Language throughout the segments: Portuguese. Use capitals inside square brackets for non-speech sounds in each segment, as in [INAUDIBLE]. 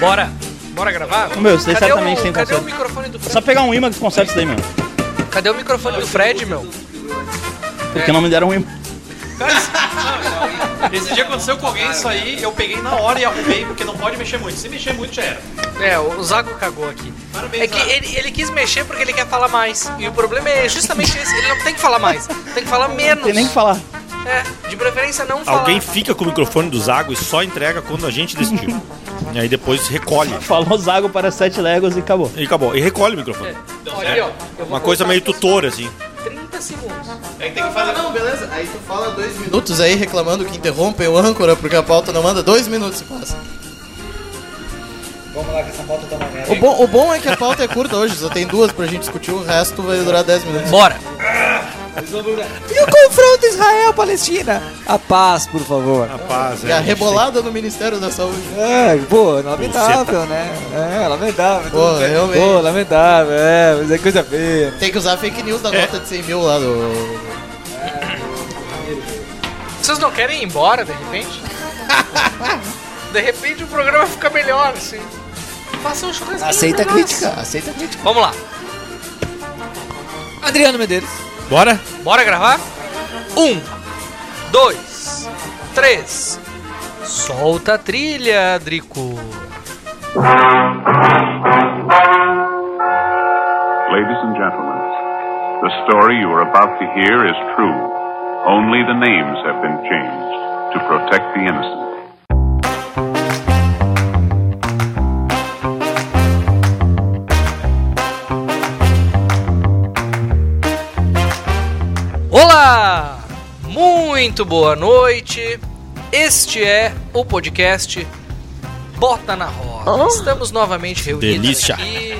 Bora! Bora gravar? Ô, meu, você cadê certamente o, tem cadê o conserto. microfone do É só pegar um imã que conserta isso daí, meu. Cadê o microfone do Fred, meu? Porque não me deram um imã. Cara, esse- não, não, esse dia aconteceu com alguém isso aí, eu peguei na hora e arrumei, porque não pode mexer muito. Se mexer muito já era. É, o Zago cagou aqui. Parabéns, É que Zago. ele, ele quis mexer porque ele quer falar mais. E o problema é justamente esse, ele não tem que falar mais. Tem que falar menos. Tem nem o que falar. É, de preferência não falar. Alguém fica com o microfone do Zago e só entrega quando a gente decidir. e aí depois recolhe. Falou Zago para sete legos e acabou. E acabou. E recolhe o microfone. Olha, ó, eu vou Uma coisa voltar meio tutora, assim. 30 segundos. É que tem que fazer. Não, beleza. Aí tu fala dois minutos aí reclamando que interrompem o âncora porque a pauta não manda. Dois minutos se passa. Vamos lá, que essa pauta tá uma merda. O bom, o bom é que a pauta é curta hoje, só tem duas pra gente discutir, o resto vai durar dez minutos. Bora! E o confronto Israel-Palestina? A paz, por favor. Rapaz, é. E a rebolada no Ministério da Saúde. É, pô, tá- lamentável, né? É, lamentável. Pô, tudo bem. realmente. Pô, lamentável, é, mas é coisa feia. Tem que usar fake news É. da nota de 100 mil lá do. Vocês não querem ir embora, de [LAUGHS] repente? de repente o programa fica melhor, assim. Façam um churrasquinho Aceita a pra nós. crítica, aceita a crítica. Vamos lá. Adriano Medeiros. Bora? Bora gravar? Um, dois, três. Solta a trilha, Drico. Ladies and gentlemen, the story you are about to hear is true. Only the names have been changed to protect the innocent. Olá! Muito boa noite. Este é o podcast Bota na Roda. Estamos novamente reunidos Delícia. aqui.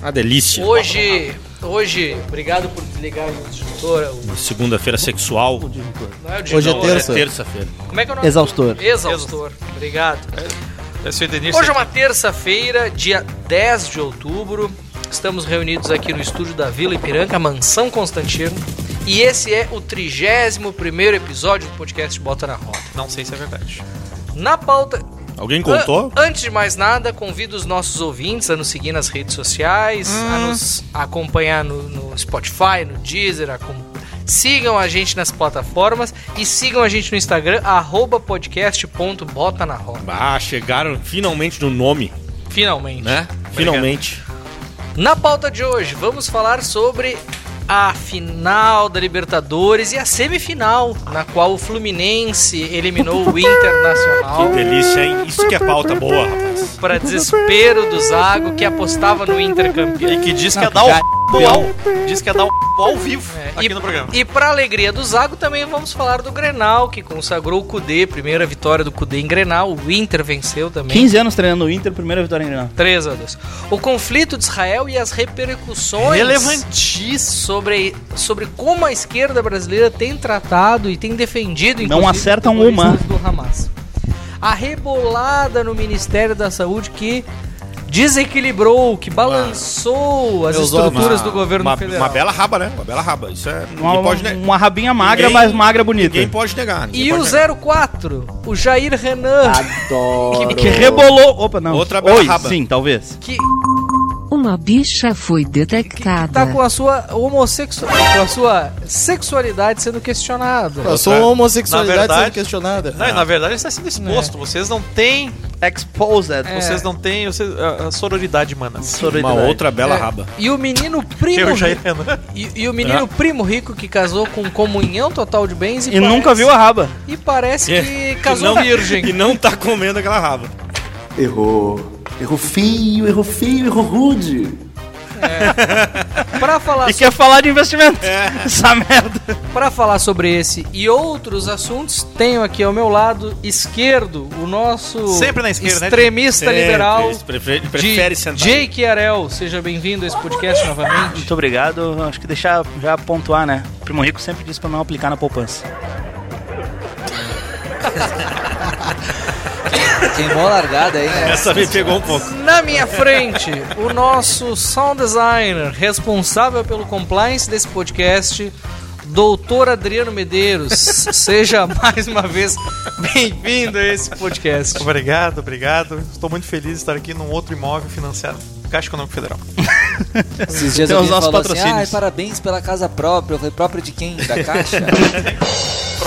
Uma delícia. Hoje, hoje, obrigado por desligar o disjuntor. o- Uma Segunda-feira sexual. Não é o Hoje é disjuntor, terça. É terça-feira. Como é que é o nome? Exaustor. Exaustor. Obrigado. Esse é o Edenilson. Hoje é uma terça-feira, dia 10 de outubro. Estamos reunidos aqui no estúdio da Vila Ipiranga, Mansão Constantino. E esse é o 31 episódio do podcast Bota na Roda. Não sei se é verdade. Na pauta. Alguém contou? An- antes de mais nada, convido os nossos ouvintes a nos seguir nas redes sociais, a nos acompanhar no, no Spotify, no Deezer, a com- sigam a gente nas plataformas e sigam a gente no Instagram, arroba podcast.bota na roda. Ah, chegaram finalmente no nome, Finalmente. né? Finalmente. Na pauta de hoje, vamos falar sobre a final da Libertadores e a semifinal, na qual o Fluminense eliminou [LAUGHS] o Internacional. Delícia, hein? Isso que é pauta boa, rapaz. Para desespero do Zago, que apostava no Inter campeão. E que diz que é dar o ao, diz que é dar o ao vivo É, aqui no programa. E pra alegria do Zago, também vamos falar do Grenal, que consagrou o Cudê, primeira vitória do Cudê em Grenal. O Inter venceu também. 15 anos treinando o Inter, primeira vitória em Grenal. 3 a 2. O conflito de Israel e as repercussões Relevantíssimo. sobre, sobre como a esquerda brasileira tem tratado e tem defendido Não inclusive, acertam os terroristas uma. do Hamas. A rebolada no Ministério da Saúde que desequilibrou, que balançou as Meus estruturas Uma- do governo uma, federal. Uma bela raba, né? Uma bela raba. Isso é. Ninguém Uma, pode, ne- uma rabinha magra, Ninguém- mas magra bonita. ninguém pode negar. ninguém E pode o negar. 04, o Jair Renan, Ah, Adoro. Que rebolou. Opa, não. Outra Oi, belarraba. Sim, talvez. que, Uma bicha foi que ah, tá com detectada. a sua homossexualidade, com a sua sexualidade sendo questionada. Ah. A sua homossexualidade Na verdade- sendo questionada. Não, e na verdade está sendo exposto. Vocês não têm. Exposed. É. Vocês não têm vocês- a, a sororidade, manas. Uma outra É. bela raba. E o menino primo Eu já Renan. E, e o menino primo rico que casou com comunhão total de bens e, Ah. E parece- nunca viu a É. raba. E parece que casou E não- E virgem. não tá comendo aquela raba. Errou. Errou feio, errou feio, errou rude. Pra falar, E so- quer falar de investimento. É. [LAUGHS] Essa merda. pra falar sobre esse e outros assuntos, tenho aqui ao meu lado esquerdo o nosso Sempre na esquerda, né, extremista Sempre, tá liberal. eles Prefere, de prefere sentar. Jake Arel, seja bem-vindo a esse podcast novamente. Muito obrigado. Acho que deixar já pontuar, né? Primo Rico sempre disse pra não aplicar na poupança. Queimou a largada, hein? Essa me pegou um pouco. Na minha frente, o nosso sound designer responsável pelo compliance desse podcast, doutor Adriano Medeiros, seja mais uma vez bem-vindo a esse podcast. Obrigado, obrigado. Estou muito feliz de estar aqui num outro imóvel financiado. Caixa Econômico Federal. Esses dias Tem os alguém nossos falou assim, patrocínios. ah, parabéns pela casa própria. Eu falei, própria de quem? Da Caixa? [LAUGHS]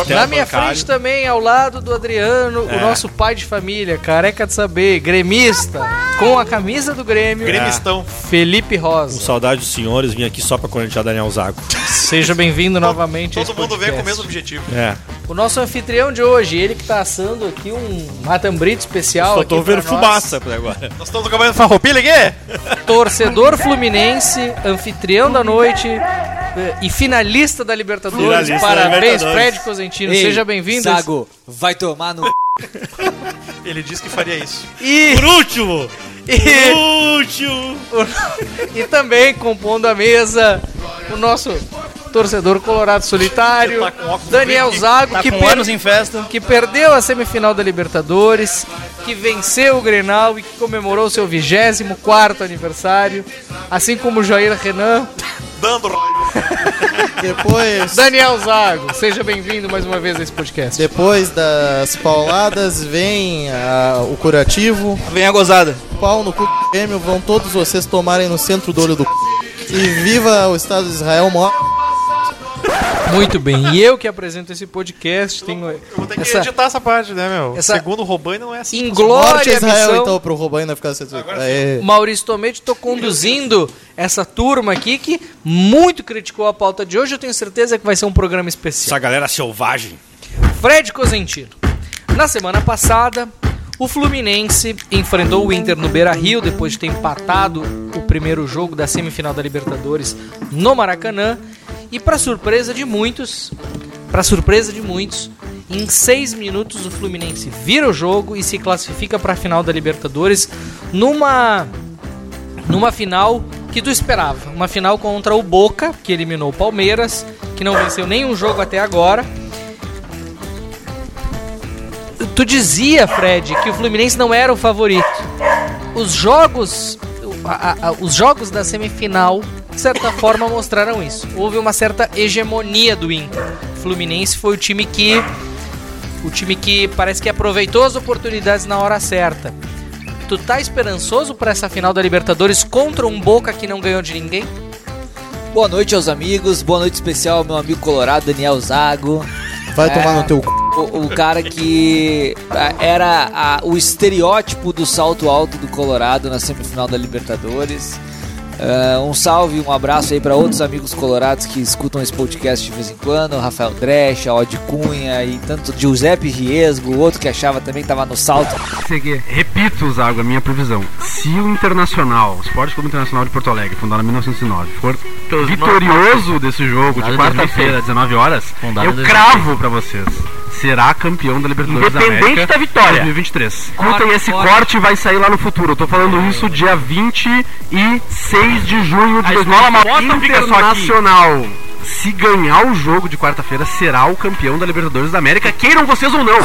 Na minha frente tá- também, ao lado do Adriano, É. o nosso pai de família, careca de saber, gremista, com a camisa do É. Grêmio, Gremistão. Felipe Com Rosa. saudade dos senhores, vim aqui só pra cornetear Daniel Zago. Seja bem-vindo novamente. a Todo esse mundo veio com o podcast. mesmo objetivo. É. O nosso anfitrião de hoje, ele que tá assando aqui um matambrito especial. Só tô aqui pra vendo nós. fumaça por agora. Nós estamos no caminho da farroupilha aqui? [LAUGHS] Torcedor fluminense, anfitrião da noite eh, e finalista da Libertadores. Finalista da Parabéns, Libertadores. Fred Cosentino. Ei, Seja bem-vindo. Zago, vai tomar no... c****. Ele disse que faria isso. E, Por último! e, Por último! e também compondo a mesa o nosso torcedor colorado solitário, Tá com óculos Daniel bem- Zago, Tá que, com per- anos em festa. que perdeu a semifinal da Libertadores, que venceu o Grenal e que comemorou seu 24 aniversário, assim como o Jair Renan. Dando r- Depois, Daniel Zago, seja bem-vindo mais uma vez a esse podcast. depois das pauladas vem ah, o curativo, Vem a gozada. pau no cu do Grêmio, vão todos vocês tomarem no centro do olho do c... E viva o Estado de Israel, mó... Muito bem, e eu que apresento esse podcast tenho Eu vou ter que essa editar essa parte, né, meu? essa- Segundo o Robani não é assim. Morte a inglória Israel, missão. então, pro Robaina ficar no centro do olho. Aê. Maurício Tomete, estou conduzindo essa turma aqui que muito criticou a pauta de hoje. Eu tenho certeza que vai ser um programa especial. Essa galera selvagem. Fred Cosentino. Na semana passada, o Fluminense enfrentou o Inter no Beira-Rio depois de ter empatado o primeiro jogo da semifinal da Libertadores no Maracanã e para surpresa de muitos, para surpresa de muitos, em seis minutos o Fluminense vira o jogo e se classifica para a final da Libertadores numa numa final que tu esperava. Uma final contra o Boca, que eliminou o Palmeiras, que não venceu nenhum jogo até agora. Tu dizia, Fred, que o Fluminense não era o favorito. Os jogos. a- a- a- os jogos da semifinal, de certa forma, mostraram isso. Houve uma certa hegemonia do Inter. O Fluminense foi o time que. O time que parece que aproveitou as oportunidades na hora certa. Tu tá esperançoso pra essa final da Libertadores contra um Boca que não ganhou de ninguém? Boa noite aos amigos, boa noite especial ao meu amigo colorado Daniel Zago. Vai tomar no teu c... O, o cara que ah, era ah, o estereótipo do salto alto do Colorado na semifinal da Libertadores. Ah, um salve, um abraço aí para outros amigos colorados que escutam esse podcast de vez em quando, Rafael Drecha, Odi Cunha e tanto Giuseppe Riesgo, outro que achava também que tava no salto. Repito, Zago, a minha previsão. Se o Internacional, o Esporte Clube Internacional de Porto Alegre, fundado em 1909, for vitorioso desse jogo de quarta-feira, 19 horas, eu cravo pra vocês. Será campeão da Libertadores da América da vitória. 2023. Escutem, esse corte vai sair lá no futuro. Eu tô falando isso dia 26 de junho de 2009. Internacional. Se ganhar o jogo de quarta-feira, será o campeão da Libertadores da América, queiram vocês ou não.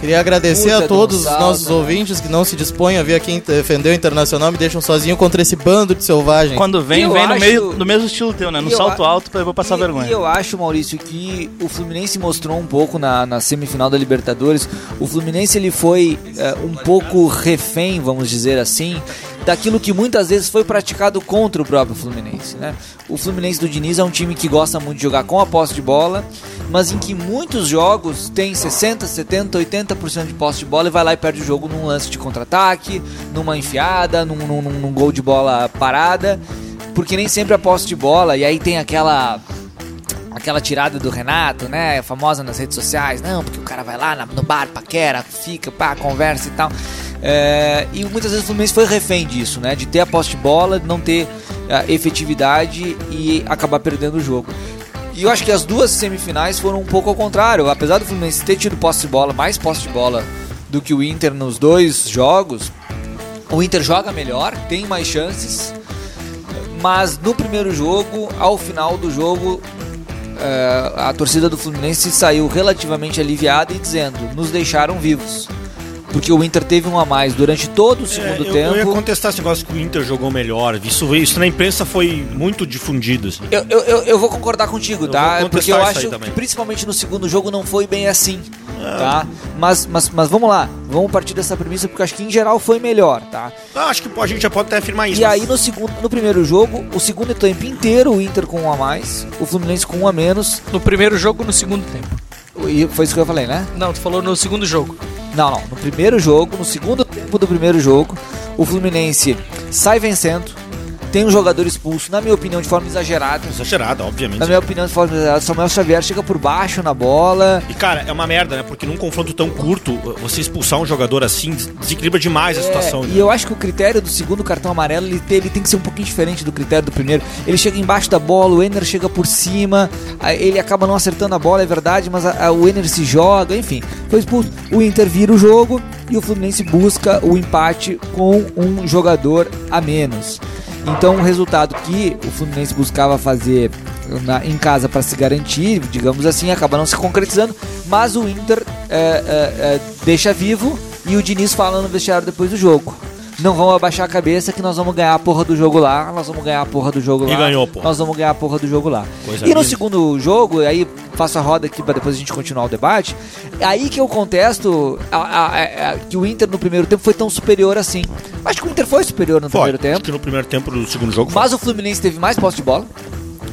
Queria agradecer Puta a todos de um os nossos salto, né? ouvintes que não se dispõem a vir aqui defender o Internacional, me deixam sozinho contra esse bando de selvagem. Quando vem, Eu vem no acho- meio, do mesmo estilo teu, né? No E eu salto a- alto pra eu vou passar e, vergonha. E eu acho, Maurício, que o Fluminense mostrou um pouco na, na semifinal da Libertadores. O Fluminense ele foi é, um pouco refém, vamos dizer assim, daquilo que muitas vezes foi praticado contra o próprio Fluminense. Né? O Fluminense do Diniz é um time que gosta muito de jogar com a posse de bola, mas em que muitos jogos tem 60, 70, 80% de posse de bola e vai lá e perde o jogo num lance de contra-ataque, numa enfiada, num- num- num- num gol de bola parada porque nem sempre a posse de bola, e aí tem aquela aquela tirada do Renato, né, famosa nas redes sociais, não, porque o cara vai lá na- no bar, paquera, fica, pá, conversa e tal. É, e muitas vezes o Fluminense foi refém disso, né, de ter a posse de bola, de não ter ah, efetividade e acabar perdendo o jogo. E eu acho que as duas semifinais foram um pouco ao contrário, apesar do Fluminense ter tido posse de bola, mais posse de bola do que o Inter nos dois jogos, o Inter joga melhor, tem mais chances, mas no primeiro jogo, ao final do jogo, eh, a torcida do Fluminense saiu relativamente aliviada e dizendo: nos deixaram vivos. Porque o Inter teve um a mais durante todo o segundo É, eu, tempo. eu ia contestar esse negócio que o Inter jogou melhor. Isso, isso na imprensa foi muito difundido. assim. Eu, eu, eu, eu vou concordar contigo, tá? vou contestar Porque eu isso aí acho que também. É. principalmente no segundo jogo não foi bem assim, tá? Mas, mas, mas vamos lá, vamos partir dessa premissa porque eu acho que em geral foi melhor, tá? Ah, acho que a gente já pode até afirmar isso. E aí no segundo, no primeiro jogo, o segundo tempo inteiro o Inter com um a mais, o Fluminense com um a menos, No primeiro jogo no segundo tempo? e foi isso que eu falei, né? Não, tu falou no segundo jogo. Não, não, no primeiro jogo, no segundo tempo do primeiro jogo, o Fluminense sai vencendo, tem um jogador expulso, na minha opinião, de forma exagerada. Exagerada, obviamente. Na minha opinião, de forma exagerada, Samuel Xavier chega por baixo na bola. E cara, é uma merda, né? Porque num confronto tão curto, você expulsar um jogador assim des- desequilibra demais a situação. né? É, e eu acho que o critério do segundo cartão amarelo ele tem, ele tem que ser um pouquinho diferente do critério do primeiro. Ele chega embaixo da bola, o Enner chega por cima, a- ele acaba não acertando a bola, é verdade, mas a- a- o Enner se joga, enfim. Foi expulso. O Inter vira o jogo e o Fluminense busca o empate com um jogador a menos. Então, o resultado que o Fluminense buscava fazer na- em casa para se garantir, digamos assim, acaba não se concretizando, mas o Inter é, é, é, deixa vivo e o Diniz fala no vestiário depois do jogo. Não vão abaixar a cabeça que nós vamos ganhar a porra do jogo lá, nós vamos ganhar a porra do jogo E lá. ganhou, porra. Nós vamos ganhar a porra do jogo lá. Coisa e no linda. segundo jogo, aí faço a roda aqui para depois a gente continuar o debate. Aí que eu contesto a- a- a- a- que o Inter no primeiro tempo foi tão superior assim. Acho que o Inter foi superior no Foi. primeiro Acho tempo. que no primeiro tempo do segundo jogo. foi. Mas o Fluminense teve mais posse de bola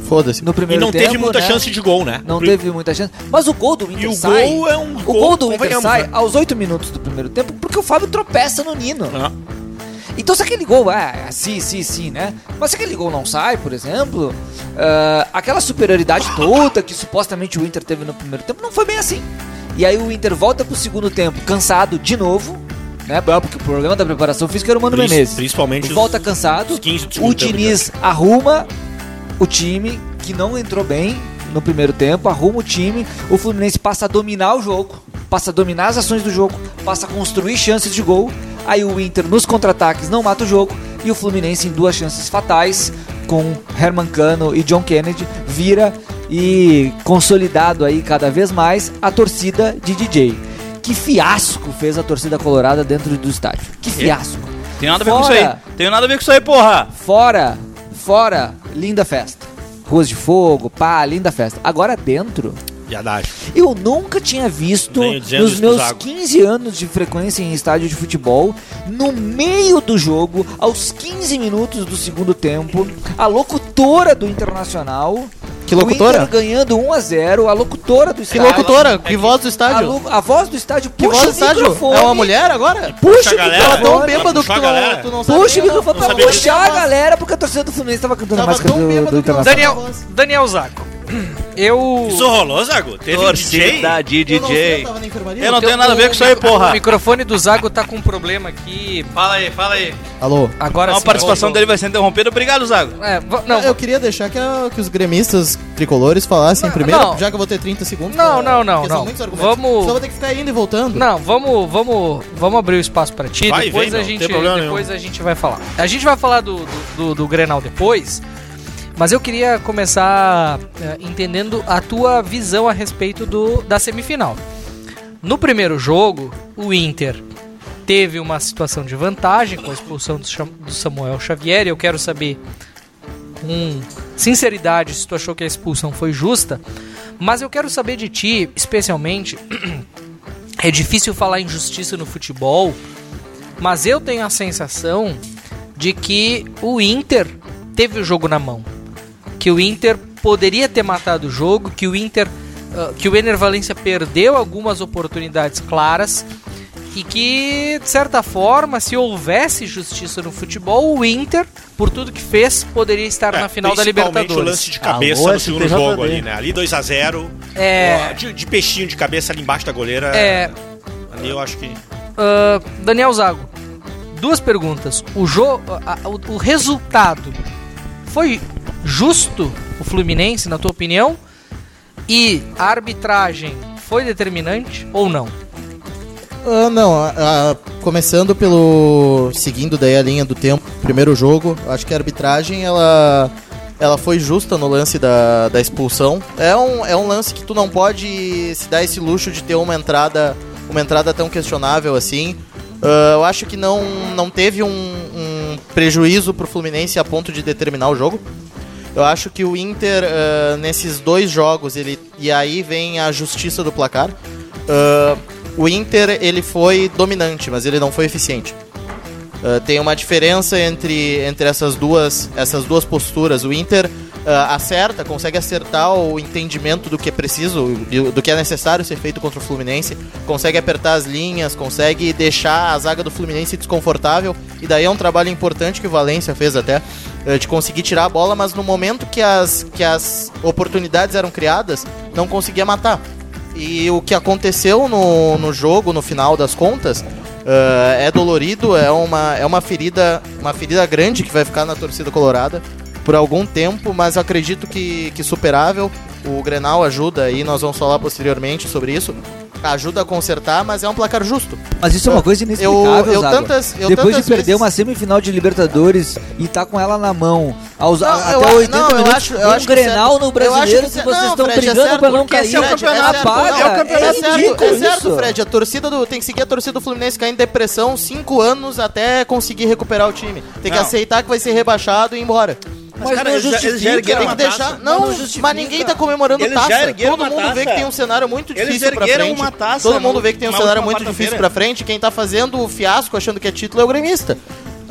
Foda-se. no E primeiro não tempo. teve muita né? chance de gol, né? Não Pri- teve muita chance. Mas o gol do Inter E o sai. gol é um o gol, gol do Inter convenhamos, sai né? aos 8 minutos do primeiro tempo porque o Fábio tropeça no Nino. Ah. Então, se aquele gol, ah, sim, sim, sim, né? Mas se aquele gol não sai, por exemplo, ah, aquela superioridade toda que supostamente o Inter teve no primeiro tempo não foi bem assim. E aí o Inter volta pro segundo tempo cansado de novo, né? Porque o problema da preparação física era o Mano Prin- Menezes. Principalmente os- Volta cansado. os 15 do segundo O tempo, Diniz arruma o time que não entrou bem no primeiro tempo, arruma o time, o Fluminense passa a dominar o jogo, passa a dominar as ações do jogo, passa a construir chances de gol. Aí o Inter nos contra-ataques não mata o jogo e o Fluminense em duas chances fatais com Herman Cano e John Kennedy vira e consolidado aí cada vez mais a torcida de DJ. Que fiasco fez a torcida colorada dentro do estádio. Que fiasco. Tem nada a ver com isso Fora. aí. Tem nada a ver com isso aí, porra. Fora, fora, linda festa. Ruas de fogo, pá, linda festa. Agora dentro, Viadagem. eu nunca tinha visto Venho dizendo nos isso pro meus Zago. 15 anos de frequência em estádio de futebol, no meio do jogo, aos 15 minutos do segundo tempo, a locutora do Internacional. Que O locutora? Inter ganhando 1 a 0 a locutora do Que estádio. locutora? Que voz do A, estádio? lo- a voz do estádio Que puxa voz do o estádio? microfone. É uma mulher agora? Puxa Puxa a o galera. um Ela é tão microfone. bêbado que puxar tu a galera. não, tu não sabe. Puxa o nem, não. microfone pra sabia. puxar a galera, porque a torcida do Fluminense tava cantando Tava mais que a tão do, bêbado do que não Internacional. Daniel, Daniel Zaco. Eu. Isso rolou, Zago? Teve um DJ? Torcida de é Eu não sei, DJ. eu tava na enfermaria. Eu não Teu- tenho nada a ver com isso aí, Então O porra. microfone do Zago tá com um problema aqui. Fala aí, fala aí. Alô? Agora Então A sim, participação voltou. dele vai ser interrompida. Obrigado, Zago. É, vo- não, Eu queria deixar que, a- que os gremistas tricolores falassem Não, primeiro, não. já que eu vou ter 30 segundos. Não, pra- não, não, porque são não. muitos argumentos. Vamos- Só vou ter que ficar indo e voltando. Não, vamos, vamos, vamos abrir o espaço pra ti. Vai, depois vem, a meu, não tem gente, problema depois a gente vai falar. A gente vai falar do, do, do- do Grenal depois, mas eu queria começar eh, entendendo a tua visão a respeito do, da semifinal. No primeiro jogo, o Inter teve uma situação de vantagem com a expulsão do, Cham- do Samuel Xavier. e Eu quero saber, com sinceridade, se tu achou que a expulsão foi justa. Mas eu quero saber de ti, especialmente, é difícil falar em justiça no futebol, mas eu tenho a sensação de que o Inter teve o jogo na mão. Que o Inter poderia ter matado o jogo, que o Inter. ah, que o Ener Valência perdeu algumas oportunidades claras e que, de certa forma, se houvesse justiça no futebol, o Inter, por tudo que fez, poderia estar É, na final da principalmente Libertadores. o lance de cabeça Alô, no segundo STJD. jogo ali, né? Ali 2x0. É. De, de peixinho de cabeça ali embaixo da goleira. É, Ali eu acho que. Ah, Daniel Zago, duas perguntas. O, jo a- a- o, o resultado foi justo o Fluminense, na tua opinião? E a arbitragem foi determinante ou não? Ah, não, ah, ah, começando pelo. Seguindo daí a linha do tempo, primeiro jogo, acho que a arbitragem ela, ela foi justa no lance da, da expulsão. É um, é um lance que tu não pode se dar esse luxo de ter uma entrada, uma entrada tão questionável assim. Ah, eu acho que não, não teve um, um prejuízo pro Fluminense a ponto de determinar o jogo. Eu acho que o Inter, ah, nesses dois jogos, ele e aí vem a justiça do placar. Ah, o Inter, ele foi dominante, mas ele não foi eficiente. Uh, tem uma diferença entre, entre essas, duas, essas duas posturas. O Inter uh, acerta, consegue acertar o entendimento do que é preciso, do, do que é necessário ser feito contra o Fluminense, consegue apertar as linhas, consegue deixar a zaga do Fluminense desconfortável. E daí é um trabalho importante que o Valência fez até, uh, de conseguir tirar a bola, mas no momento que as, que as oportunidades eram criadas, não conseguia matar. E o que aconteceu no, no jogo, no final das contas, ah, é dolorido, é uma, é uma ferida uma ferida grande que vai ficar na torcida colorada por algum tempo, mas eu acredito que, que superável. O Grenal ajuda, e nós vamos falar posteriormente sobre isso. Ajuda a consertar, mas é um placar justo. Mas isso é uma coisa inexplicável, eu Zago. tantas- eu Depois tantas de perder vezes- uma semifinal de Libertadores e tá com ela na mão, aos, Não, a- eu até acho- 80 não, eu minutos, acho- eu tem um acho que é Grenal certo. no Eu brasileiro acho que, que cer- vocês não, estão Fred, é brigando certo, pra não porque cair. esse é o campeonato, Apaga, não, é o é É certo, é ridículo certo, isso. Fred. A torcida do, tem que seguir a torcida do Fluminense cair em depressão cinco anos até conseguir recuperar o time. Tem que Não. aceitar que vai ser rebaixado e ir embora. Mas, não eles já- eles já justifica. ergueram Tem que uma deixar. taça. Não, Não mas, justifica. ninguém tá comemorando Eles já taça. ergueram Todo uma mundo vê taça. que tem um cenário muito Eles difícil pra ergueram frente. uma taça Todo mundo no- vê que tem um na cenário última muito difícil pra quarta-feira. frente. Quem tá fazendo o fiasco achando que é título é o gremista.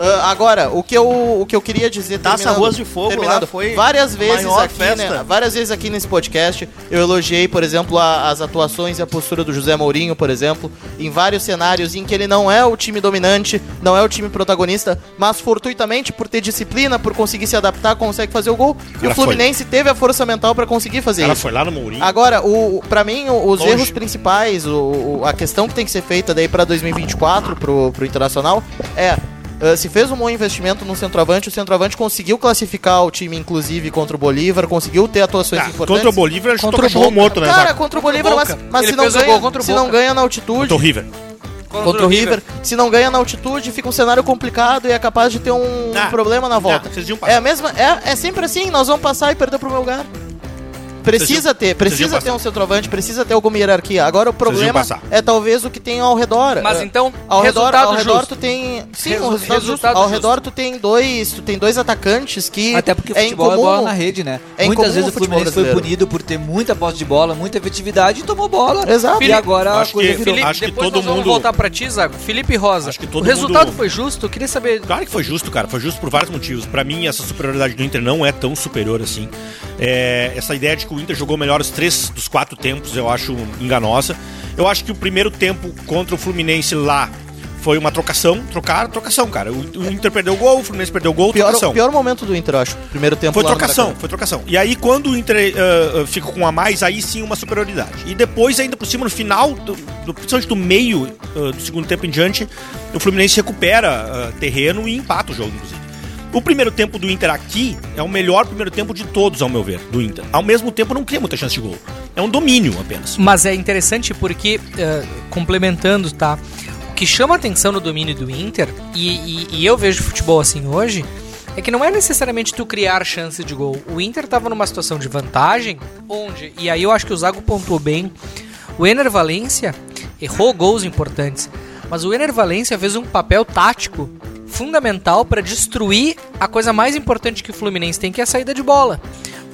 Ah, agora, o que, eu, o que eu queria dizer Taça terminando- Ruas de Fogo lá terminando, foi várias a vezes maior aqui, festa. né, várias vezes aqui nesse podcast eu elogiei, por exemplo, a- as atuações e a postura do José Mourinho, por exemplo, em vários cenários em que ele não é o time dominante, não é o time protagonista, mas fortuitamente por ter disciplina, por conseguir se adaptar, consegue fazer o gol. E o Cara, foi. Fluminense teve a força mental pra conseguir fazer Ela isso. foi lá no Mourinho. Agora, o, o- pra mim, o- os Longe. erros principais, o, o- a questão que tem que ser feita daí pra 2024, pro, pro Internacional, é. ah, se fez um bom investimento no centroavante, o centroavante conseguiu classificar o time, inclusive, contra o Bolívar, conseguiu ter atuações Tá, importantes. contra o Bolívar, a gente Ah, Contra o toca cachorro Boca. morto, né, Cara, Zago? contra o Bolívar, Contra o mas, Boca. mas Ele se, não fez o ganha, gol contra o se não Boca. ganha na altitude, Contra o River. contra o River. Se não ganha na altitude, fica um cenário complicado e é capaz de ter um Ah, problema na volta. vocês iam passar. é a mesma, é, é sempre assim, nós vamos passar e perder pro meu lugar. Precisa ter, precisa iam ter um centroavante, precisa ter alguma hierarquia. Agora o iam problema passar. é talvez o que tem ao redor. Mas É, então, ao redor, resultado ao redor justo. tu tem, sim, Resu- um resultado, justo. resultado Ao justo. redor tu tem dois, tu tem dois atacantes que Até porque o é futebol é, incomum. bola na rede, né? É Muitas incomum vezes o o futebol Fluminense foi brasileiro. punido por ter muita posse de bola, muita efetividade e tomou bola. Exato. E Felipe, agora a acho coisa que- virou. Felipe, acho que depois todo nós vamos mundo- voltar pra ti, Zago. Felipe Rosa, Acho que todo o resultado mundo- foi justo? Eu queria saber... Claro que foi justo, cara. Foi justo por vários motivos. Pra mim, essa superioridade do Inter não é tão superior assim. É, essa ideia de que o Inter jogou melhor os três dos quatro tempos, eu acho enganosa. Eu acho que o primeiro tempo contra o Fluminense lá foi uma trocação. Trocar, trocação, cara. O, o Inter perdeu o gol, o Fluminense perdeu o gol, Pior, trocação. pior momento do Inter, eu acho. Primeiro tempo Foi lá no trocação, Maracanã. foi trocação. E aí, quando o Inter ah, ah, fica com um a mais, aí sim uma superioridade. E depois, ainda por cima, no final, do, do, principalmente do meio ah, do segundo tempo em diante, o Fluminense recupera ah, terreno e empata o jogo, inclusive. O primeiro tempo do Inter aqui é o melhor primeiro tempo de todos, ao meu ver, do Inter. Ao mesmo tempo, não cria muita chance de gol. É um domínio apenas. Mas é interessante porque, eh, complementando, tá? O que chama atenção no domínio do Inter, e, e- e eu vejo futebol assim hoje, é que não é necessariamente tu criar chance de gol. O Inter tava numa situação de vantagem, onde, e aí eu acho que o Zago pontuou bem, o Ener Valência errou gols importantes, mas o Ener Valência fez um papel tático fundamental para destruir a coisa mais importante que o Fluminense tem, que é a saída de bola.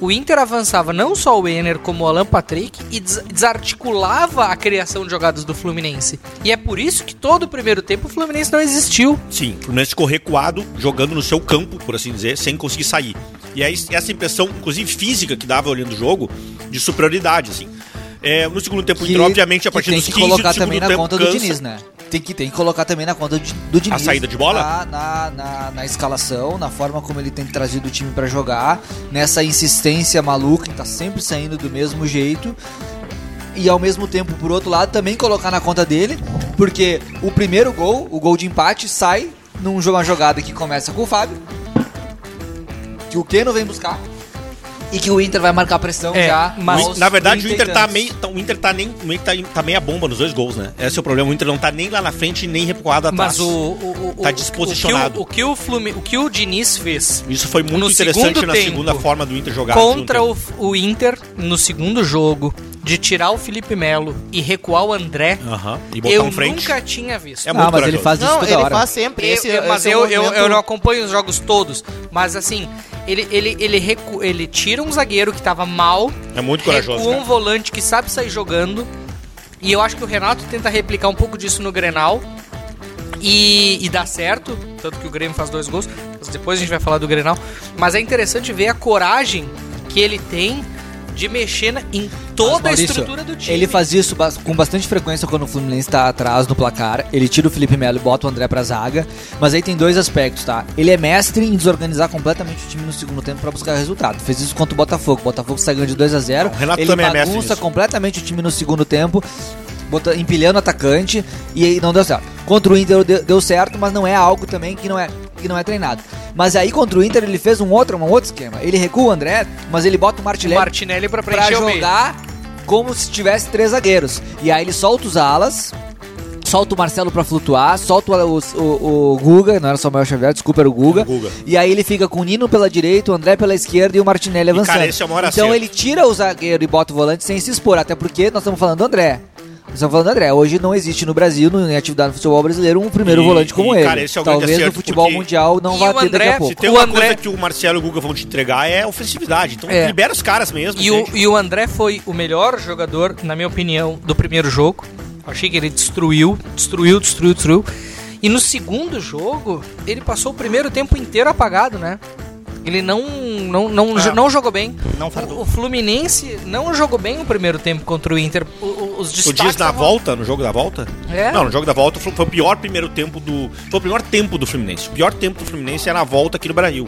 O Inter avançava não só o Ener como o Alan Patrick e des- desarticulava a criação de jogadas do Fluminense. E é por isso que todo o primeiro tempo o Fluminense não existiu. Sim, o Fluminense ficou recuado, jogando no seu campo, por assim dizer, sem conseguir sair. E aí, essa impressão, inclusive física, que dava olhando o jogo, de superioridade, assim. É, no segundo tempo, Que- entrou, obviamente, a que partir tem dos que 15 do colocar segundo também na tempo, conta cansa. do Diniz, né? Tem que, tem que colocar também na conta do, do Diniz. saída de bola? Na, na, na, na escalação, na forma como ele tem trazido o time pra jogar, nessa insistência maluca, que tá sempre saindo do mesmo jeito. E ao mesmo tempo, por outro lado, também colocar na conta dele, porque o primeiro gol, o gol de empate, sai numa jogada que começa com o Fábio, que o Keno vem buscar. E que o Inter vai marcar pressão É, já. mas- aos Na verdade, o 30 e Inter tá tantos. meio. tá- O Inter tá nem. Meio, que tá, tá meia bomba nos dois gols, né? Esse é o problema. O Inter não tá nem lá na frente nem recuado atrás. Mas o, o, o- Tá o- disposicionado. O que o, o, que o, Flumin- o que o Diniz fez Isso foi muito No interessante segundo na tempo, segunda forma do Inter jogar. contra junto. o, o Inter no segundo jogo de tirar o Felipe Melo e recuar o André, Aham. Ah, E botar eu em frente. nunca tinha visto. É Ah, muito mas ele corajoso. faz isso Não, toda ele hora. faz sempre. Eu- esse, eu- mas esse é o eu, eu, movimento- eu não acompanho os jogos todos. Mas assim, ele, ele, ele, recu- ele tira um zagueiro que tava mal, É muito corajoso. recua um cara. volante que sabe sair jogando. E eu acho que o Renato tenta replicar um pouco disso no Grenal. E, e dá certo, tanto que o Grêmio faz dois gols. mas depois a gente vai falar do Grenal. Mas é interessante ver a coragem que ele tem de mexer na- em Mas, toda a Maurício, estrutura do time. Ele faz isso bas- com bastante frequência quando o Fluminense tá atrás no placar. Ele tira o Felipe Melo e bota o André pra zaga. Mas aí tem dois aspectos, tá? Ele é mestre em desorganizar completamente o time no segundo tempo pra buscar resultado. Fez isso contra o Botafogo. O Botafogo sai ganhando de 2 a 0 Não, o Renato Ele também é mestre bagunça nisso. completamente o time no segundo tempo. bota- empilhando o atacante e aí não deu certo. Contra o Inter deu, deu certo, mas não é algo também que não é que não é treinado. Mas aí contra o Inter ele fez um outro, um outro esquema. Ele recua o André, mas ele bota o o Martinelli Martinelli pra pra preencher o meio. jogar como se tivesse três zagueiros. E aí ele solta os alas, solta o Marcelo pra flutuar, solta o, o, o Guga, não era só o Samuel Xavier, desculpa, era o Guga. O Guga. E aí ele fica com o Nino pela direita, o André pela esquerda e o Martinelli avançando. cara, esse é o maior então acerto. ele tira o zagueiro e bota o volante sem se expor, até porque nós estamos falando do André. Nós estamos falando do André. Hoje não existe no Brasil, no- em atividade do futebol brasileiro, um primeiro E- volante como e, ele. cara, esse é o grande Talvez no acerto, futebol porque- mundial não E vá o ter daqui André- a pouco. Se tem O uma André- coisa que o Marcelo e o Guga vão te entregar é ofensividade. Então É. libera os caras mesmo. E o, entende? e o André foi o melhor jogador, na minha opinião, do primeiro jogo. Eu achei que ele destruiu, destruiu, destruiu, destruiu. E no segundo jogo, ele passou o primeiro tempo inteiro apagado, né? Ele não, não, não, Ah. não jogou bem. Não O, fardou. o Fluminense não jogou bem o primeiro tempo contra o Inter. O- o- os Tu destaques diz na estavam- volta, no jogo da volta? É. Não, no jogo da volta foi foi o pior primeiro tempo do. Foi o pior tempo do Fluminense. O pior tempo do Fluminense é na volta aqui no Brasil.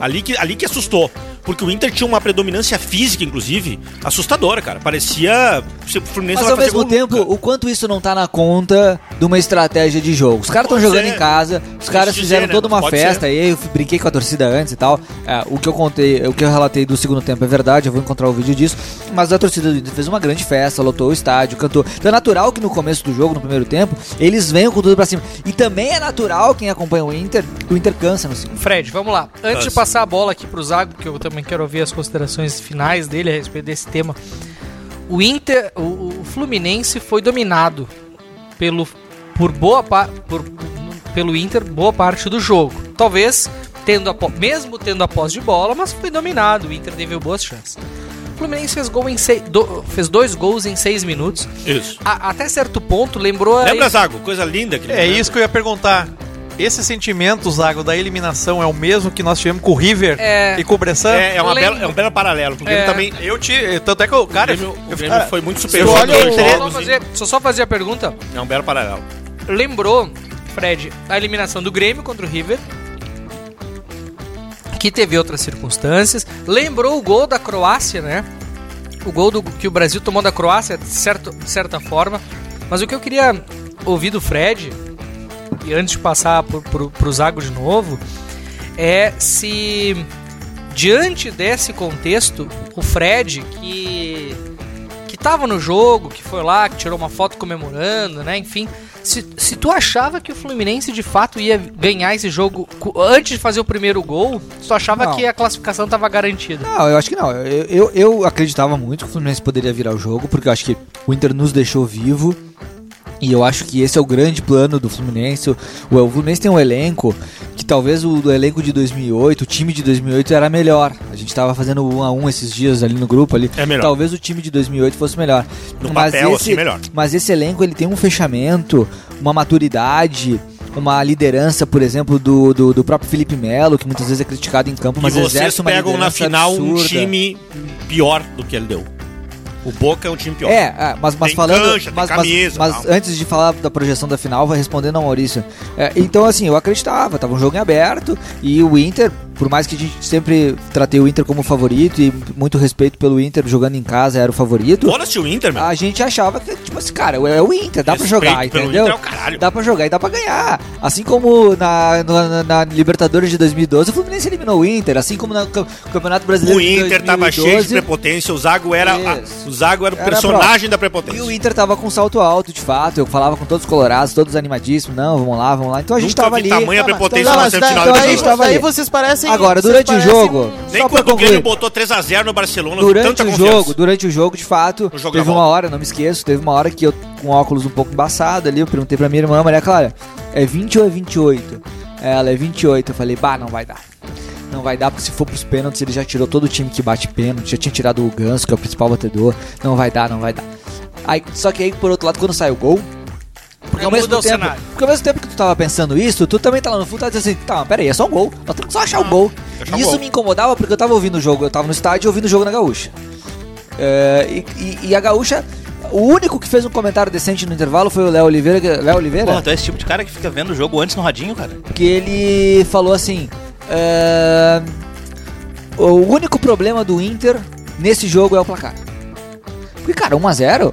Ali que, ali que assustou. Porque o Inter tinha uma predominância física, inclusive, assustadora, cara. Parecia. se O Fluminense Mas não ao vai fazer mesmo gol tempo, nunca. o quanto isso não tá na conta de uma estratégia de jogo. Os caras estão Pode jogando ser. em casa, os caras dizer, fizeram né? toda uma Pode festa, e aí eu brinquei com a torcida antes e tal. É, o que eu contei, o que eu relatei do segundo tempo é verdade, eu vou encontrar o vídeo disso. Mas a torcida do Inter fez uma grande festa, lotou o estádio, cantou. Então é natural que no começo do jogo, no primeiro tempo, eles venham com tudo pra cima. E também é natural quem acompanha o Inter, que o Inter cansa no segundo. Fred, vamos lá. Antes de Nossa. passar a bola aqui pro Zago, que eu também quero ouvir as considerações finais dele a respeito desse tema. O Inter, o, o Fluminense foi dominado pelo por boa pa- por, pelo Inter boa parte do jogo. Talvez tendo a po- mesmo tendo a posse de bola, mas foi dominado. O Inter teve boas chances. O Fluminense fez, gol em sei- do- fez dois gols em seis minutos. Isso. A- até certo ponto lembrou a- Lembra, Zago? Coisa linda que É isso que eu ia perguntar. Esse sentimento, Zago, da eliminação é o mesmo que nós tivemos com o River É. e com o Bressan? É, é, uma Lembra. bela, é um belo paralelo. Porque É. ele também. Eu te. Tanto é que eu, cara, o Grêmio, eu- o Grêmio ah, cara, foi muito Deixa eu superior. só- nos só jogos, fazer- Só só fazer a pergunta. É um belo paralelo. lembrou, Fred, a eliminação do Grêmio contra o River, que teve outras circunstâncias. Lembrou o gol da Croácia, né? O gol do, que o Brasil tomou da Croácia, de, certo, de certa forma. Mas o que eu queria ouvir do Fred, e antes de passar pro, pro, pro Zago de novo, é se diante desse contexto, o Fred, que que tava no jogo, que foi lá, que tirou uma foto comemorando, né? Enfim, se, se tu achava que o Fluminense de fato ia ganhar esse jogo cu- antes de fazer o primeiro gol, se tu achava Não. que a classificação tava garantida. Não, eu acho que não. Eu, eu, eu acreditava muito que o Fluminense poderia virar o jogo, porque eu acho que o Inter nos deixou vivo. E eu acho que esse é o grande plano do Fluminense. O, o Fluminense tem um elenco que talvez o do elenco de 2008, o time de 2008 era melhor. A gente tava fazendo um a um esses dias ali no grupo ali. É melhor. Talvez o time de 2008 fosse melhor. No papel, assim, melhor. Mas esse elenco ele tem um fechamento, uma maturidade, uma liderança, por exemplo, do, do, do próprio Felipe Melo, que muitas vezes é criticado em campo, mas e vocês exerce uma pegam na liderança final um absurda. time pior do que ele deu. O Boca é um time pior. É, é, mas, mas Tem falando. cancha, tem mas mas- camisa, mas tal. antes de falar da projeção da final, vai respondendo ao Maurício. É, então, assim, eu acreditava, tava um jogo em aberto e o Inter. por mais que a gente sempre tratei o Inter como favorito e muito respeito pelo Inter jogando em casa era o favorito. Foda-se o Inter, meu. A gente achava que, tipo assim, cara, é o Inter, dá pra Respeito jogar, pelo entendeu? Inter é o caralho. Dá pra jogar e dá pra ganhar. Assim como na, na- na Libertadores de 2012, o Fluminense eliminou o Inter. Assim como no Cam- Campeonato Brasileiro O Inter de 2012, tava cheio de prepotência, o Zago era, a- Isso. o Zago era o Era personagem próprio. da E prepotência. o Inter tava com um salto alto, de fato. Eu falava com todos os colorados, todos animadíssimos. Não, vamos lá, vamos lá. Então a gente Nunca tava vi ali. tamanha Tá, mas- prepotência então- na mas semifinal então de a Daí, gente Libertadores. tava daí ali. vocês parecem. Agora, vocês durante o parecem jogo, um- Nem só pra quando o concluir. Grêmio botou 3x0 no Barcelona, Durante tanta o confiança. jogo, durante o jogo, de fato, O jogo teve da uma volta. hora, não me esqueço, teve uma hora que eu com óculos um pouco embaçado ali, eu perguntei pra minha irmã, Maria Clara, é 20 ou é 28? Ela é 28, eu falei, bah, não vai dar. Não vai dar, porque se for pros pênaltis, ele já tirou todo o time que bate pênalti, já tinha tirado o Ganso, que é o principal batedor. Não vai dar, não vai dar. Aí, só que aí, por outro lado, quando sai o gol, porque ao, Muda mesmo o tempo, cenário. porque ao mesmo tempo que tu tava pensando isso, tu também tá lá no fundo e tá dizendo assim, tá, mas peraí, é só um gol. Nós temos que só achar o gol. achar o E isso gol. me incomodava porque eu tava ouvindo o jogo, eu tava no estádio ouvindo o jogo na gaúcha. É, e, e- e a gaúcha, o único que fez um comentário decente no intervalo foi o Léo Oliveira, que- Léo Oliveira, Porra, tu é esse tipo de cara que fica vendo o jogo antes no radinho, cara. que ele falou assim: é, o único problema do Inter nesse jogo é o placar. Porque, cara, 1x0,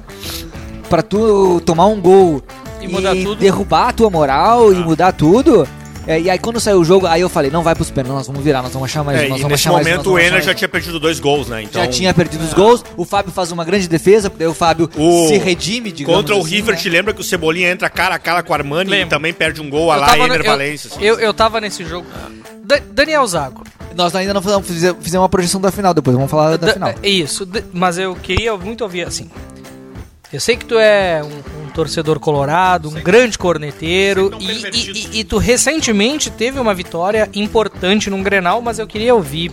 pra tu tomar um gol E mudar tudo. derrubar a tua moral Ah. e mudar tudo. é, e aí quando saiu o jogo, aí eu falei, não vai pros pênaltis, nós vamos virar, nós vamos achar mais um, É, nós e vamos nesse achar mais um, nós momento o vamos achar Ener mais já um." tinha perdido dois gols, né? Então, Já tinha perdido os gols, o Fábio faz uma grande defesa, porque daí o Fábio O- se redime, digamos Contra o assim, River, né? te lembra que o Cebolinha entra cara a cara com o Armani Lembro. e também perde um gol a Eu lá tava no- Ener eu- Valencia. assim. Eu, eu tava nesse jogo. Da- Daniel Zago. Nós ainda não fizemos, fizemos uma projeção da final depois, vamos falar da, Da- final. é Isso, de- mas eu queria muito ouvir assim. Eu sei que tu é um, um torcedor colorado, um grande corneteiro, Sei que e, não pervertido. e- e- e tu recentemente teve uma vitória importante num Grenal, mas eu queria ouvir.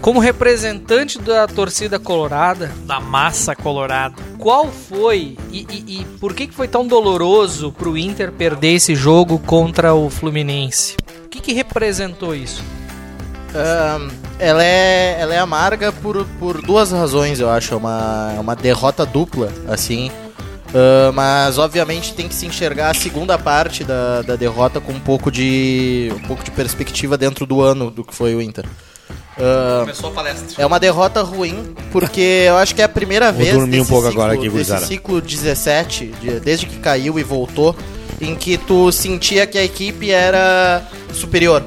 Como representante da torcida colorada, Da massa colorada. qual foi e, e- e por que, que foi tão doloroso pro Inter perder esse jogo contra o Fluminense? O que, que representou isso? Ahn, ela, é, ela é amarga por, por duas razões, eu acho. É uma, é uma derrota dupla, assim. Ahn, mas, obviamente, tem que se enxergar a segunda parte da, da derrota com um pouco, de, um pouco de perspectiva dentro do ano do que foi o Inter. Ahn, Começou a palestra. é uma derrota ruim, porque eu acho que é a primeira Vou vez dormir um pouco ciclo, agora aqui, desse gurizada. ciclo 17, de- desde que caiu e voltou, em que tu sentia que a equipe era superior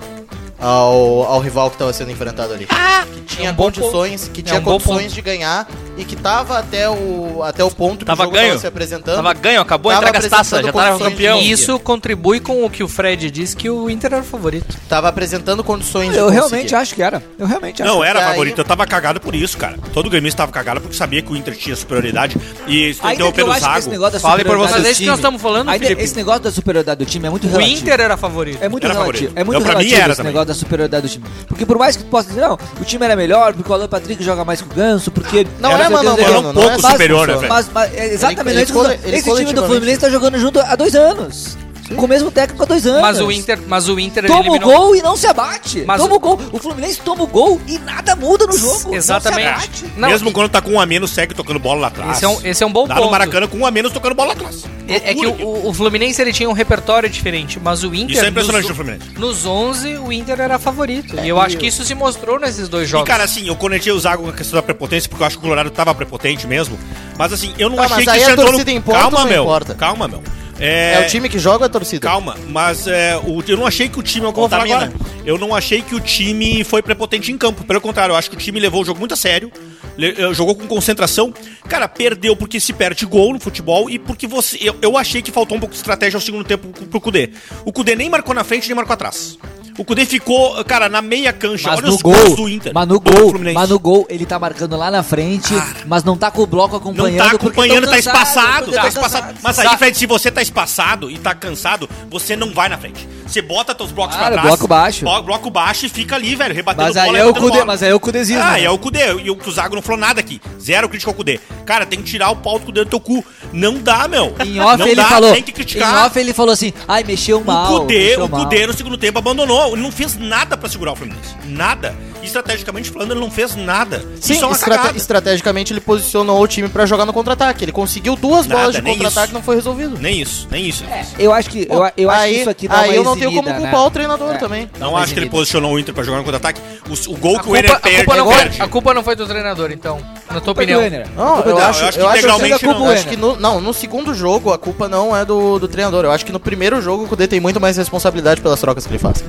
ao, ao rival que estava sendo enfrentado ali. Ah! que tinha É um bom condições, que tinha um bom condições de ganhar e que tava até o, até o ponto que Tava o jogo ganho. tava se apresentando. Tava ganho, acabou, Tava entrega as taças, já tava apresentando campeão. condições E isso contribui com o que o Fred disse que o Inter era o favorito. Tava apresentando condições de Eu conseguir. realmente acho que era. Eu realmente acho. Não, é, era Daí- favorito. Eu tava cagado por isso, cara. Todo gremista tava cagado porque sabia que o Inter tinha superioridade. E isso Ainda que interrompendo eu é o acho que esse Zago. negócio da Fale por superioridade vocês. do Mas é isso que time- nós estamos falando, Ainda Felipe. Esse negócio da superioridade do time é muito O relativo. Inter era favorito. É muito Era relativo. favorito. É muito Não, pra mim relativo era esse também. negócio da superioridade do time. Porque por mais que tu possa dizer, não, o time era melhor, porque o Alan Patrick joga mais que o Ganso, porque... Não Era é, mano, certeza- Era mano, um não é pouco fácil, superior, né, pessoal. velho? Mas, mas é exatamente Ele- isso que eu tô ele cole- falando. ele Esse time do coletivamente- Fluminense tá jogando junto há dois anos. Com o mesmo técnico há dois É anos. Mas o Inter, mas o Inter Toma o eliminou. gol e não se abate. Mas toma o- o gol. O Fluminense toma o gol e nada muda no jogo. Não se Exatamente. abate. Não, Mesmo quando tá com um a menos, segue tocando bola lá atrás. esse é um, esse é um bom Lá ponto. no Maracanã com um a menos tocando bola lá atrás. É, é que Loucura, o, o Fluminense ele tinha um repertório diferente, mas o Inter Isso é nos, impressionante do Fluminense. nos 11 o Inter era favorito. e eu acho que isso se mostrou nesses dois E, jogos. cara, assim, eu conectei o Zago com a questão da prepotência, porque eu acho que o Colorado tava prepotente mesmo. Mas, assim, eu não Tá, achei mas que aí isso a entrou torcida no... importa ou Calma, não meu. importa? Calma, meu. É o time que joga a torcida. Calma, mas é, o- eu não achei que o time. é o que eu vou falar Contamina. agora. Eu não achei que o time foi prepotente em campo. Pelo contrário, eu acho que o time levou o jogo muito a sério. le- eh, jogou com concentração. Cara, perdeu porque se perde gol no futebol e porque você. Eu, eu achei que faltou um pouco de estratégia ao segundo tempo pro- pro Cudê. O Cudê nem marcou na frente, nem marcou atrás. O Cudê ficou, cara, na meia cancha. Mas Olha no os gols gol, do Inter. mas no do gol, Fluminense. mas no gol ele tá marcando lá na frente, mas não tá com o bloco Ah, Não acompanhando. tá porque acompanhando, tão tá cansado, espaçado, porque tá tão espaçado. cansado. Mas aí, Fred, se você tá espaçado e tá cansado, você não vai na frente. Você bota teus blocos Claro, pra trás. bloco baixo. bo- Bloco baixo e fica ali, velho, rebatendo Mas aí bola, é o rebatendo Cudê, bola. mas aí é o Cudêzinho. Ah, é o Cudê. E o Zago não falou nada aqui. Zero crítica ao Cudê. Cara, tem que tirar o pau do Cudê do teu cu. Não dá, meu. Em off não ele falou. tem que Em criticar. off ele falou assim: "Ai, mexeu mal". o Cudê, mexeu o mal." Cudê no segundo tempo abandonou. Ele não fez nada pra segurar o Fluminense. Nada. Estrategicamente falando, ele não fez nada. Sim, Isso é uma estrate- cagada. estrategicamente ele posicionou o time pra jogar no contra-ataque. Ele conseguiu duas Nada, bolas de nem contra-ataque isso. e não foi resolvido. Nem isso, nem isso. Eu acho que, eu, eu acho aí, que isso aqui dá aí uma eu não tenho como eximida, culpar né? o treinador É. também. Não acho que ele posicionou o Inter pra jogar no contra-ataque. O, o gol A que o culpa, Inter a, perde. culpa não perde. foi, a culpa não foi do treinador, então. Na tua Foi é do opinião. Enner. Não, eu, Não, acho, eu acho que eu acho que integralmente eu não. acho que no, não, no segundo jogo a culpa não é do, do treinador. Eu acho que no primeiro jogo o Kudê tem muito mais responsabilidade pelas trocas que ele faz.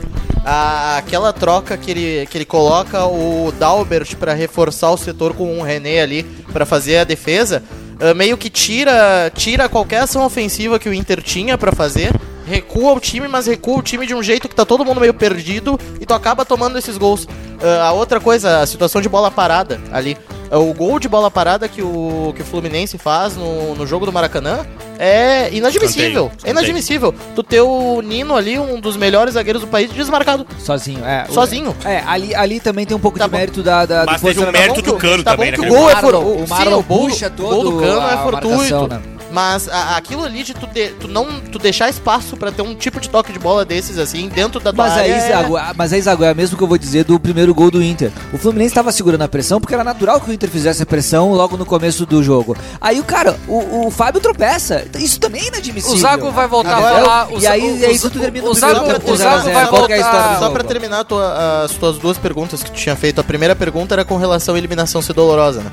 A- aquela troca que ele, que ele coloca o Dalbert pra reforçar o setor com o René ali pra fazer a defesa, ah, meio que tira, tira qualquer ação ofensiva que o Inter tinha pra fazer. Recua o time, mas recua o time de um jeito que tá todo mundo meio perdido e tu acaba tomando esses gols. Ah, a outra coisa, a situação de bola parada ali. É, O gol de bola parada que o, que o Fluminense faz no, no jogo do Maracanã é inadmissível. Escanteio, É inadmissível. Tu ter o Nino ali, um dos melhores zagueiros do país, desmarcado. Sozinho, é. o- Sozinho. É, ali, ali também tem um pouco Tá de bom. mérito da, da Mas do teve o posicionamento. mérito do cano tá também, bom que né? o gol é Marlon- furo. o Marlon o gol- puxa o gol do todo cano a é fortuito. marcação, né? Mas a- aquilo ali de tu, de- tu não tu deixar espaço pra ter um tipo de toque de bola desses assim dentro da tua Mas área. aí, é- Zago, ah, mas aí, Zago, é mesmo que eu vou dizer do primeiro gol do Inter. O Fluminense estava segurando a pressão porque era natural que o Inter fizesse a pressão logo no começo do jogo. Aí o cara, o, o Fábio tropeça. Isso também é inadmissível. O Zago vai voltar a Entendeu? falar. o E aí, Zago- é isso que termina o o Zago, primeiro tempo, o Zago 0 a 0. vai Só pra- Qual que é a história voltar. do Só jogo? pra terminar a tua- as tuas duas perguntas que tu tinha feito, a primeira pergunta era com relação à eliminação ser dolorosa, né?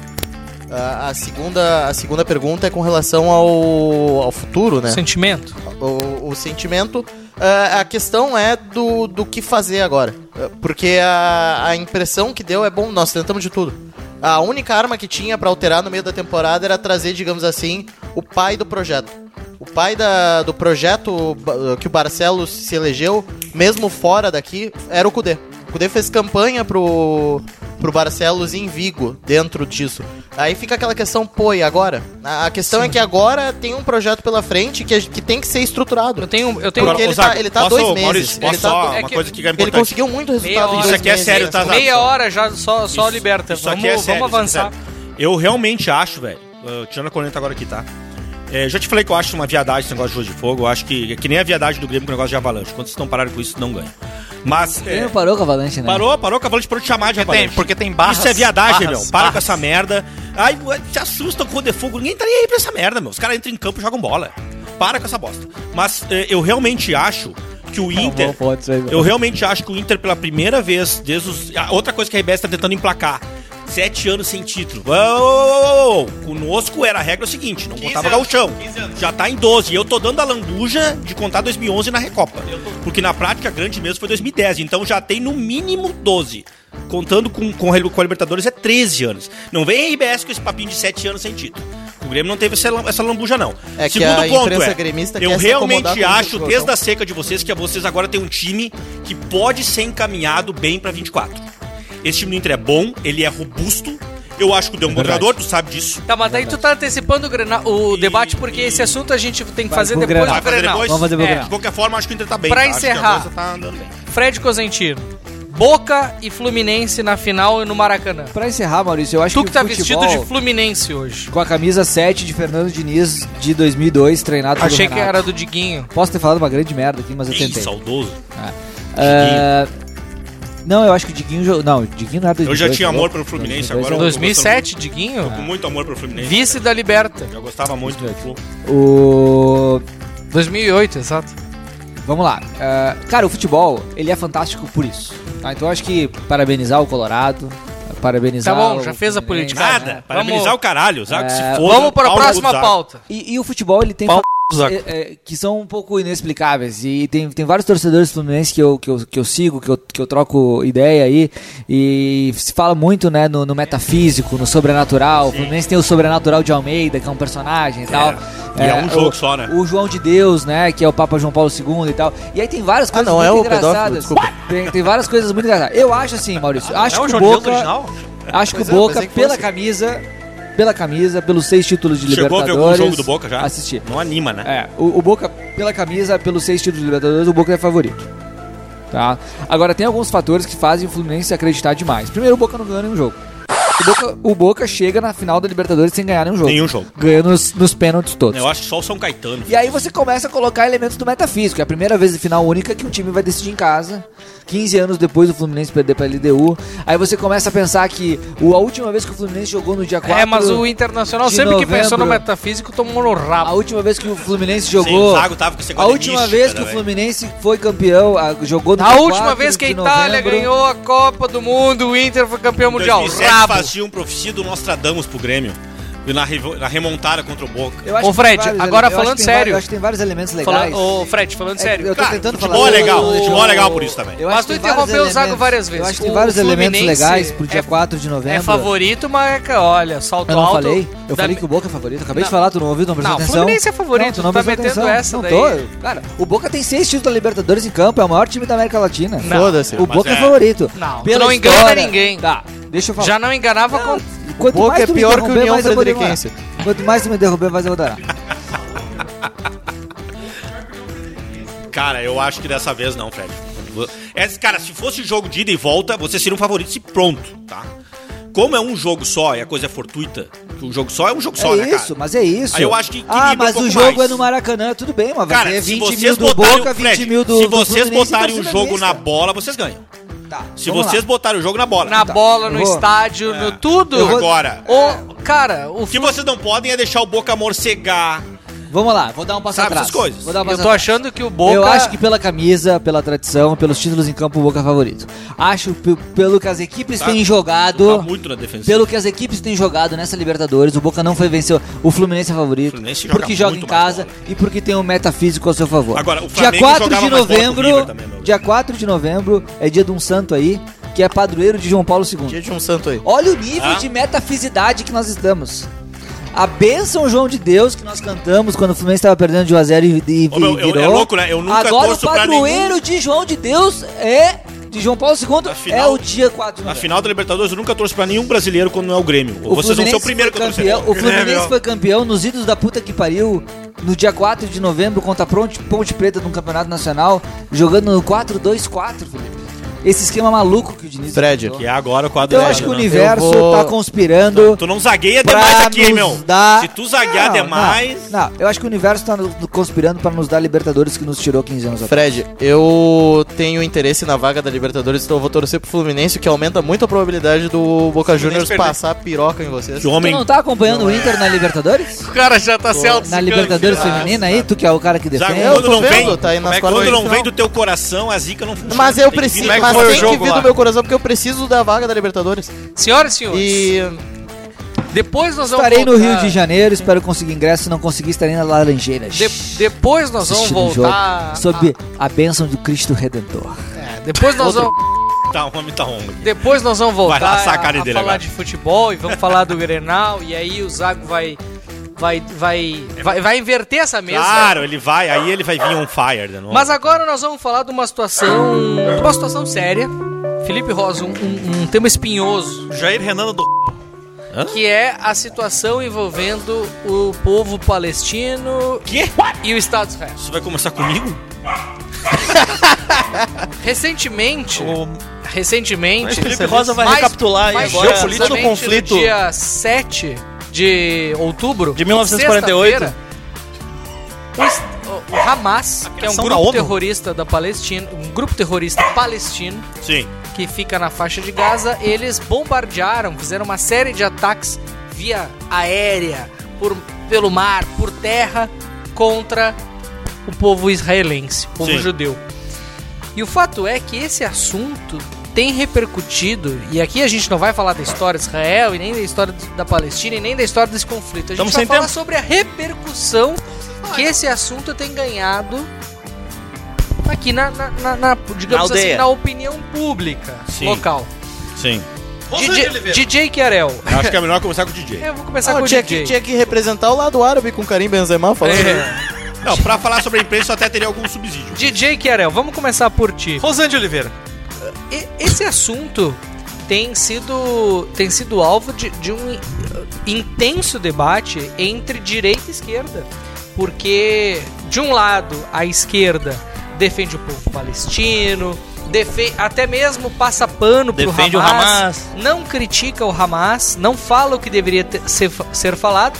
Ah, a, segunda, a segunda pergunta é com relação ao, ao futuro, né? Sentimento. o, o sentimento. Ah, a questão é do, do que fazer agora. Ah, Porque a, a impressão que deu é bom, nós tentamos de tudo. A única arma que tinha pra alterar no meio da temporada era trazer, digamos assim, o pai do projeto. O pai da, do projeto ba- que o Barcelos se elegeu, mesmo fora daqui, era o Cudê. O Cudê fez campanha pro, pro Barcelos em Vigo, dentro disso. Aí fica aquela questão, pô, e agora? A a questão é que agora tem um projeto pela frente que, a gente- que tem que ser Eu É estruturado. tenho. Eu tenho Porque ô, ele Zago, tá, ele tá há posso- dois meses. Maurício, ele, posso tá- é só uma que coisa que é ele importante. conseguiu muito Meia resultado em hora. dois Isso aqui é meses, sério, né? tá, Zago? Meia hora já só, só Isso- liberta. isso vamos, aqui é sério, vamos isso aqui é avançar. sério. Eu realmente acho, velho. ah, tirando a corneta agora aqui, tá? É, já te falei que eu acho uma viadagem esse negócio de jogo de fogo. Eu acho que é que nem a viadagem do Grêmio com o negócio de avalanche. Quando vocês não pararam com isso, não ganha. Mas. O Grêmio é, parou com a Valente, né? parou, parou, que a avalanche parou de chamar de Porque tem, avalanche. porque tem barras. Isso é viadagem, barras, meu. Para com barras. essa merda. Ai, ué, se assustam com o defogo. Ninguém tá nem aí pra essa merda, meu. Os caras entram em campo e jogam bola. Para com essa bosta. Mas eh, eu realmente acho que o Inter. bom, pode ser, meu. eu realmente acho que o Inter, pela primeira vez, desde os. a outra coisa que a RBS tá tentando emplacar. Sete anos sem título. Ô, ô, ô, ô, ô. Conosco era a regra é o seguinte: não 15 botava anos, galchão. 15 anos. Já tá em 12. E eu tô dando a lambuja de contar 2011 na Recopa. Porque na prática, grande mesmo foi 2010. Então já tem no mínimo 12. Contando com, com, a- com a Libertadores é 13 anos. Não vem a RBS com esse papinho de 7 anos sem título. O Grêmio não teve essa, lam- essa lambuja, não. É que a imprensa gremista eu quer se acomodar realmente com o acho, jogo, desde então. a seca de vocês, que vocês agora têm um time que pode ser encaminhado bem pra 24. Esse time do Inter é bom, ele é robusto. Eu acho que o Deu é um bom Verdade. treinador, tu sabe disso. Tá, mas daí tu tá antecipando o, Grenal- o debate porque esse assunto a gente tem que Vai fazer pro depois Grenal. do Vai fazer Grenal. depois? Vamos fazer pro É, Grenal. De qualquer forma, acho que o Inter tá bem. Pra tá? Acho que a encerrar. coisa tá andando bem. Fred Cosentino. Boca e Fluminense na final e no Maracanã. Pra encerrar, Maurício, eu acho Tu que que tá o futebol, vestido de Fluminense hoje. Com a camisa 7 de Fernando Diniz de 2002, treinado pelo Achei que Renato. era do Diguinho. Posso ter falado uma grande merda aqui, mas eu Ih, tentei. saudoso. Ah, não, eu acho que o Diguinho... jo- Não, o Diguinho não era 2002. Eu já tinha né? amor pelo Fluminense, 2002, agora eu- 2007, Diguinho? Com muito amor pro Fluminense. Vice da Liberta. Eu gostava muito do Flu. O... 2008, exato. Vamos lá. Ah, cara, o futebol, ele é fantástico por isso. Tá? Então eu acho que parabenizar o Colorado, parabenizar Tá bom, o já fez a Fluminense, política. Nada. Vamos- Parabenizar o caralho, Zago. Se né? É, foda, Vamos para a pau no próxima Zago. pauta. E, e o futebol, ele tem... Pau fatos, Zago. é, é, que são um pouco inexplicáveis. E tem, tem vários torcedores fluminenses que eu, que eu, que eu sigo, que eu, que eu troco ideia aí. E se fala muito né, no, no metafísico, no sobrenatural. O Fluminense tem o sobrenatural de Almeida, que é um personagem e tal. E é um jogo só, né? O João de Deus, né? Que é o Papa João Paulo II e tal. E aí tem várias coisas não, é muito o pedófilo, engraçadas. desculpa. Tem, tem várias coisas muito engraçadas. Eu acho assim, Maurício. É Ah, é Acho um que o Boca. Acho que o Pois é, Boca, pensei que pela fosse. camisa, pela camisa, pelos seis títulos de Chegou a ver Libertadores. algum jogo do Boca já? Assisti. Não anima, né? É, o, o Boca, pela camisa, pelos seis títulos de Libertadores, o Boca é favorito. Tá? Agora, tem alguns fatores que fazem o Fluminense acreditar demais. Primeiro, o Boca não ganhou nenhum jogo. O Boca, o Boca chega na final da Libertadores sem ganhar nenhum jogo. Nenhum jogo. Ganhando nos, nos pênaltis todos. Eu acho que só o São Caetano. E aí você começa a colocar elementos do metafísico. É a primeira vez em final única que um time vai decidir em casa. 15 anos depois do Fluminense perder pra LDU. Aí você começa a pensar que o- a última vez que o Fluminense jogou no dia 4... É, mas o Internacional, de sempre que pensou no novembro. metafísico, tomou no A rabo. última vez que o Fluminense Sim, o jogou... Zago tava com esse a negócio de última mística né, vez que o também. Fluminense foi campeão, a- jogou no A dia última 4 vez que a de Itália novembro. ganhou a Copa do Mundo, o Inter foi campeão Em mundial. 2007 Rabo. faziam profecia um do Nostradamus pro Grêmio. E na, revo- na remontada contra o Boca. Eu acho Ô, que tem Fred, vários agora ele- eu acho falando que tem va- sério. Eu acho que tem vários elementos Fala, legais. ô, Fred, falando sério. É, eu tô Cara, tentando futebol falar. é legal, Eu- futebol é legal por isso também. eu Mas acho tu que tem vários interrompeu o Zago elementos- várias vezes. Eu acho que tem O vários elementos Fluminense legais pro dia é- 4 de novembro. É favorito, mas olha, salto Eu não alto. falei? Eu da- falei que o Boca é favorito. Acabei Não. de falar, tu não ouviu, tu não prestou Não, o atenção. Fluminense é favorito, tu tu tá prestou metendo essa não daí. Tô. eu- Cara, o Boca tem seis títulos da Libertadores em campo, é o maior time da América Latina. Não. Foda-se. O Boca é, é. favorito. Não, tu Pela não engana história- ninguém. Tá, deixa eu falar. Já não enganava com. Quanto Boca mais é tu me pior que interromper, União mais eu vou demorar. Frederiquense. Quanto mais tu me derrubar, mais eu vou dar. Cara, eu acho que dessa vez não, Fred. É, cara, se fosse jogo de ida e volta, você seria um favorito e pronto, tá? Como é um jogo só e a coisa é fortuita, que um jogo só é um jogo só, é né, cara? isso, mas é isso. Aí eu acho que equilibra Ah, um mas pouco o jogo mais. é no Maracanã, tudo bem, mas vai Cara, ter se 20 vocês é mil do botarem, Boca, 20 Fred, mil do se do vocês Fluminense, botarem o torcida jogo mista. na bola, vocês ganham. Tá, Se vamos lá. vocês botarem o jogo na bola. Na bola, Tá. eu no vou- estádio, no tudo. Eu vou- Agora. O, cara, o O que vocês não podem é deixar o Boca morcegar. Vamos lá, vou dar um passo Sabe atrás. essas coisas? Vou dar um passo Eu tô atrás. achando que o Boca. é Eu acho que pela camisa, pela tradição, pelos títulos em campo, o Boca é favorito. Acho p- pelo que as equipes Tá- têm Tá jogado, muito na defensiva. pelo que as equipes têm jogado nessa Libertadores, o Boca não foi vencer. O Fluminense é favorito, O Fluminense joga porque joga em muito mais casa bola. né? e porque tem um metafísico ao seu favor. Agora, o dia Flamengo 4 de jogava mais bola que o novembro, River também, meu Deus. dia 4 de novembro é dia de um santo aí, que é padroeiro de João Paulo II. Dia de um santo aí. Olha o nível Ah. de metafisidade que nós estamos. A bênção João de Deus que nós cantamos quando o Fluminense estava perdendo de 1 a 0 e, e Ô, meu, eu- virou. é louco, né? Eu nunca Agora o torço pra padroeiro nenhum- de João de Deus é de João Paulo II é Afinal- o dia 4 de Na novembro. final da Libertadores, eu nunca torço pra nenhum brasileiro quando não é o Grêmio. vocês O vão ser o Fluminense primeiro que foi eu torço. É, campeão, O Fluminense Grêmio. foi campeão nos ídolos da puta que pariu no dia 4 de novembro contra a Ponte, Ponte Preta no Campeonato Nacional, jogando no 4-2-4, Felipe. Esse esquema maluco que o Diniz Fred. inventou. Que é agora o quadro Então zero, eu acho que o né? universo Eu vou- tá conspirando. Tu não zagueia pra demais aqui, hein, nos meu? dar- Se tu zaguear Não, demais... Não, não, eu acho que o universo tá no- no- conspirando pra nos dar Libertadores que nos tirou 15 anos atrás. Fred, eu tenho interesse na vaga da Libertadores, então eu vou torcer pro Fluminense, o que aumenta muito a probabilidade do Boca Juniors perder. passar a piroca em vocês. Que homem... Tu não tá acompanhando o Inter na Libertadores? o cara já tá se Na Libertadores feminina aí, tu que é o cara que Zago, defende. Eu quando tô não vendo, vem, tá aí como nas é que quartas quando de não final. vem do teu coração, a zica não funciona. Mas eu Tem é que vir preciso, mais mas forte. tem que vir do meu coração, porque eu preciso da vaga da Libertadores. Senhoras e senhores, E depois nós vamos. Estarei no voltar- Rio de Janeiro, espero conseguir ingresso. Se não conseguir, estarei na Laranjeiras. De- depois nós vamos Assistindo o voltar. jogo Sob a bênção do Cristo Redentor. É, depois nós vamos. Tá, o homem tá homem. Depois nós vamos voltar Vai laçar a cara a, dele falar agora. de futebol e vamos falar do Grenal e aí o Zago vai vai vai vai, vai inverter essa mesa. Claro, ele vai, aí ele vai vir on fire de novo. né? Mas agora nós vamos falar de uma situação, uma situação séria. Felipe Rosa, um, um- um tema espinhoso, Jair Renan do. que é a situação envolvendo o povo palestino Quê? e o Estado de Israel. Isso [LAUGHS] vai começar comigo? Recentemente, O recentemente, Felipe Rosa vai mais- recapitular aí mais agora precisamente todo o conflito. No dia 7 de outubro De 1948. sexta-feira, O, est- o- o Hamas, que é um criação da grupo ONU. terrorista da Palestina, um grupo terrorista palestino Sim. que fica na faixa de Gaza, eles bombardearam, fizeram uma série de ataques via aérea, por- pelo mar, por terra, contra o povo israelense, o povo Sim. judeu. E o fato é que esse assunto tem repercutido, e aqui a gente não vai falar da história de Israel, e nem da história da Palestina, e nem da história desse conflito. A gente Tamo vai sem falar tempo. sobre a repercussão que esse assunto tem ganhado aqui na, na- na- na- digamos aldeia. assim, na opinião pública Sim. local. Sim. DJ, DJ Querel. Eu acho que é melhor começar com o DJ. [LAUGHS] Eu vou começar com o tinha, DJ. que, tinha que representar o lado árabe com Karim Benzema falando. É. [LAUGHS] Não, pra falar sobre a imprensa, eu até teria algum subsídio. DJ Querel, vamos começar por ti. Rosane Oliveira. E- esse assunto tem sido, tem sido alvo de, de um eh, intenso debate entre direita e esquerda. Porque, de um lado, a esquerda defende o povo palestino, defe- até mesmo passa pano pro Defende o Hamas, Hamas. não critica o Hamas, não fala o que deveria ter- ser, fa- ser falado.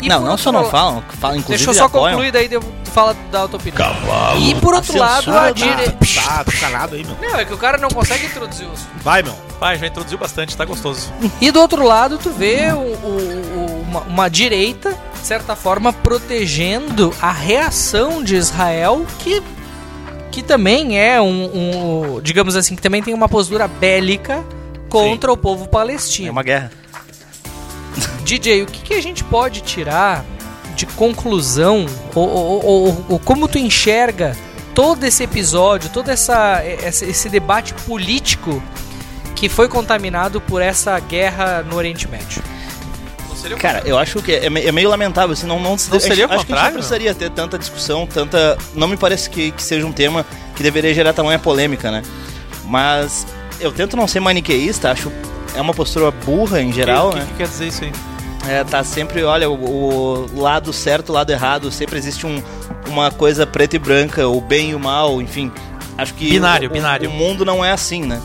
E não, por não outro só não lado- falam, falam inclusive Deixa eu só apoiam. concluir, daí eu- tu fala da tua opinião. e por outro lado, censura a da- dire... Tá, tá calado aí, meu. Não, é que o cara não consegue introduzir os... Vai, meu. Pai, já introduziu bastante, tá gostoso. E do outro lado, tu vê o- o- o- uma, uma direita, de certa forma, protegendo a reação de Israel, que, que também é um, um- Digamos assim, que também tem uma postura bélica contra o povo palestino. É uma guerra. DJ, o que, que a gente pode tirar de conclusão ou, ou- ou- ou como tu enxerga todo esse episódio, todo essa, essa- esse debate político que foi contaminado por essa guerra no Oriente Médio? Cara, eu acho que é, me- é meio lamentável, assim, não, não, Não seria acho, o acho que a gente não contrário? precisaria ter tanta discussão, tanta. Não me parece que, que seja um tema que deveria gerar tamanha polêmica, né? Mas eu tento não ser maniqueísta, acho. É uma postura burra em geral, O que, né? que quer dizer isso aí? É, tá sempre, olha, o, o lado certo, o lado errado, sempre existe um, uma coisa preta e branca, o bem e o mal, enfim. Acho que Binário, o, o- binário. o mundo não é assim, né?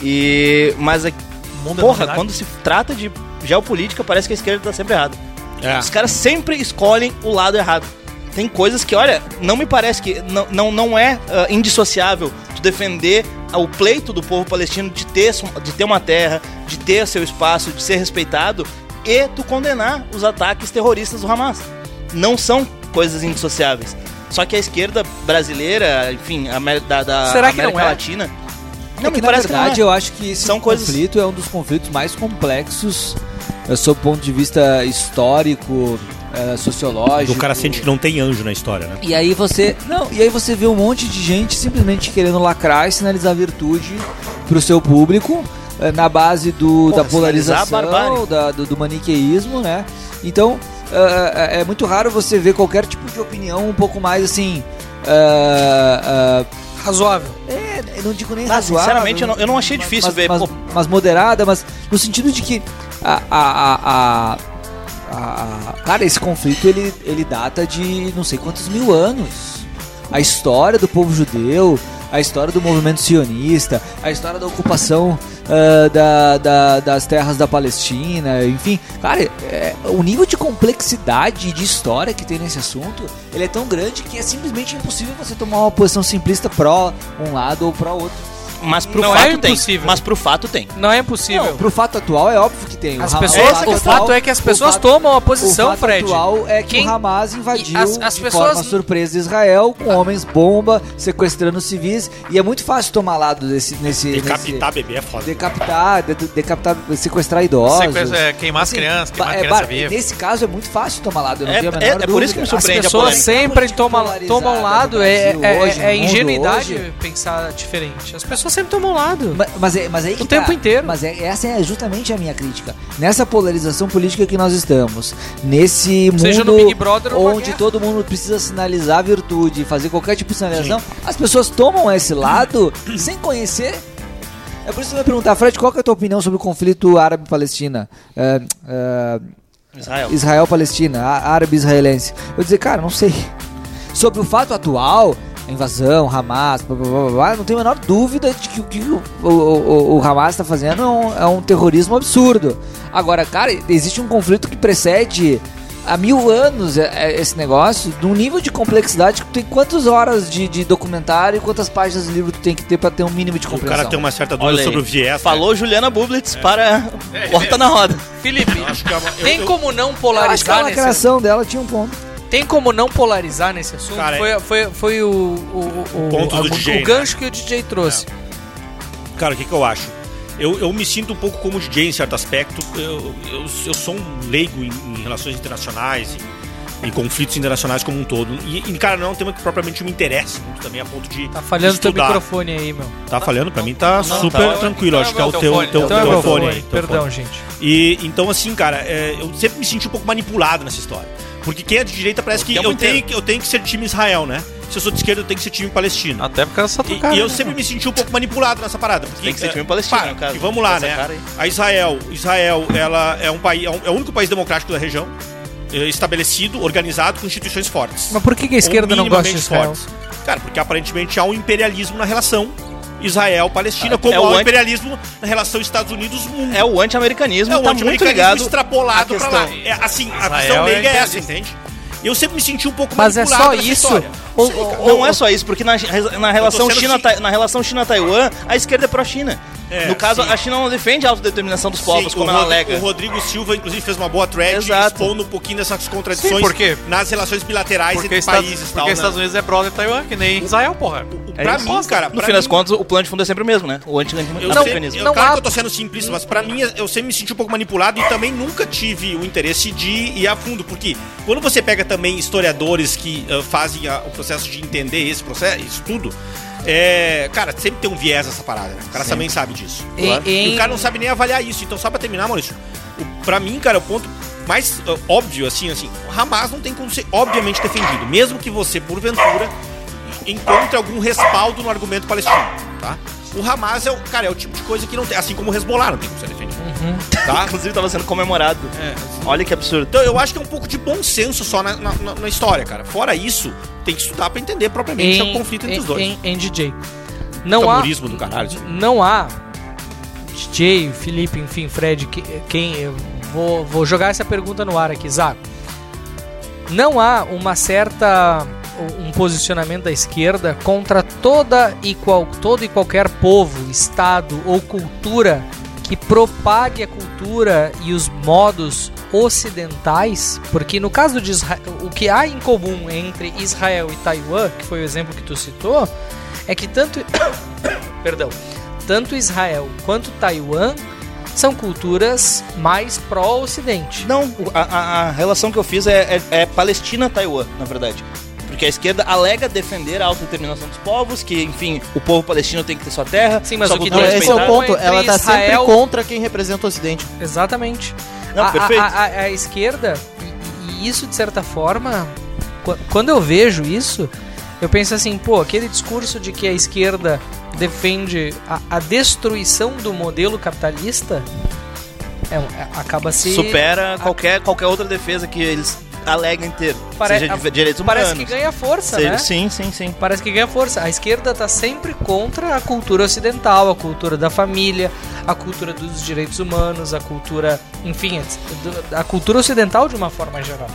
E mas é, O mundo é porra, novidade? quando se trata de geopolítica, parece que a esquerda tá sempre errada. É. Os caras sempre escolhem o lado errado. Tem coisas que, olha, não me parece que não, não, não é ah, indissociável tu defender o pleito do povo palestino de ter, su- de ter uma terra, de ter seu espaço, de ser respeitado e tu condenar os ataques terroristas do Hamas. Não são coisas indissociáveis. Só que a esquerda brasileira, enfim, a Amé- da, da Será que não América é? Latina. É Não, que, me na parece que não é. verdade, eu acho que esse São coisas- conflito é um dos conflitos mais complexos eh, sob o ponto de vista histórico, eh, sociológico. O cara sente que não tem anjo na história, né? E aí você. Não, e aí você vê um monte de gente simplesmente querendo lacrar e sinalizar virtude pro seu público eh, na base do, Porra, da sinalizar a barbárie. polarização, da- do, do maniqueísmo, né? Então eh, eh, é muito raro você ver qualquer tipo de opinião um pouco mais assim. ah, ah, Razoável. é, eu não digo nem Ah, razoável. sinceramente, eu não- eu não achei difícil mas, ver, Mas, pô. mas moderada, mas no sentido de que a. a- a- a- a- cara, esse conflito ele, ele data de não sei quantos mil anos. A história do povo judeu, a história do movimento sionista, a história da ocupação ah, da- da- das terras da Palestina, enfim. Cara, é, o nível de complexidade e de história que tem nesse assunto, ele é tão grande que é simplesmente impossível você tomar uma posição simplista pró um lado ou pró outro. Mas pro Não é fato tem. impossível. Mas pro fato tem. Não é impossível. Não, pro fato atual é óbvio que tem. As Hamas- pessoas- fato o atual- fato é que as o pessoas fato- tomam a posição, o fato Fred. atual é que Quem- o Hamas invadiu as- as de pessoas- forma surpresa Israel com homens bomba, sequestrando civis e é muito fácil tomar lado desse nesse Decapitar nesse- bebê é foda. decapitar, de- decapitar, sequestrar idosos. Sequestra- é, queimar as Assim, crianças, ba- queimar é, criança ba- viva. Nesse caso é muito fácil tomar lado, eu não É- tenho a é- menor é por isso que me dúvida. As surpreende a pessoas polêmica. sempre tomam, tomam polarizada lado, do é, Tá Brasil é, hoje, é no mundo ingenuidade hoje. pensar diferente. As pessoas sempre tomam lado. Ma- Mas, é- mas aí que O tempo tá. inteiro. Mas é- essa é justamente a minha crítica. Nessa polarização política que nós estamos, nesse mundo Seja no Big Brother ou na onde guerra. todo mundo precisa sinalizar a virtude, fazer qualquer tipo de sinalização, as pessoas tomam esse lado [CLEARS THROAT] sem conhecer. É por isso que eu ia perguntar, Fred, qual que é a tua opinião sobre o conflito árabe-palestina? É, é, Israel. Israel-Palestina, á- árabe-israelense. Eu vou dizer, cara, não sei. Sobre o fato atual, a invasão, Hamas, blá, blá, blá, blá, blá, não tenho a menor dúvida de que o que o, o- o- o Hamas está fazendo é um, é um terrorismo absurdo. Agora, cara, existe um conflito que precede há mil anos é- é esse negócio, de um nível de complexidade que tu tem quantas horas de, de documentário e quantas páginas de livro tu tem que ter para ter um mínimo de O compreensão. cara tem uma certa dúvida aí. sobre o viés. né? Falou Juliana Bublitz para Porta na Roda. Felipe, Acho que é uma- eu- tem eu- como não Eu um Acho que a polarizar nesse lacração dela tinha um ponto. Tem como não polarizar nesse assunto? Cara, é- foi, foi, foi o, o, o, Ponto do né? o- DJ, o gancho que o DJ trouxe. É. Cara, o que, que eu acho? Eu, eu me sinto um pouco como DJ em certo aspecto. Eu, eu, eu sou um leigo em, em relações internacionais, em, em conflitos internacionais como um todo. E, e, cara, não é um tema que propriamente me interessa muito também, a ponto de. Tá falhando teu estudar. microfone aí, meu. Tá falhando? Pra mim tá Não, super tá. tranquilo. Acho que é o Então teu, é o fone. teu, teu, Então é meu fone fone. aí. teu Perdão, fone. gente. E então, assim, cara, é, eu sempre me senti um pouco manipulado nessa história. Porque quem é de direita parece O que tempo eu tenho, inteiro. que eu tenho que ser time Israel, né? Se eu sou de esquerda, eu tenho que ser time Ah, palestino. Até por causa dessa tua E- cara, E, eu né, sempre me senti um pouco manipulado nessa parada. Porque, tá, Tem que ser eh, time palestino, para, no caso, que vamos lá, essa né? cara aí. A Israel, Israel, ela é um país, é, um- é o único país democrático da região, eh, estabelecido, organizado, com instituições fortes. Mas por que, que a esquerda Ou não gosta de minimamente Israel? fortes. Cara, porque aparentemente há um imperialismo na relação Israel-Palestina, como É o ao anti- imperialismo na relação Estados Unidos-mundo. É o anti-americanismo, Então, tá é muito ligado extrapolado à pra lá. questão. É, assim, a Israel visão leiga é é essa, entende? E eu sempre me senti um pouco Mas é manipulado só nessa isso? história. Ou- ou- não é só isso, porque na, na relação sendo China, Tai- na relação China-Taiwan, a esquerda é pró-China. É, no caso, sim. a China não defende a autodeterminação dos povos, Sim, como o ela Rodri- alega. O Rodrigo Silva, inclusive, fez uma boa thread expondo um pouquinho dessas contradições Sim, por quê? nas relações bilaterais Porque, entre Estados, países e porque tal. né? Estados Unidos é brother de Taiwan, que nem Israel, porra. É pra isso. mim, cara, no pra fim das mim- contas, o plano de fundo é sempre o mesmo, né? O Eu não, sei, anti-americanismo. eu, claro que eu tô sendo simplista, mas pra mim eu sempre me senti um pouco manipulado e também nunca tive o interesse de ir a fundo, porque quando você pega também historiadores que ah, fazem a- o processo de entender esse processo, isso tudo, é, cara, sempre tem um viés essa parada, né? O cara Sempre. também sabe disso. E- Claro. E, em- o cara não sabe nem avaliar isso. Então, só pra terminar, Maurício, o, pra mim, cara, o ponto mais ah, óbvio, assim, assim, o Hamas não tem como ser obviamente defendido, mesmo que você, porventura, encontre algum respaldo no argumento palestino, tá? O Hamas é o, cara, é o tipo de coisa que não tem, assim como o Hezbollah não tem como ser defendido. Hum. Tá? Inclusive, tava sendo comemorado. Olha que absurdo. Então eu acho que é um pouco de bom senso só na, na- na- na história, cara. Fora isso, tem que estudar pra entender propriamente Em- é o conflito entre em- os dois. Em, em DJ. Não há, Tamborismo do caralho. assim. não há DJ, Felipe, enfim, Fred, que- quem eu vou, vou jogar essa pergunta no ar aqui, Zago. Não há uma certa um posicionamento da esquerda contra toda e qual, todo e qualquer povo, estado ou cultura que propague a cultura e os modos ocidentais, porque no caso de Israel, o que há em comum entre Israel e Taiwan, que foi o exemplo que tu citou, é que tanto [COUGHS] perdão, tanto Israel quanto Taiwan são culturas mais pró-Ocidente. Não, a, a- a relação que eu fiz é, é- é Palestina-Taiwan, na verdade. Porque a esquerda alega defender a autodeterminação dos povos, que, enfim, o povo palestino tem que ter sua terra. Sim, mas sua o que cultura tem- respeitada. Esse é o ponto, entre ela tá sempre Israel- contra quem representa o Ocidente. Exatamente. Não, a, a- perfeito. A, a- a esquerda, e, e isso de certa forma, qu- quando eu vejo isso, eu penso assim, pô, aquele discurso de que a esquerda defende a, a destruição do modelo capitalista é, é- acaba se. supera qualquer, qualquer outra defesa que eles aleguem ter. Pare- seja de a- direitos humanos. Parece que ganha força, seja- né? Sim, sim, sim. Parece que ganha força. A esquerda tá sempre contra a cultura ocidental, a cultura da família, a cultura dos direitos humanos, a cultura, enfim, do- a cultura ocidental de uma forma geral.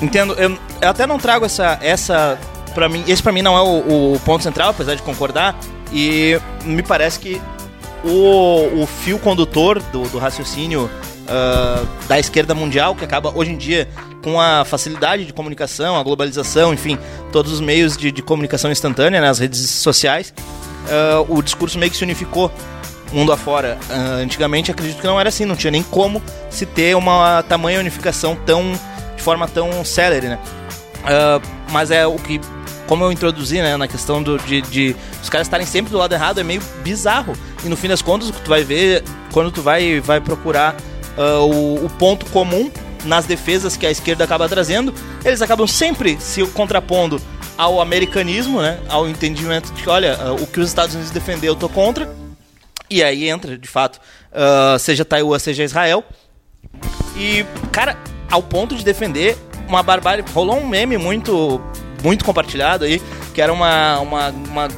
Entendo. Eu, eu até não trago essa. essa pra mim, esse pra mim não é o, o ponto central, apesar de concordar. E me parece que o, o fio condutor do, do raciocínio ah, da esquerda mundial, que acaba hoje em dia com a facilidade de comunicação, a globalização, enfim, todos os meios de, de comunicação instantânea, né, as redes sociais, ah, o discurso meio que se unificou mundo afora. Ah, antigamente acredito que não era assim, não tinha nem como se ter uma tamanha unificação tão de forma tão célere, né? Ah, mas é o que como eu introduzi, né, na questão do, de, de os caras estarem sempre do lado errado é meio bizarro. E no fim das contas o que tu vai ver quando tu vai vai procurar ah, o, o ponto comum nas defesas que a esquerda acaba trazendo, eles acabam sempre se contrapondo ao americanismo, né, ao entendimento de que olha, ah, o que os Estados Unidos defendeu eu tô contra, e aí entra, de fato, ah, seja Taiwan, seja Israel. E, cara, ao ponto de defender uma barbárie. Rolou um meme muito muito compartilhado aí, que era uma, uma, uma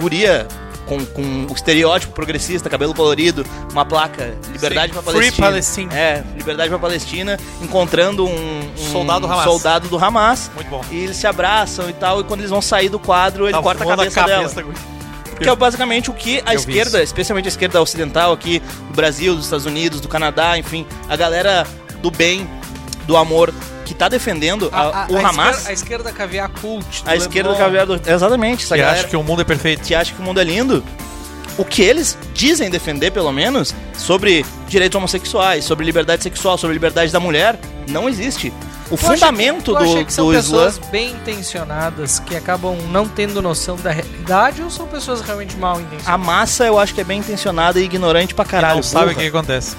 guria com, com o estereótipo progressista, cabelo colorido, uma placa, liberdade Sim, pra Free Palestina. Palestine. É, liberdade pra Palestina, encontrando um, um Soldado Hamas. soldado do Hamas. Muito bom. E eles se abraçam e tal, e quando eles vão sair do quadro, ele Tá corta a voando cabeça, dela. da guria. Que é basicamente o que a Eu vi esquerda, especialmente a esquerda ocidental aqui, do Brasil, dos Estados Unidos, do Canadá, enfim, a galera do bem, do amor, que tá defendendo a- o Hamas, esquerda, a esquerda caviar cult. do a esquerda do Leblon. caviar do... Exatamente, essa Que galera acha que o mundo é perfeito. que acha que o mundo é lindo, o que eles dizem defender, pelo menos, sobre direitos homossexuais, sobre liberdade sexual, sobre liberdade da mulher, não existe. O Tu acha que- fundamento tu acha do, que são do Islã... pessoas bem intencionadas que acabam não tendo noção da realidade ou são pessoas realmente mal A intencionadas? massa eu acho que é bem intencionada e ignorante pra caralho. Não sabe o burra. que que acontece.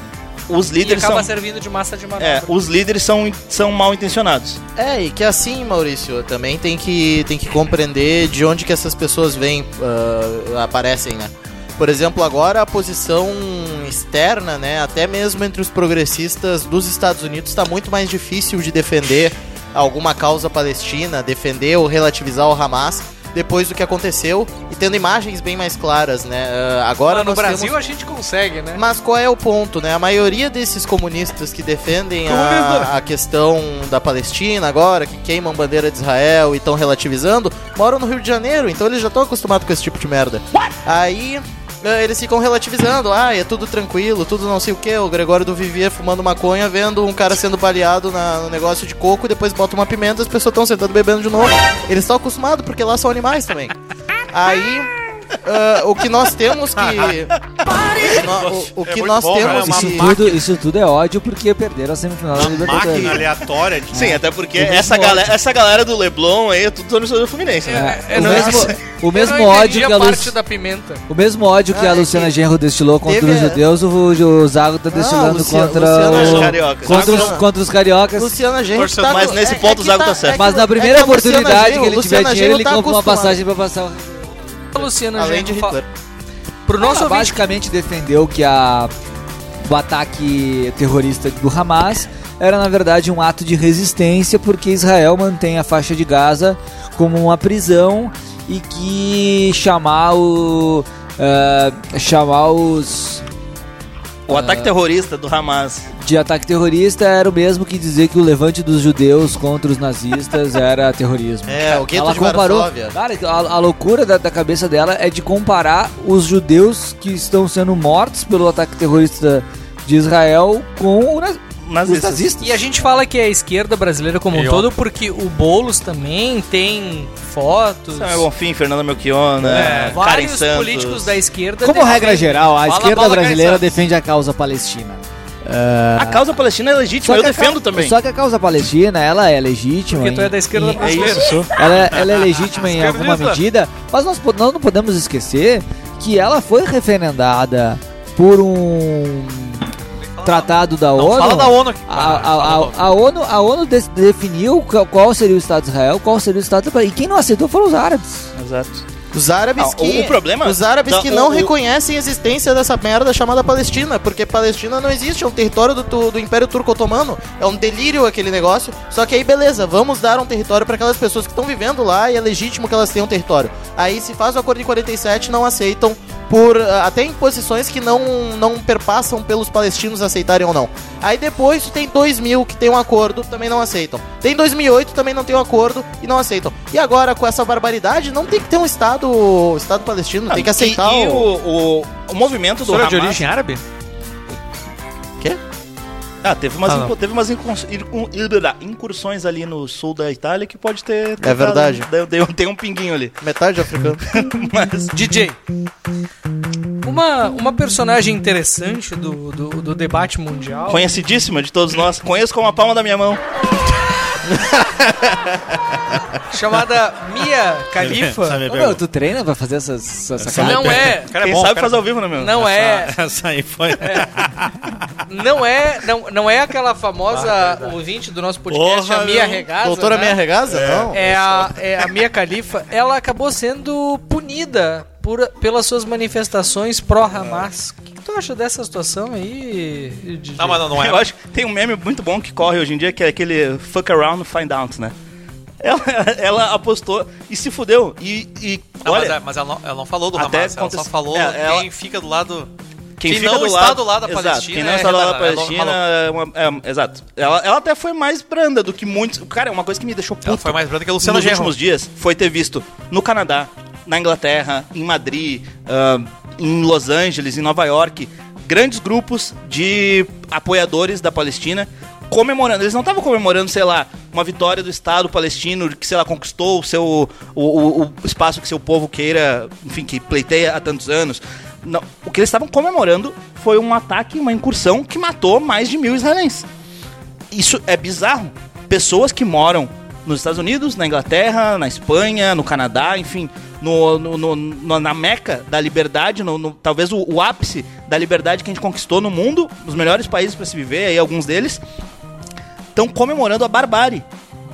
Os E líderes acaba são servindo de massa de manobra. É, os líderes são, são mal intencionados. É, e que assim, Maurício, também tem que, tem que compreender de onde que essas pessoas vêm, ah, aparecem, né? Por exemplo, agora a posição externa, né, até mesmo entre os progressistas dos Estados Unidos, está muito mais difícil de defender alguma causa palestina, defender ou relativizar o Hamas, depois do que aconteceu e tendo imagens bem mais claras, né? Ah, Agora agora no nós Brasil temos- a gente consegue, né? Mas qual é o ponto, né? A maioria desses comunistas que defendem a, a questão da Palestina agora, que queimam bandeira de Israel e estão relativizando, moram no Rio de Janeiro, então eles já estão acostumados com esse tipo de merda. Aí eh, eles ficam relativizando, ah, é tudo tranquilo, tudo não sei o que, o Gregório do Vivier fumando maconha, vendo um cara sendo baleado na- no negócio de coco, e depois bota uma pimenta, as pessoas estão sentando bebendo de novo. Eles estão acostumados, porque lá são animais também. Aí... ah, o que nós [LAUGHS] temos que no- É o, o que nós É temos isso, tudo, isso tudo é ódio porque perderam a semifinal da Libertadores. Máquina aleatória. de- Sim, até porque Eu essa gosto. galera, essa galera do Leblon aí é tudo torcedor do Fluminense, né? É, o, mesmo, o mesmo ódio que a Lu- parte da pimenta. o mesmo ódio que a Luciana Genro destilou contra Ah, teve os a- judeus, o, o Zago tá destilando Luciana- contra, Luciana o- Genro. Cariocas. É. contra, os, Luciana- contra os cariocas. Luciana Genro Torcedor. tá Mas no- nesse ponto o Zago tá certo. mas na que- primeira é que a Luciana oportunidade Genro- que ele tiver Luciana dinheiro, Genro ele tá compra uma acostumada. passagem pra passar. o- A Luciana Além Genro de fa- Hitler. Pro nosso Ela ouvinte, basicamente defendeu que a- o ataque terrorista do Hamas era na verdade um ato de resistência porque Israel mantém a faixa de Gaza como uma prisão e que chamar o ah, chamar os O ataque terrorista do Hamas. de ataque terrorista era o mesmo que dizer que o levante dos judeus contra os nazistas era terrorismo. É, o gueto ela de comparou. Varsóvia. Cara, então, a, a loucura da, da cabeça dela é de comparar os judeus que estão sendo mortos pelo ataque terrorista de Israel com o naz- os Nazistas. nazistas. E a gente fala que é a esquerda brasileira como um Eu. todo porque o Boulos também tem fotos. Samuel é Bonfim, né? Fernanda Melchiona, É, Karen vários Santos. políticos da esquerda. Como defendem- regra geral, a Fala, esquerda Paula brasileira Caetano. defende a causa palestina. A causa palestina é legítima, eu que a defendo cau- também. Só que a causa palestina, ela é legítima. Porque tu em- é da esquerda em- brasileira. ela, ela é legítima em Esquerdista. alguma medida, mas nós, po- nós não podemos esquecer que ela foi referendada por um tratado da ONU. Fala da ONU aqui. A, a- a- a ONU, a ONU de- definiu qual- qual seria o Estado de Israel, qual seria o Estado da E quem não aceitou foram os árabes. Exato. Os árabes Ah, o- que. o problema- Os árabes Não, que o- não o- reconhecem a existência dessa merda chamada Palestina, porque Palestina não existe, é um território do, tu- do Império Turco Otomano. É um delírio aquele negócio. Só que aí, beleza, vamos dar um território para aquelas pessoas que estão vivendo lá e é legítimo que elas tenham território. Aí se faz o acordo de 47, não aceitam por ah, até em posições que não, não perpassam pelos palestinos aceitarem ou não. Aí depois tu tem 2000 que tem um acordo, também não aceitam. Tem 2008 também não tem um acordo e não aceitam. E agora com essa barbaridade não tem que ter um estado, estado palestino, Ah, tem que aceitar E, e o... o, o, o movimento do História Hamas... é de origem árabe? Ah, teve umas, Ah, não. incu- teve umas um, incurs- ircun- irá, incursões ali no sul da Itália que pode ter... É verdade. Deu- deu- Tem um pinguinho ali. metade africano. Mas... DJ. Uma, uma personagem interessante do, do, do debate mundial. Conhecidíssima Oh. de todos nós. Conheço como a palma da minha mão. chamada Mia Essa é a Khalifa. minha Ô, meu, pergunta. tu treina pra fazer essas, essas sacadas? Não é, Cara, Quem é bom, sabe cara. faz ao vivo, né, meu? não é, [LAUGHS] Essa aí foi. É, não é, não, não é aquela famosa ouvinte do nosso podcast, Porra, a Mia meu. Regaza. Doutora né? Meia Regaza? Não. é a, é a Mia Khalifa, ela acabou sendo punida por, pelas suas manifestações pró-Hamas. O que, que tu acha dessa situação aí? DJ? Não, mas não, não [LAUGHS] é. Eu acho que tem um meme muito bom que corre hoje em dia, que é aquele fuck around, find out, né? Ela, [LAUGHS] ela apostou e se fudeu. E, e Não, mas, é- olha, mas ela, não, ela não falou do Até Hamas, ela contas- só falou é, ela- quem fica do lado... quem, quem fica não do está lado, do lado da Exato, Palestina Quem não é está do lado da retardado, é Palestina é uma- é, exato. Ela, ela até foi mais branda do que muitos. Cara, é uma coisa que me deixou puto Ela foi mais branda que a Luciana nos Genro. últimos dias foi ter visto no Canadá, na Inglaterra, em Madrid, ah, em Los Angeles, em Nova York, grandes grupos de apoiadores da Palestina comemorando. Eles não estavam comemorando, sei lá, uma vitória do Estado palestino que, sei lá, conquistou o seu o, o- o espaço que seu povo queira, enfim, que pleiteia há tantos anos. Não. O que eles estavam comemorando foi um ataque, uma incursão que matou mais de mil israelenses isso é bizarro. Pessoas que moram nos Estados Unidos, na Inglaterra, na Espanha, no Canadá, enfim, no, no- no- no- na meca da liberdade, no, no- talvez o, o ápice da liberdade que a gente conquistou no mundo, os melhores países para se viver, aí alguns deles, estão comemorando a barbárie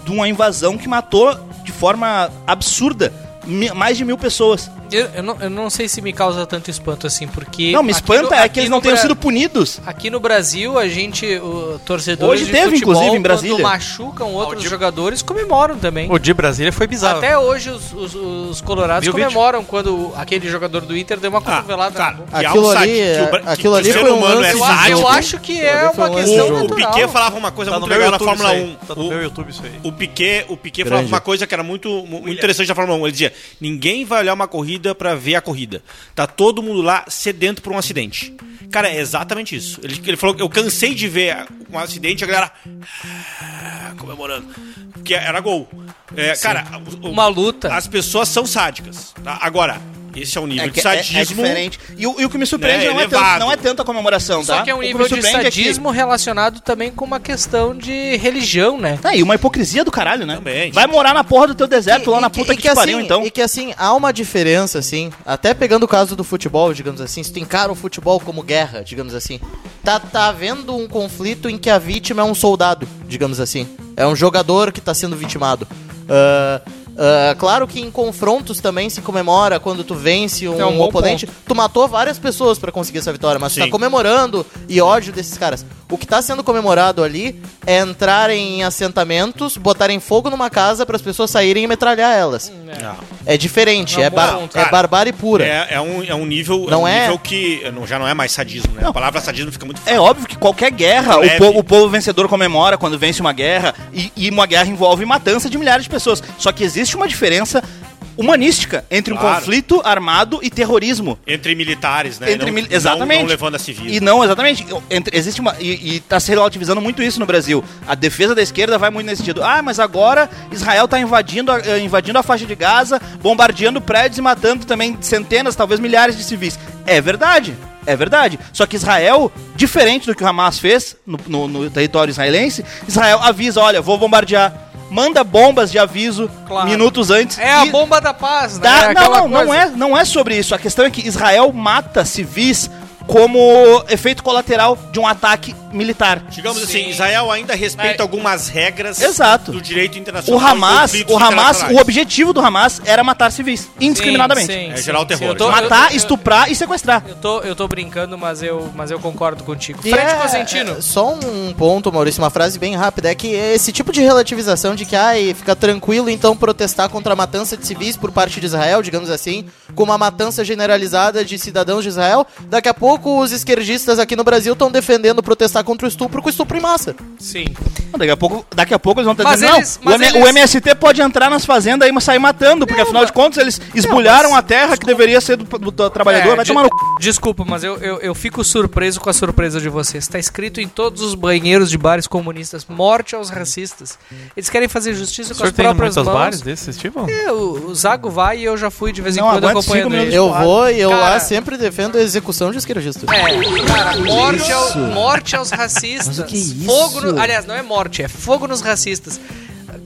de uma invasão que matou de forma absurda mi- mais de mil pessoas. Eu, eu não, eu não sei se me causa tanto espanto assim, porque. Não, me aqui espanta no- é aqui que eles no não tenham Bra- sido punidos. Aqui no Brasil, a gente, o torcedor Hoje de teve, futebol, inclusive, em Brasília. quando machucam outros jogadores, comemoram também. O de Brasília foi bizarro. Até é hoje os, os, os colorados Viu o vídeo? comemoram quando aquele jogador do Inter deu uma tá cotovelada. na boca. Que é Aquilo um ali, sádico, que o Bra- aquilo que ali o ser foi um humano lance é de Eu acho- eu jogo. acho que é Aquilo ali foi uma um lance de questão jogo. O natural. Piquet falava uma coisa Tá no muito meu legal na YouTube Fórmula isso aí. 1. Tá no o, meu YouTube isso aí. o Piquet, o Piquet falava Grande. uma coisa que era muito, mu- muito interessante na Fórmula 1. Ele dizia: ninguém vai olhar uma corrida pra ver a corrida. Tá todo mundo lá sedento por um acidente. Cara, é exatamente isso. Ele, ele falou: eu cansei de ver um acidente e a galera [SIGHS] ah, comemorando. Porque era gol. É, cara, o- o- Uma luta. as pessoas são sádicas. tá? Agora, esse é um nível É, de que- é- é sadismo. diferente. E, o e o que me surpreende Né, não, é tanto, elevado. não é tanto a comemoração, tá? Só que é O um me nível de surpreende é que- sadismo relacionado também com uma questão de religião, né? É, e uma hipocrisia do caralho, né? Também. Vai morar na porra do teu deserto, É, lá na puta que, te pariu, assim, então. E que assim, há uma diferença, assim, até pegando o caso do futebol, digamos assim, se tu encara o futebol como guerra, digamos assim, tá, tá havendo um conflito em que a vítima é um soldado, digamos assim. É um jogador que tá sendo vitimado. Ah, ah, claro que em confrontos também se comemora quando tu vence um, É um bom oponente. Tu matou várias pessoas pra conseguir essa vitória, mas tu tá Sim. comemorando e ódio desses caras. O que tá sendo comemorado ali é entrarem em assentamentos, botarem fogo numa casa para as pessoas saírem e metralhar elas. É diferente, Não, é, bar- bom, cara. é barbárie pura. É, é um, é um nível, Não é um é? nível que não, já não é mais sadismo, né? A palavra sadismo fica muito É óbvio que qualquer guerra, o Leve. povo, o povo vencedor comemora quando vence uma guerra, e, e uma guerra envolve matança de milhares de pessoas. Só que existe uma diferença humanística entre um Claro. conflito armado e terrorismo. entre militares, né? Entre Não- mil- não- Exatamente. Não, levando a né? civil. E não, exatamente. Eu- entre- existe uma. E, e tá se relativizando muito isso no Brasil. A defesa da esquerda vai muito nesse sentido. Ah, mas agora Israel tá invadindo a, eh, invadindo a faixa de Gaza, bombardeando prédios e matando também centenas, talvez milhares de civis. É verdade. É verdade. Só que Israel, diferente do que o Hamas fez no, no- no território israelense, Israel avisa: olha, vou bombardear. Manda bombas de aviso Claro. minutos antes. É a e- bomba da paz, né? Dá- É aquela não, não, não coisa. é, não é sobre isso. A questão é que Israel mata civis como efeito colateral de um ataque militar. Digamos Sim. assim, Israel ainda respeita Mas- algumas regras Exato. do direito O internacional. e Hamas, conflitos o Hamas, internacionais. o objetivo do Hamas era matar civis indiscriminadamente. É geral terror, eu tô- geral. eu- Matar, eu- estuprar e sequestrar. Eu tô, eu tô brincando, mas eu, mas eu concordo contigo. E Fred é- Cosentino. é, só um ponto, Maurício, uma frase bem rápida, é que esse tipo de relativização de que, ai, fica tranquilo então protestar contra a matança de civis por parte de Israel, digamos assim, com uma matança generalizada de cidadãos de Israel, daqui a pouco os esquerdistas aqui no Brasil estão defendendo protestar contra o estupro com estupro em massa. Sim. Daqui a pouco, daqui a pouco eles vão estar Mas dizendo, eles- não, mas o, M- eles- o MST pode entrar nas fazendas e sair matando, porque afinal de contas eles esbulharam a terra que deveria ser do, do- do trabalhador. É, Vai de- tomar no c... Desculpa, mas eu, eu, eu fico surpreso com a surpresa de vocês. Tá escrito em todos os banheiros de bares comunistas: morte aos racistas. Eles querem fazer justiça O com as senhor tem próprias muitos mãos. bares desses, tipo? É, o, o Zago vai e eu já fui de vez em Não, quando aguento acompanhando cinco ele. Eu vou e eu Cara- lá sempre defendo a execução de esquerdistas. É, cara, morte, ao- morte aos racistas. [LAUGHS] Mas o que é isso? Fogo no- aliás, não é morte, é fogo nos racistas.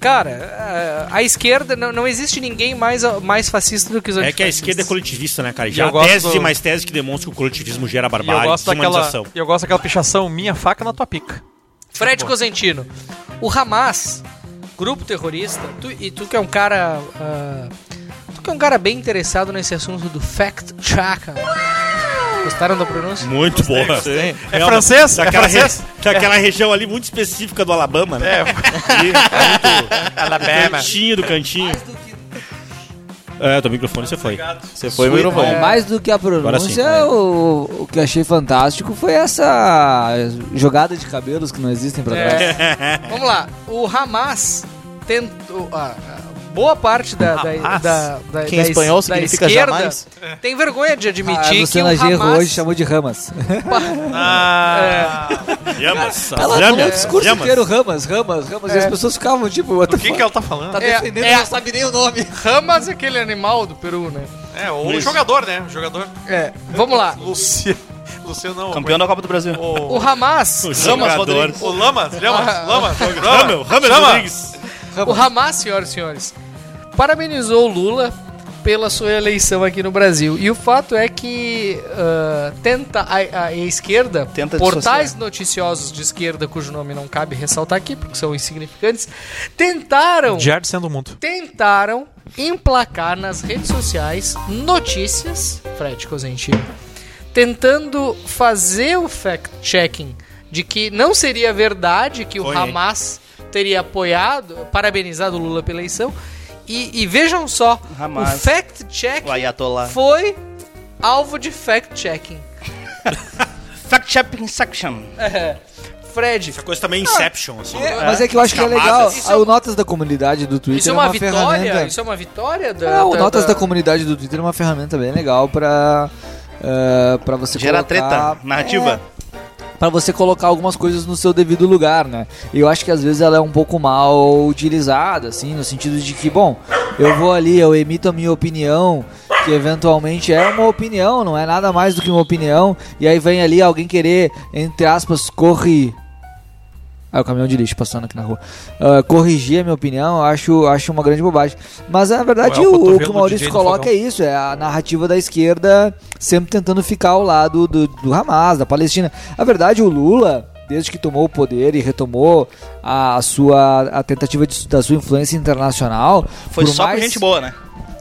Cara, a, a esquerda, não, não existe ninguém mais, mais fascista do que os É que a antifascistas. esquerda é coletivista, né, cara? E Já eu gosto tese do- e mais tese que demonstra que o coletivismo E gera eu barbárie, gosto daquela. desumanização. E eu gosto daquela pichação minha faca na tua pica. Fred Cosentino, o Hamas, grupo terrorista, tu- e tu que é um cara. ah, tu que é um cara bem interessado nesse assunto do fact checker. Gostaram da pronúncia? Muito boa. É francês? É Daquela, francês? É. daquela região ali muito específica do Alabama, né? É, muito. Alabama. Cantinho do cantinho. É, do microfone você foi. Você foi o microfone. É. Bom, mais do que a pronúncia, o, o que eu achei fantástico foi essa jogada de cabelos que não existem pra É. trás. Vamos lá, o Hamas tentou. ah, ah, boa parte da. da, Hamas? da, da Que em da es- espanhol da significa esquerda jamais. É. Ah, Tem vergonha de A admitir que o Ah, Luciana Gerro Hamas. hoje chamou de [LAUGHS] Ramas. Ah, Yamas. Ela um falou o Yamas. discurso Yamas. inteiro Ramas, Ramas, Ramas. E as pessoas ficavam tipo, what the o que, fuck? que ela tá falando? Tá defendendo, É, é. não sabe nem o nome. Hamas é aquele animal do Peru, né? É, ou o jogador, né? O jogador. É, vamos [LAUGHS] lá. Luciano. Luciano não. Campeão da Copa do Brasil. O O, Hamas. Jogador. Ah. o Lamas, Lamas, Lamas. Ramel, Ramel Chama. Tá Rodrigues. O Hamas, senhoras e senhores, parabenizou o Lula pela sua eleição aqui no Brasil. E o fato é que ah, tenta a, a esquerda, Tenta portais dissociar. noticiosos de esquerda, cujo nome não cabe ressaltar aqui, porque são insignificantes, tentaram Diário sendo muito. tentaram emplacar nas redes sociais notícias, Fred Cosentino, tentando fazer o fact-checking de que não seria verdade que Foi, o hein? Hamas teria apoiado, parabenizado o Lula pela eleição. E, e vejam só, Hamas. o fact-checking O Ayatollah. foi alvo de fact-checking. Fact-checking section. É. Fred, Essa coisa também é Inception, assim. Mas é que eu acho que é legal. Isso é- O Notas da Comunidade do Twitter isso é é uma, ferramenta... vitória? Isso é uma vitória da. É, tá, o da- Notas da- da comunidade do Twitter é uma ferramenta bem legal pra, ah, pra você Gera colocar... treta, narrativa. Pra você colocar algumas coisas no seu devido lugar, né? E eu acho que às vezes ela é um pouco mal utilizada, assim, no sentido de que, bom, eu vou ali, eu emito a minha opinião, que eventualmente é uma opinião, não é nada mais do que uma opinião, e aí vem ali alguém querer, entre aspas, corre. Ah, o caminhão de lixo passando aqui na rua. Ah, corrigir a minha opinião, eu acho, acho uma grande bobagem. Mas na verdade, Ou é o o- o, cotovelo que o do Maurício DJ do coloca fogão. é isso: é a narrativa da esquerda sempre tentando ficar ao lado do, do Hamas, da Palestina. Na verdade, o Lula, desde que tomou o poder e retomou a, a sua a tentativa de- da sua influência internacional, Foi por só mais- com gente boa, né?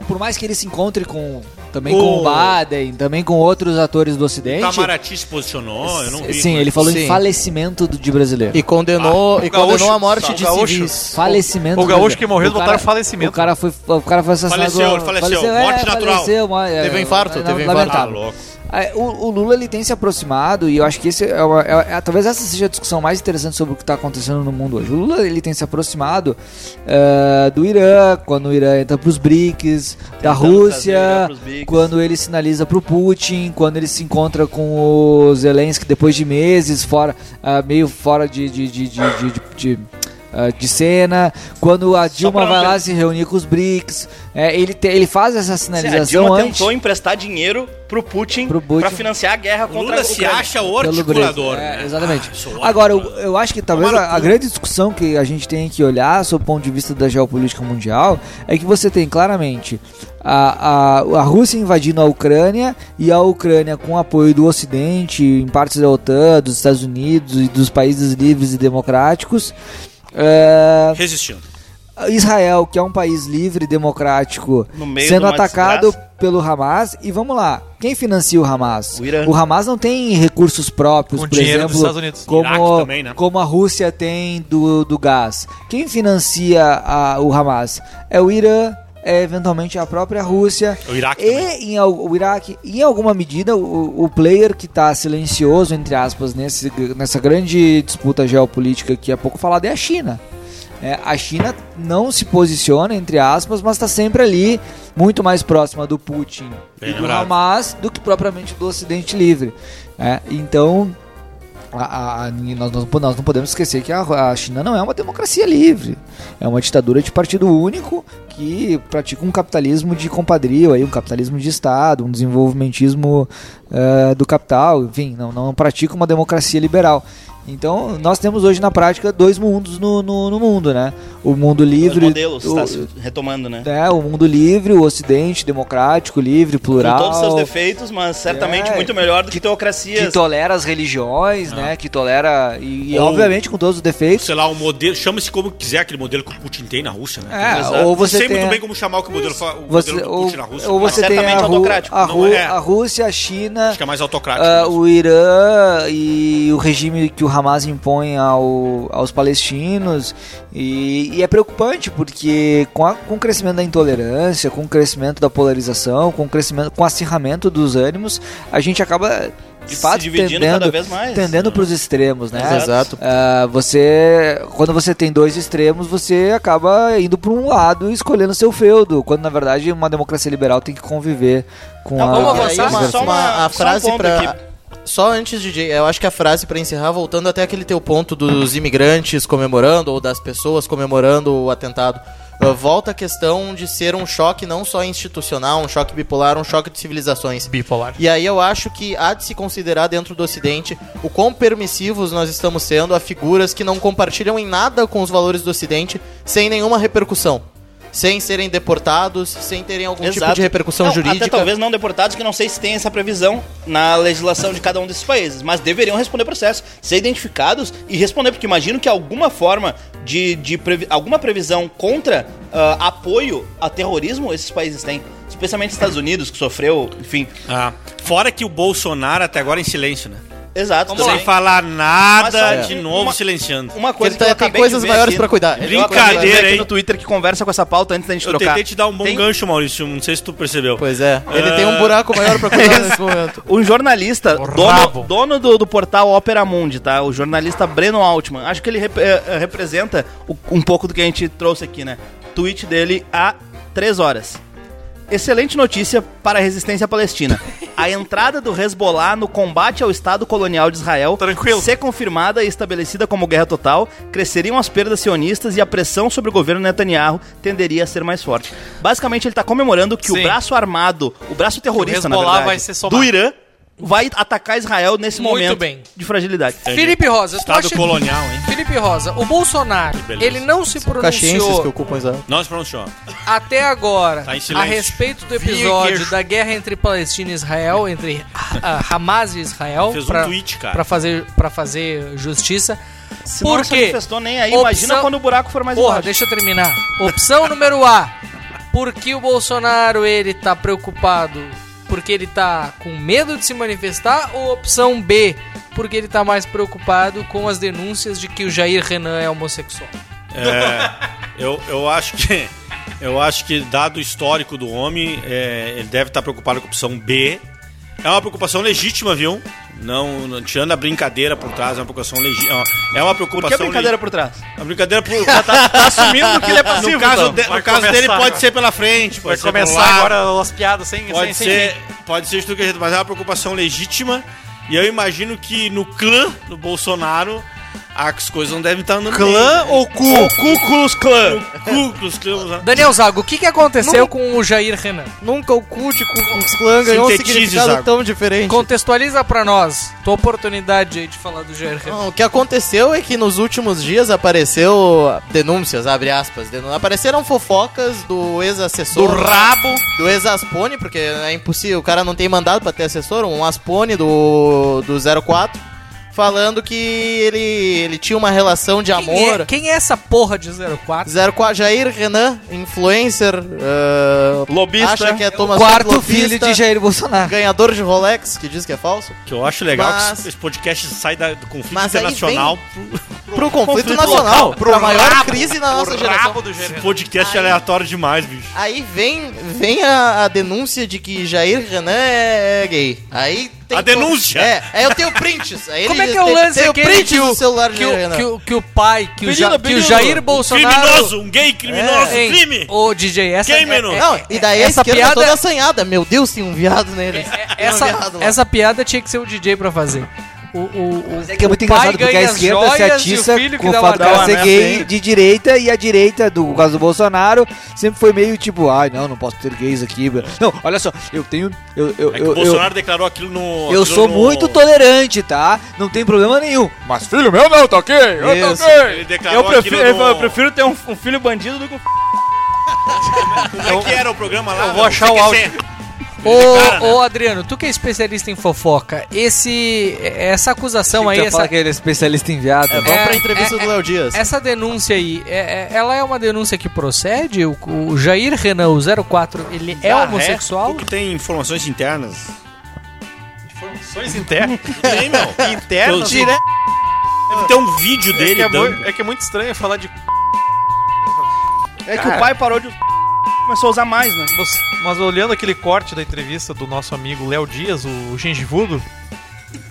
Por mais que ele se encontre com. Também O- com o Baden, também com outros atores do O Ocidente. Itamaraty se posicionou, eu não vi. é. Sim, ele falou em Sim. falecimento do- de brasileiro. E condenou, Ah, e o gaúcho, condenou a morte o de gaúcho. civis. Falecimento. O do gaúcho brasileiro. que morreu, O cara- botaram falecimento. O cara foi, o cara foi assassinado. Faleceu, ele faleceu. Morte natural. faleceu, mo- é, Teve um infarto, é, teve um lamentável. Tá louco. Ah, O, o Lula ele tem se aproximado e eu acho que esse é uma- é- é- talvez essa seja a discussão mais interessante sobre o que está acontecendo no mundo hoje. O Lula ele tem se aproximado ah, do Irã quando o Irã entra para os BRICS, da trazer o Irã Rússia, pros BRICS. quando ele sinaliza para o Putin, quando ele se encontra com o Zelensky depois de meses fora, ah, meio fora de de, de, de, de- de- de, ah, de cena, quando a Dilma pra não vai lá ter- se reunir com os BRICS, é, ele, te- ele faz essa é, Sim, a sinalização Dilma um antes. tentou emprestar dinheiro pro Putin, Pro Putin. pra financiar a guerra O contra Lula a se Ucrânia. acha o pelo articulador, Brasil. É, né? Exatamente. Ah, sou Agora, eu, articulador. eu acho que talvez Tomara a, a cu. grande discussão que a gente tem que olhar sob o ponto de vista da geopolítica mundial é que você tem claramente a, a, a Rússia invadindo a Ucrânia e a Ucrânia com apoio do Ocidente, em partes da OTAN, dos Estados Unidos e dos países livres e democráticos. É, Resistindo. Israel, que é um país livre, democrático, No meio de sendo uma atacado pelo Hamas. E vamos lá, quem financia o Hamas? O Irã. Hamas não tem recursos próprios, Com por dinheiro exemplo, dos Estados Unidos. Como, Iraque também, né? como a Rússia tem do, do gás. Quem financia a- o Hamas? É o Irã. É eventualmente a própria Rússia O Iraque também. e em, al- o Iraque, em alguma medida, o, o player que está silencioso, entre aspas, nesse, nessa grande disputa geopolítica que é pouco falada é a China. É, a China não se posiciona, entre aspas, mas está sempre ali, muito mais próxima do Putin Bem e do lembrado. Hamas do que propriamente do Ocidente Livre. É, então, a- a- a- nós, não, nós não podemos esquecer que a, a China não é uma democracia livre. É uma ditadura de partido único que pratica um capitalismo de compadrio, aí, um capitalismo de Estado, um desenvolvimentismo eh, do capital, enfim, não, não pratica uma democracia liberal. Então, nós temos hoje na prática dois mundos no, no, no mundo, né? O mundo Os livre. modelos, o, tá se retomando, né? né? o mundo livre, o ocidente, democrático, livre, plural. Com todos os seus defeitos, mas certamente É. muito melhor do que que teocracias. tolera as religiões, Ah. né? Que tolera. E, e, Ou- obviamente com todos os defeitos. Sei lá, o modelo, chama-se como quiser aquele modelo que o Putin tem na Rússia, né? É, Exato. ou você Sei tem muito a- bem como chamar o que o modelo, fa- o você, modelo do ou, Putin na Rússia. ou mas você Mas tem a, certamente Ru- autocrático, a, não Ru- é? a Rússia, a China, Acho que é mais autocrático. ah, mesmo. o Irã e o regime que o Hamas impõe ao- aos palestinos. E, e é preocupante porque com, a- com o crescimento da intolerância, com o crescimento da polarização, com o crescimento, com o acirramento dos ânimos, a gente acaba de Se fato dividindo tendendo, cada vez mais. tendendo para os extremos, né? É Exato. Exato. Ah, você quando você tem dois extremos você acaba indo para um lado e escolhendo seu feudo quando na verdade uma democracia liberal tem que conviver Tá com Não, a Vamos Ah, E aí, avançar? uma- Uma, só uma- uma- a só um frase ponto pra... aqui. Só antes, DJ, eu acho que a frase pra encerrar, voltando até aquele teu ponto dos imigrantes comemorando, ou das pessoas comemorando o atentado, uh, volta a questão de ser um choque não só institucional, um choque bipolar, um choque de civilizações. Bipolar. E aí eu acho que há de se considerar dentro do Ocidente o quão permissivos nós estamos sendo a figuras que não compartilham em nada com os valores do Ocidente sem nenhuma repercussão. sem serem deportados, sem terem algum tipo Exato. de repercussão Não, jurídica. Até talvez não deportados, que não sei se tem essa previsão na legislação de cada um desses países, mas deveriam responder processo, ser identificados e responder, porque imagino que alguma forma de, de previ- alguma previsão contra ah, apoio a terrorismo esses países têm. Especialmente os Estados Unidos, que sofreu, enfim. Ah, fora que o Bolsonaro até agora é em silêncio, né? Exato. Sem também. falar nada, Mas, de é. novo uma- silenciando. Uma coisa Ele que tá- eu tem acabei coisas de ver maiores aqui- pra cuidar. Eu acabei de ver Brincadeira, aqui hein? no Twitter que conversa com essa pauta antes da gente Eu trocar. tentei te dar um bom Tem- gancho, Maurício. Não sei se tu percebeu. Pois é. Ele tem um buraco maior pra cuidar nesse momento. Um jornalista, dono, rabo. dono do, do portal Opera Mundi, tá? O jornalista Breno Altman. Acho que ele rep- eh, eh, representa o- um pouco do que a gente trouxe aqui, né? Tweet dele há três horas. Excelente notícia para a resistência palestina. A entrada do Hezbollah no combate ao Estado colonial de Israel, Tranquilo. ser confirmada e estabelecida como guerra total, cresceriam as perdas sionistas e a pressão sobre o governo Netanyahu tenderia a ser mais forte. Basicamente, ele está comemorando que o Sim. braço armado, o braço terrorista, na Hezbollah verdade, vai ser somado. do Irã, vai atacar Israel nesse Muito momento bem. de fragilidade. Felipe Rosa, eu tô Estado achando- colonial, hein? Felipe Rosa, o Bolsonaro, beleza. ele não se Caxienses que pronunciou ocupam Israel. Nós pronunciamos. até agora Tá em a silêncio. respeito do Vinho e episódio queijo. da guerra entre Palestina e Israel, entre ah, ah, Hamas e Israel, Fez um tweet, cara. para fazer para fazer justiça. Se Por não se quê? manifestou nem aí, Opção- imagina quando o buraco for mais Porra, embaixo. deixa eu terminar. [LAUGHS] Opção número A. Porque o Bolsonaro ele tá preocupado porque ele tá com medo de se manifestar ou opção B, porque ele tá mais preocupado com as denúncias de que o Jair Renan é homossexual. Eu, eu acho que. Eu acho que, dado o histórico do homem, é, ele deve estar preocupado com a opção B. É uma preocupação legítima, viu? Não, não- tirando a brincadeira por trás, é uma preocupação legítima. É uma preocupação. Por que a brincadeira legi- por trás? A brincadeira por. tá, [LAUGHS] assumindo que ele é passivo. No caso, então. de- no Vai caso dele, começar pode agora. ser pela frente, Vai pode ser pelo começar lado, agora as piadas sem Pode sem- sem ser, fim. pode ser tudo que a gente, mas é uma preocupação legítima. E eu imagino que no clã do Bolsonaro as coisas não devem estar andando né? Clã ou cu? Cucus clã. O Cucus clã. Daniel Zago, o que, que aconteceu com o Jair Renan? Nunca o culto com os clã ganhou um Sintetize, significado Zago. tão diferente. Contextualiza pra nós tua oportunidade aí de falar do Jair Renan. Não, o que aconteceu é que nos últimos dias apareceu denúncias, abre aspas, denu- apareceram fofocas do ex-assessor. Do rabo. Do ex-aspone, porque é impossível, o cara não tem mandado pra ter assessor, um aspone do, do 04, falando que ele, ele tinha uma relação de amor. Quem é, quem é essa porra de 04? 04 Jair Renan, influencer, ah, Lobista. acha que é Thomas Quarto Lobista, filho de Jair Bolsonaro. ganhador de Rolex, que diz que é falso. Que eu acho legal Mas- que esse podcast sai da- do conflito Mas aí [LAUGHS] internacional. Pro conflito, nacional, local, pro pra maior rabo, crise na nossa O geração. rabo do Esse Jair podcast é aleatório demais, bicho. Aí vem, vem a, a denúncia de que Jair Renan é gay. Aí tem A denúncia? É, aí eu tenho prints. Aí Como é ele que é o tem- lance tem o aquele print que o- do celular de Que Jair o, Renan. que, o, que o pai, que, o, Ja- que o Jair Bolsonaro... Criminoso, um gay criminoso, É. Hein, crime. Ô, DJ, essa... Quem, é- menino? é- Não, e daí essa a esquerda piada- É, toda assanhada. Meu Deus, tem um viado nele. [LAUGHS] Tem um essa, viado lá. essa piada tinha que ser o DJ pra fazer. O, o, o- Mas é que é muito o pai engraçado, porque a ganha as esquerda se joias e o atiça filho que com o dá fato uma né? dela dada. ser gay de direita, e a direita, do no caso do Bolsonaro, sempre foi meio tipo, ai não, não posso ter gays aqui. Não, olha só, eu tenho. Eu, eu, É que o eu, eu- Bolsonaro declarou aquilo no. eu aquilo sou no- muito tolerante, tá? Não tem problema nenhum. Mas filho meu não, tá ok? Eu Isso. tá ok. Ele Eu declarou prefiro, aquilo ele no... falou, eu prefiro ter um, um filho bandido do que um filho. Como é que era o programa lá? Eu vou achar o áudio. cara, né? Ô, ô, Adriano, tu que é especialista em fofoca, esse, essa acusação aí, Tinha que falar essa, que ele é especialista em viado. É, vamos É, pra entrevista é, do Léo Dias. essa denúncia aí, é- é- ela é uma denúncia que procede? O, o Jair Renan, o 04, ele Ah, Tá, é homossexual? Tu que tem informações internas. [LAUGHS] Informações internas. Tem, é. meu. Internas? Dire- Deve ter um É vídeo que dele é, dando. mui- é que é muito estranho falar de. É que o pai parou de. começou a usar mais, né? Mas, mas olhando aquele corte da entrevista do nosso amigo Léo Dias, o gengivudo,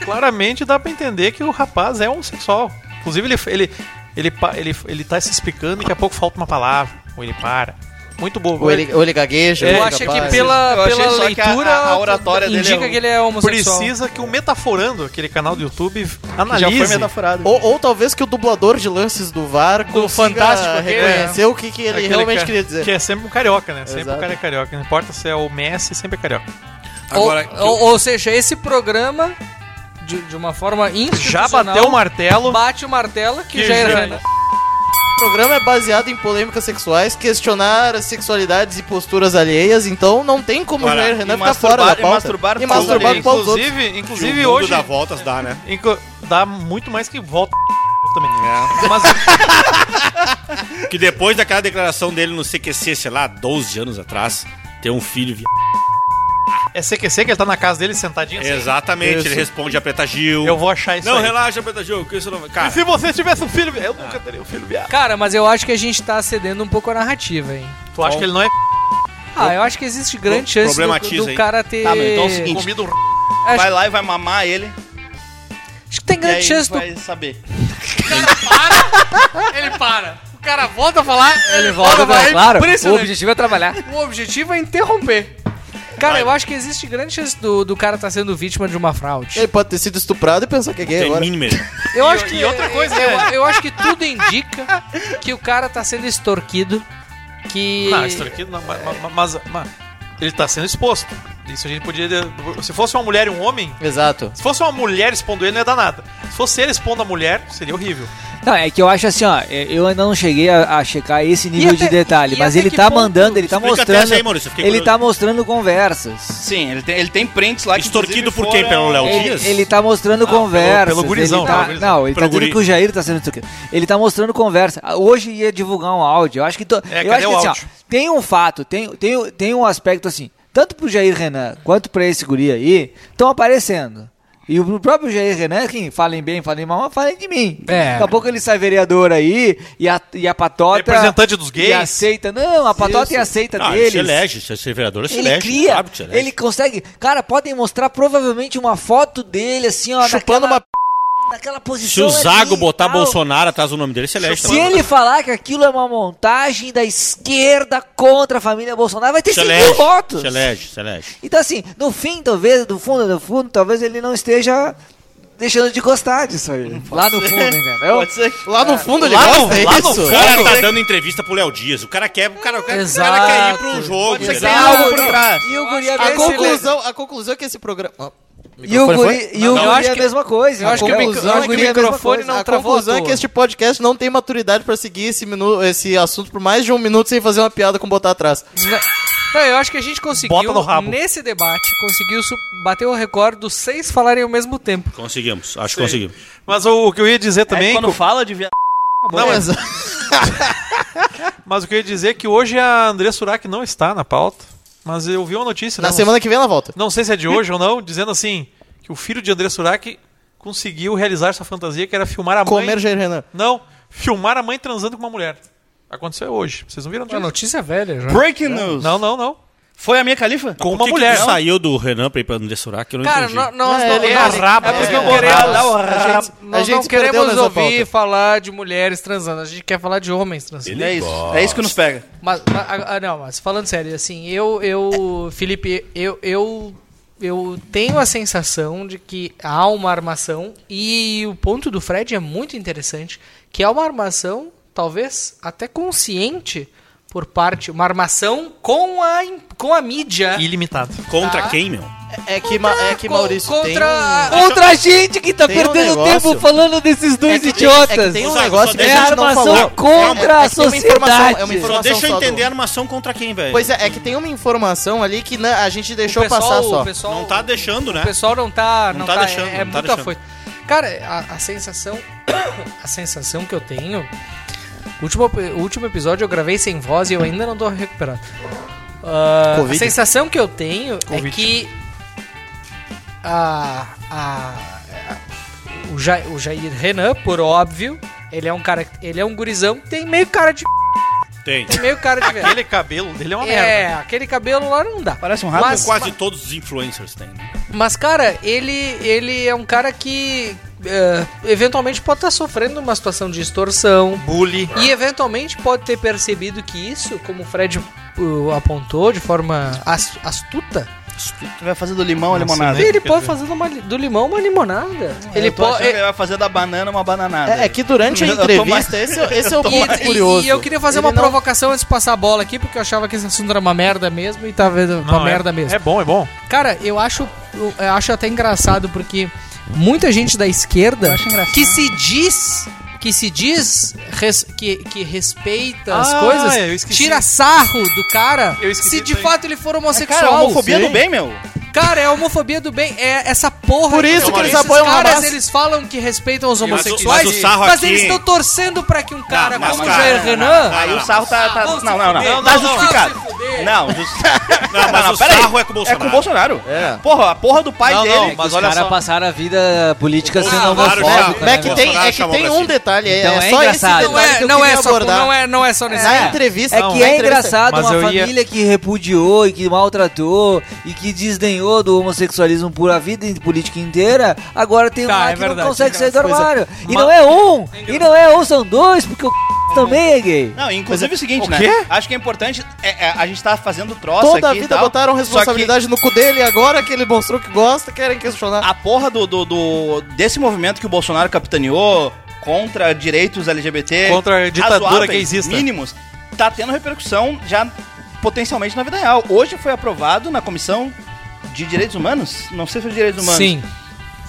claramente dá pra entender que o rapaz é homossexual. Inclusive, ele, ele, ele, pa- ele, ele tá se explicando e daqui a pouco falta uma palavra. Ou ele para. Muito bobo. Ou ele, ou ele gagueja. Tu ou ele é acha capaz. que pela, Eu achei pela só que a- leitura a- a oratória dele é indica um- que ele é homossexual? Precisa que o Metaforando, aquele canal do YouTube, Já foi analise. metaforado. Ou, ou talvez que o dublador de lances do VAR consiga Fantástico, aquele, reconhecer o que, que ele Aquele realmente ca- queria dizer. Que é sempre um carioca, né? Sempre Exato. um cara é carioca. Não importa se é o Messi, sempre é carioca. Ou- Agora, que- ou, ou seja, esse programa, de, de uma forma Já bateu institucional, o martelo. bate o martelo que, Que Jair já- Renan... programa é baseado em polêmicas sexuais, questionar as sexualidades e posturas alheias, então não tem como Olha, o Jair Renan e ficar fora da masturbar- e pauta. masturbar e masturbar todos. pau dos outros. Inclusive, inclusive o mundo hoje. dá voltas, dá, né? Inco- Dá muito mais que volta [LAUGHS] também. Mas [LAUGHS] Que depois daquela declaração dele no CQC, sei lá, 12 anos atrás, ter um filho vi... é CQC que ele tá na casa dele sentadinho assim. Exatamente, Isso. ele responde a Preta Gil. Eu vou achar isso É. Não, é, aí. relaxa, Preta Gil, que isso não vai... Cara, E se você tivesse um filho. vi- Eu nunca teria um filho viado. Cara, mas eu acho que a gente tá cedendo um pouco a narrativa, hein? Tu acha que ele não é. Ah, eu acho que existe grande Pro- chance do- do, problematiza, hein? cara ter. Tá, mas então é o seguinte, Comido É, Vai lá e vai mamar ele. acho que tem E grande aí chance do. vai saber. Ele para. O cara volta a falar, ele, Ele volta pra... vai. Claro, o Impressionante. objetivo é trabalhar. O objetivo é interromper. Cara, eu acho que existe grande chance do, do cara estar sendo vítima de uma fraude. Ele pode ter sido estuprado e pensar que é gay tem agora. mínimo. Eu acho que e outra coisa, eu, né? eu acho que tudo indica que o cara tá sendo extorquido, que Não, Ah, isso aqui não, mas, mas- mas- mas ele tá sendo exposto. Isso a gente podia. Se fosse uma mulher e um homem, Exato. se fosse uma mulher expondo ele, não ia dar nada. Se fosse ele expondo a mulher, seria horrível. Não, é que eu acho assim, ó, é, eu ainda não cheguei a, a checar esse nível E até- de detalhe, e mas até ele que tá ponto? mandando, ele tá Explica até mostrando, essa aí, Maurício, eu fiquei ele curioso. tá mostrando conversas. Sim, ele tem, ele tem prints lá que Extorquido inclusive, por quem? foram- Pelo Léo Ele, Dias? ele tá mostrando conversas. Ah, pelo gurizão, ele tá- pelo gurizão. Não, ele Pelo tá dizendo guri. que o Jair tá sendo extorquido. Ele tá mostrando conversa. Ah, Hoje ia divulgar um áudio. Eu acho que. to- É, cadê eu acho que o assim, ó, áudio? tem um fato, tem, tem, tem um aspecto assim. Tanto pro Jair Renan quanto pra esse guri aí, estão aparecendo. E o próprio Jair Renan, quem falem bem, falem mal, mas falem de mim. É. Daqui a pouco ele sai vereador aí e a, e a patota. Representante dos gays. E aceita. Não, a patota e aceita Ah, ele deles. se elege, se é ser vereador, ele se Ele elege. cria, claro que se elege. ele consegue. Cara, podem mostrar provavelmente uma foto dele assim, ó, Chupando naquela, uma p. naquela Se posição. o Zago ali, botar tal. Bolsonaro atrás do nome dele, se elege. Se também. ele falar que aquilo é uma montagem da esquerda contra a família Bolsonaro, vai ter se 100 mil é elege. votos. Se elege, se elege. Então, assim, no fim, talvez, do fundo, do fundo, talvez ele não esteja deixando de gostar disso aí. Lá no fundo, entendeu? Pode ser. Lá no fundo ele Lá no- gosta, é lá no isso? O cara tá dando entrevista pro Léo Dias. O cara quer, o cara, o cara, o cara quer ir pro Exato. jogo. né? Pode ser que entendeu? tenha algo por trás. E o guri é Eu A acho bem- que esse conclusão, a conclusão é que esse programa. Ó, E o microfone guri, e o Não, guri eu acho é a que- mesma coisa. eu acho que o entendeu? micro- eu acho que o guri é a mesma microfone coisa. não a travou à conclusão é toa. que este podcast não tem maturidade pra seguir esse, minu- esse assunto por mais de um minuto sem fazer uma piada com botar atrás. Não, não, eu acho que a gente conseguiu, Bota no rabo. nesse debate, conseguiu su- bater o recorde dos seis falarem ao mesmo tempo. Conseguimos, acho que conseguimos. Mas o, o que eu ia dizer também. Aí, é quando que- fala de viado. Não, mas, Beleza. mas o que eu ia dizer é que hoje a André Surak não está na pauta. Mas eu vi uma notícia. Na não, semana que vem ela volta. não sei se é de hoje ou não, dizendo assim: que o filho de André Surak conseguiu realizar sua fantasia, que era filmar a mãe. Comer Jair Renan. Não, filmar a mãe transando com uma mulher. Aconteceu hoje. Vocês não viram É notícia velha já. Breaking news. Não, não, não. Foi a minha califa? Com Por uma que que mulher. tu saiu do Renan pra ir pra André Surak? Eu não Cara, entendi. nó- nós É, não ele- é, ele- rabo, é porque não o queremos, rabo- a gente, a nós gente não se perdeu queremos nessa ouvir pauta. falar de mulheres transando, a gente quer falar de homens transando. É isso. É isso que nos pega. Mas, mas, ah, ah, não, mas falando sério, assim, eu, eu Felipe, eu, eu, eu tenho a sensação de que há uma armação e o ponto do Fred é muito interessante, que é uma armação, talvez até consciente por parte, uma armação com a, im- com a mídia. Ilimitado. Contra quem, meu? É que, ma- é que Co- Maurício tem contra a- um... Outra gente que tá Tem um perdendo negócio. tempo falando desses É dois que tem- idiotas. É que tem um Zago, negócio só que a É deixa- gente não armação falou. contra a É que tem uma informação- sociedade. é uma Só informação deixa eu só do- entender a armação contra quem, velho. Pois é, é que tem uma informação ali que na- a gente deixou o pessoal- passar O só. pessoal, Não tá deixando, né? O pessoal não tá. Não, tá, deixando. É, é não muito tá deixando. afoito. Cara, a, a sensação. [COUGHS] A sensação que eu tenho. O último, o último episódio eu gravei sem voz e eu ainda não tô recuperado. Ah, a Covid? sensação que eu tenho é Covid. que. A, a, a- o, Jair, o Jair Renan, por óbvio, ele é um cara. Ele é um gurizão, tem meio cara de. Tem. Tem meio cara de velho. Aquele cabelo dele é uma merda. É, aquele cabelo lá não dá. Parece um rato. Mas- Quase todos os influencers têm. né? Mas, cara, ele, ele é um cara que eh, eventualmente pode estar sofrendo uma situação de extorsão. Bully. E eventualmente pode ter percebido que isso, como o Fred uh, apontou de forma as- astuta, Tu vai fazer do limão ou Ah, né, limonada? ele pode fazer uma li- do limão uma limonada. ele é, Ele pode. pode. Ele vai fazer da banana uma bananada. É, é que durante a Eu tô mais- entrevista, esse, [LAUGHS] é- esse é o ponto E, curioso. e- e eu queria fazer Ele uma não- provocação antes de passar a bola aqui, porque eu achava que esse assunto era uma merda mesmo e tá vendo uma Não, é- merda mesmo. É bom, é bom. Cara, eu acho, eu acho até engraçado porque muita gente da esquerda que se diz que se diz res- que, que respeita as Ah, coisas, eu esqueci. tira sarro do cara Eu esqueci se de isso aí. fato ele for homossexual. Cara, homofobia do bem, meu. Cara, é a homofobia do bem, é essa porra. Por de- isso que eles Esses apoiam o caras, Hamas. eles falam que respeitam os Mas o- homossexuais, mas mas, o sarro aqui- eles estão torcendo pra que um cara mas, como o cara, Jair não, Renan... Aí o sarro tá. tá- vão se não, não, não. fuder. Não, Tá não, justificado. vão se fuder. Não, justi- Não, mas o peraí. sarro é com o Bolsonaro. É com o Bolsonaro. Porra, a porra do pai Não, dele. não, mas Os olha cara só. passaram a vida política sendo Bolsonaro homofóbico. já- né, É que meu? tem, é que chamou tem pra um si. detalhe, é, Então é é só esse engraçado. detalhe Não é, que eu não queria é, só, abordar. não, é, não é só nesse Na cara. entrevista... É Não, que na é entrevista- engraçado Mas uma eu ia- família que repudiou e que maltratou e que desdenhou do homossexualismo por a vida e política inteira, agora tem um Tá, lá é que verdade, não consegue é sair do engraçado. armário. E Mas- não é um, e não é um, são dois, porque o c... também é gay. Não, inclusive é o seguinte, O né? quê? Acho que é importante. é- é, a gente tá fazendo troça Toda a aqui e vida tal, botaram só que responsabilidade no cu dele e agora que ele mostrou que gosta, querem questionar. A porra do, do- do- desse movimento que o Bolsonaro capitaneou contra direitos LGBT. Contra a ditadura razoáveis, gaysista. Mínimos. Tá tendo repercussão já potencialmente na vida real. Hoje foi aprovado na Comissão de Direitos Humanos? Não sei se é Direitos Humanos. Sim.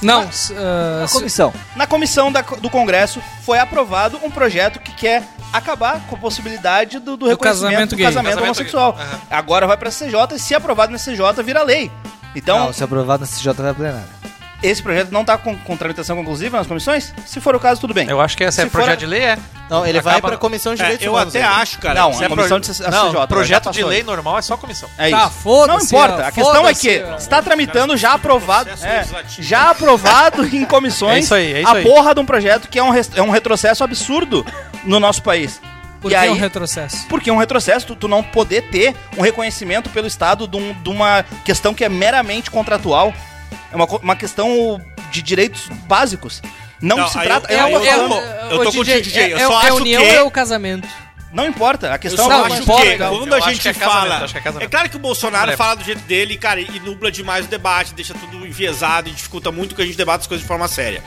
Não, s- ah, A s- comissão. Na comissão da- do Congresso foi aprovado um projeto que quer acabar com a possibilidade do, do casamento reconhecimento do gay. casamento, Casamento homossexual. gay. Aham. Agora vai pra CJ e se aprovado na CJ vira lei. Então, Não, se aprovado na CJ vai plenária. esse projeto não tá com, com tramitação conclusiva nas comissões? Se for o caso, tudo bem. Eu acho que essa Se é for projeto a- de lei, é. Não, ele vai Acaba- pra comissão de direitos É, eu humanos. até né? acho, cara. não, se a é comissão de CJ. Não, né? já projeto passou de isso. lei normal é só comissão. É Tá, isso. não foda-se, importa. ó, A questão é foda-se, que ó. está tramitando já aprovado. Processo é, legislativo. já aprovado [LAUGHS] em comissões É isso aí, é isso a aí. porra de um projeto que é um, res- é um retrocesso absurdo no nosso país. por e que aí, um retrocesso? porque é um retrocesso, tu, tu não poder ter um reconhecimento pelo Estado de, um- de uma questão que é meramente contratual. É uma, co- uma questão de direitos básicos. Não, Não, se aí trata. é eu- É aí eu tô eu- falando- eu tô um, ô, com o DJ, eu é- só é, acho a união que- é o casamento. não importa. A Eu questão é só Não, acho mas que pode, cara. quando Eu a acho gente que é casamento, fala. acho que é É, casamento. claro que o Bolsonaro Leva. fala do jeito dele, cara, e nubla demais o debate, deixa tudo enviesado e dificulta muito que a gente debate as coisas de forma séria.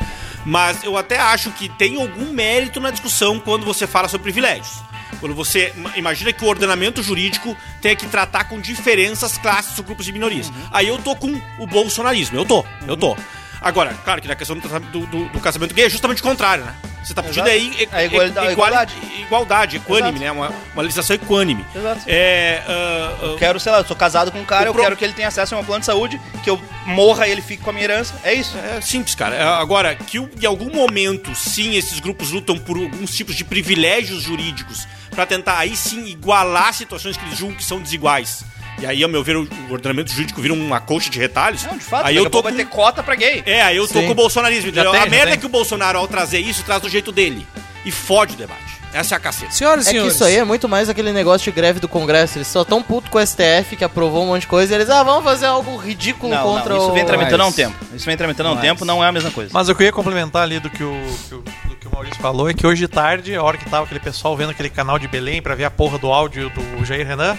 Mas eu até acho que tem algum mérito na discussão quando você fala sobre privilégios. Quando você ma- imagina que o ordenamento jurídico tenha que tratar com diferenças, classes ou grupos de minorias. Aí eu tô com o bolsonarismo, eu tô, eu tô. Agora, claro que na questão do, tra- do- do- do casamento gay é justamente o contrário, né? Você tá pedindo Exato. aí e- A igualida- e- a igualdade. igualdade, equânime, Exato. né? Uma, uma legislação equânime. Exato. É, ah, ah, Eu quero, sei lá, eu sou casado com um cara, O eu pro- quero que ele tenha acesso a um plano de saúde, que eu morra e ele fique com a minha herança. É isso. é simples, cara. É, Agora, que o- em algum momento, sim, esses grupos lutam por alguns tipos de privilégios jurídicos pra tentar aí sim igualar situações que eles julgam que são desiguais. E aí, ao meu ver, o o ordenamento jurídico vira uma colcha de retalhos. Não, de fato, aí daqui eu a tô pouco com... vai ter cota pra gay. É, aí eu tô Sim. com o bolsonarismo. entendeu? tem, a já merda é tem. que o Bolsonaro, ao trazer isso, traz do jeito dele. E fode o debate. Essa é a caceta. Senhoras e É que senhores, isso aí é muito mais aquele negócio de greve do Congresso. Eles só tão puto com o STF que aprovou um monte de coisa e eles, ah, vamos fazer algo ridículo Não, contra não, isso o. vem tramitando há um Mas- tempo. Isso vem tramitando há um tempo, não é a mesma coisa. Mas eu queria complementar ali do que o, que o- do que o Maurício falou, é que hoje de tarde, a hora que tava aquele pessoal vendo aquele canal de Belém pra ver a porra do áudio do Jair Renan,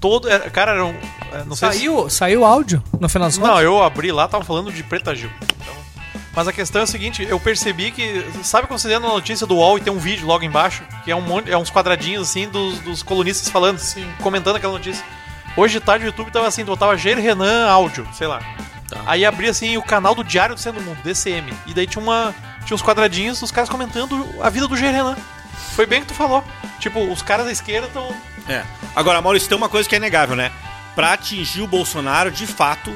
todo. é, Cara, era um. é, Não sei se- saiu, saiu áudio no final das Não, eu abri lá, tava falando de Preta Gil. Então, Mas a questão é o seguinte, eu percebi que. Sabe quando você lê na notícia do UOL e tem um vídeo logo embaixo? Que é um monte. É uns quadradinhos assim dos, dos colunistas falando, assim, comentando aquela notícia. Hoje de tarde o YouTube tava assim, botava Jair Renan áudio, sei lá. Aí abri assim o canal do Diário do Centro do Mundo, DCM. E daí tinha uma. Tinha uns quadradinhos dos caras comentando a vida do Jair Renan. Foi bem o que tu falou. Tipo, os caras da esquerda estão. É. Agora, Maurício, tem uma coisa que é inegável, né? Pra atingir o Bolsonaro, de fato,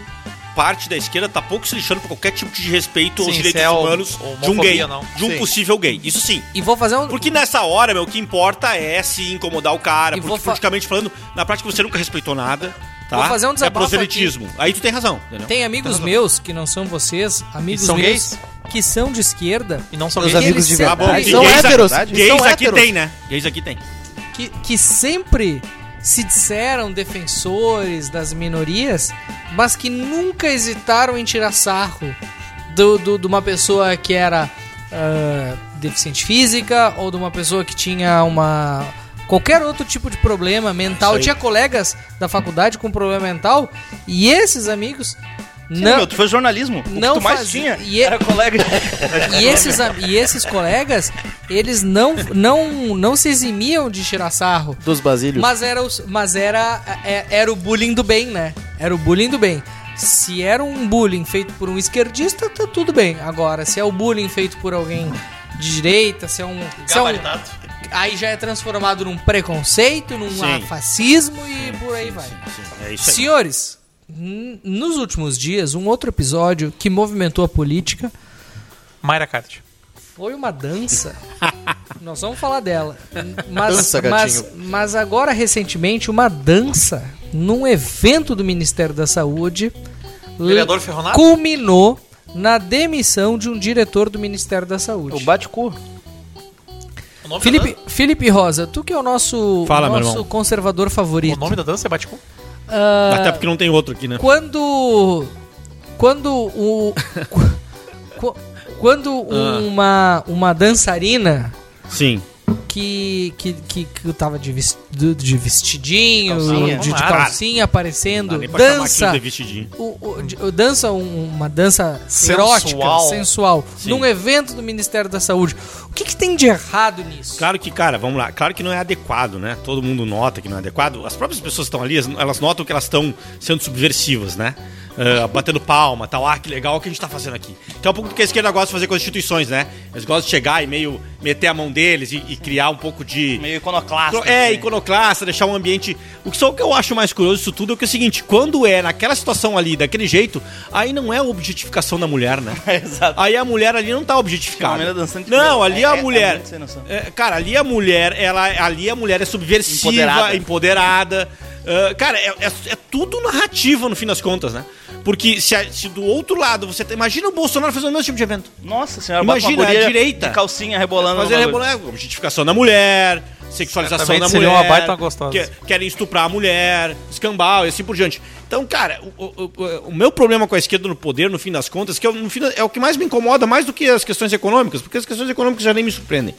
parte da esquerda tá pouco se lixando pra qualquer tipo de respeito aos Sim, direitos se é o- humanos de um homofobia, gay, não. de um Sim. possível gay. Isso sim. E vou fazer um. Porque nessa hora, meu, o que importa é se incomodar o cara, E vou porque fa- praticamente falando, na prática você nunca respeitou nada, tá? Vou fazer um é desabafo proselitismo. Aí tu tem razão, entendeu? Tem amigos meus que não são vocês, amigos E são meus gays? que são de esquerda, E não são Meus gays. amigos de sempre- Tá bom, verdade. e São gays, héteros. gays São aqui héteros. tem, né? Gays aqui tem. que, que sempre se disseram defensores das minorias, mas que nunca hesitaram em tirar sarro de do, do- de uma pessoa que era ah, deficiente física ou de uma pessoa que tinha uma. Qualquer outro tipo de problema mental. Eu tinha colegas da faculdade com problema mental e esses amigos. Sim, não, meu, tu fez jornalismo. O Não que tu mais fazia- tinha e- era colega. [LAUGHS] E esses, am- e esses colegas, eles não, não, não se eximiam de tirar sarro. Dos basílios. Mas era, os- mas era, é- era o bullying do bem, né? Era o bullying do bem. Se era um bullying feito por um esquerdista, tá tudo bem. Agora, se é o bullying feito por alguém de direita, se é um. Se é um aí já é transformado num preconceito, num Sim. fascismo e por aí vai. É isso aí. Senhores, n- nos últimos dias, um outro episódio que movimentou a política Mayra Cardi. foi uma dança. Nós vamos falar dela. Mas, Dança, mas, gatinho. mas agora, recentemente, uma dança num evento do Ministério da Saúde é Vereador Ferronato? culminou na demissão de um diretor do Ministério da Saúde. O bate-cu. O nome da Felipe, Felipe Rosa, tu que é o nosso, Fala, meu nosso irmão. conservador dança- favorito. o nome da dança é Baticu? Ah, Até porque não tem outro aqui, né? Quando. Quando o. [LAUGHS] qu- quando uma, uma dançarina Sim. que, que, que, que tava de, ves- do- de vestidinho, Calcinha. de, de Ah, calcinha Não dá aparecendo, nem pra chamar aquilo dança. de vestidinho. o- o- de- o- dança um- uma dança Sensual. erótica, sensual, Sim. num evento do Ministério da Saúde. O que, que tem de errado nisso? Claro que, cara, vamos lá. Claro que não é adequado, né? Todo mundo nota que não é adequado. As próprias pessoas que estão ali, elas notam que elas estão sendo subversivas, né? Ah, batendo palma, tal. Ah, que legal o que a gente tá fazendo aqui. Que é um pouco do que a esquerda gosta de fazer com as instituições, né? Eles gostam de chegar e meio meter a mão deles e, e criar um pouco de. Meio iconoclasta. né? assim. É, também. iconoclasta, deixar um ambiente. O que só o que eu acho mais curioso disso tudo é que é o seguinte, quando é naquela situação ali, daquele jeito, aí não é a objetificação da mulher, né? [LAUGHS] Exato. Aí a mulher ali não tá Filomena objetificada. dançando de Não, pé. ali É- a é- é mulher. muito sem noção. É, cara, ali a mulher, ela, ali a mulher é subversiva, Empoderada. empoderada. Ah, cara, é, é- é tudo narrativa no fim das contas, né? Porque se, a- se do outro lado você. tem- Imagina o Bolsonaro fazendo o mesmo tipo de evento. Nossa senhora, Imagina, bota uma guria a direita. de calcinha rebolando. Fazer no bagulho. rebolar, objetificação da mulher, sexualização Certamente da seria mulher. uma baita gostosa. que- querem estuprar a mulher, escambau e assim por diante. Então, cara, o, o- o- o meu problema com a esquerda no poder, no fim das contas, que é, o- no fim da- é o que mais me incomoda, mais do que as questões econômicas, porque as questões econômicas já nem me surpreendem.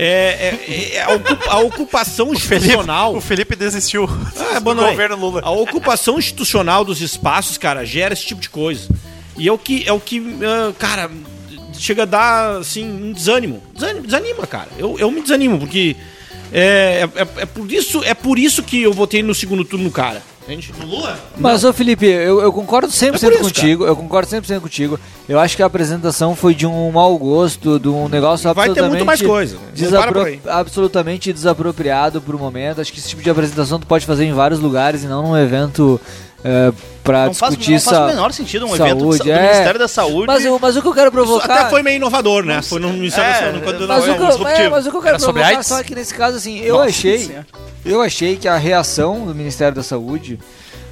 É, é- é- é a, ocupa- a ocupação institucional. [LAUGHS] O Felipe desistiu Ah, do abandonei. governo Lula. A ocupação institucional dos espaços, cara, gera esse tipo de coisa. E é o que, é o que ah, cara, chega a dar, assim, um desânimo. Desânimo- Desanima, cara. Eu, eu me desanimo, porque é, é, é- é por isso, é por isso que eu votei no segundo turno no cara. Entende? Lula? Mas, ô Felipe, eu, eu concordo 100% É por isso, contigo. Eu concordo 100% contigo. Eu acho que a apresentação foi de um mau gosto, de um negócio Vai ter absolutamente... muito mais coisa. Não para desapro- por aí. Absolutamente desapropriado pro momento. Acho que esse tipo de apresentação tu pode fazer em vários lugares e não num evento é, pra Não faz, discutir não faz o sa- menor sentido um saúde, evento do, sa- do é. Ministério da Saúde. Mas, o- mas o que eu quero Isso provocar... até foi meio inovador, né? Foi no Ministério da é, Saúde, quando não Mas o, é um que, eu- é, disruptivo. mas o que eu quero Era Tá sobre provocar AIDS? é. só é que nesse caso, assim, eu Nossa achei. Senhora. Eu achei que a reação do Ministério da Saúde.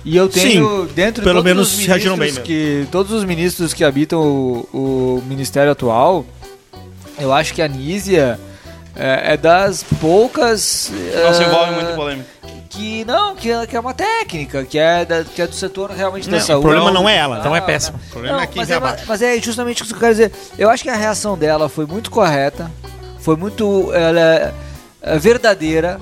E eu tenho dentro de pelo todos menos os reagiram bem ministros que todos os ministros que habitam o, o ministério atual, eu acho que a Nízia é, é das poucas Não se eh, envolve muito em polêmica. que não que, é- que é uma técnica que é da- que é do setor realmente da Não, saúde. o problema não é ela. Então né? é péssimo. O problema é quem mas, vem é, abaixo. mas é justamente isso que eu quero dizer. Eu acho que a reação dela foi muito correta, foi muito ela, é verdadeira.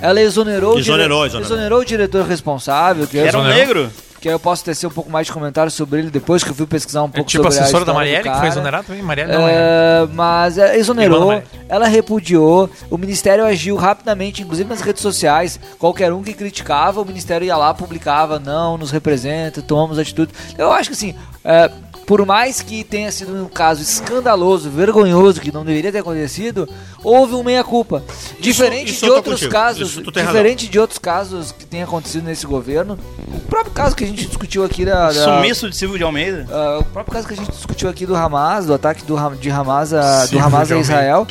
Ela exonerou, Exonerou, o dire- exonerou. exonerou o diretor responsável, que, Era um negro? que eu posso tecer um pouco mais de comentário sobre ele depois que eu fui pesquisar um É pouco tipo sobre a assessora da história do Marielle, que um foi cara. exonerada também. Marielle não é. É, mas é, Irmã exonerou, da Marielle. ela repudiou, o Ministério agiu rapidamente, inclusive nas redes sociais. Qualquer um que criticava, o Ministério ia lá, publicava, não, nos representa, tomamos atitude. Eu acho que assim, é, por mais que tenha sido um caso escandaloso, vergonhoso, que não deveria ter acontecido, houve um meia-culpa. Diferente isso de eu tô outros contigo. casos, Isso tu tem razão. diferente de outros casos que tenha acontecido nesse governo, o próprio caso que a gente discutiu aqui da, da Sumiço de Silvio de Almeida. ah, o próprio caso que a gente discutiu aqui do Hamas, do ataque do, Ham- de Hamas a, do Hamas a Israel,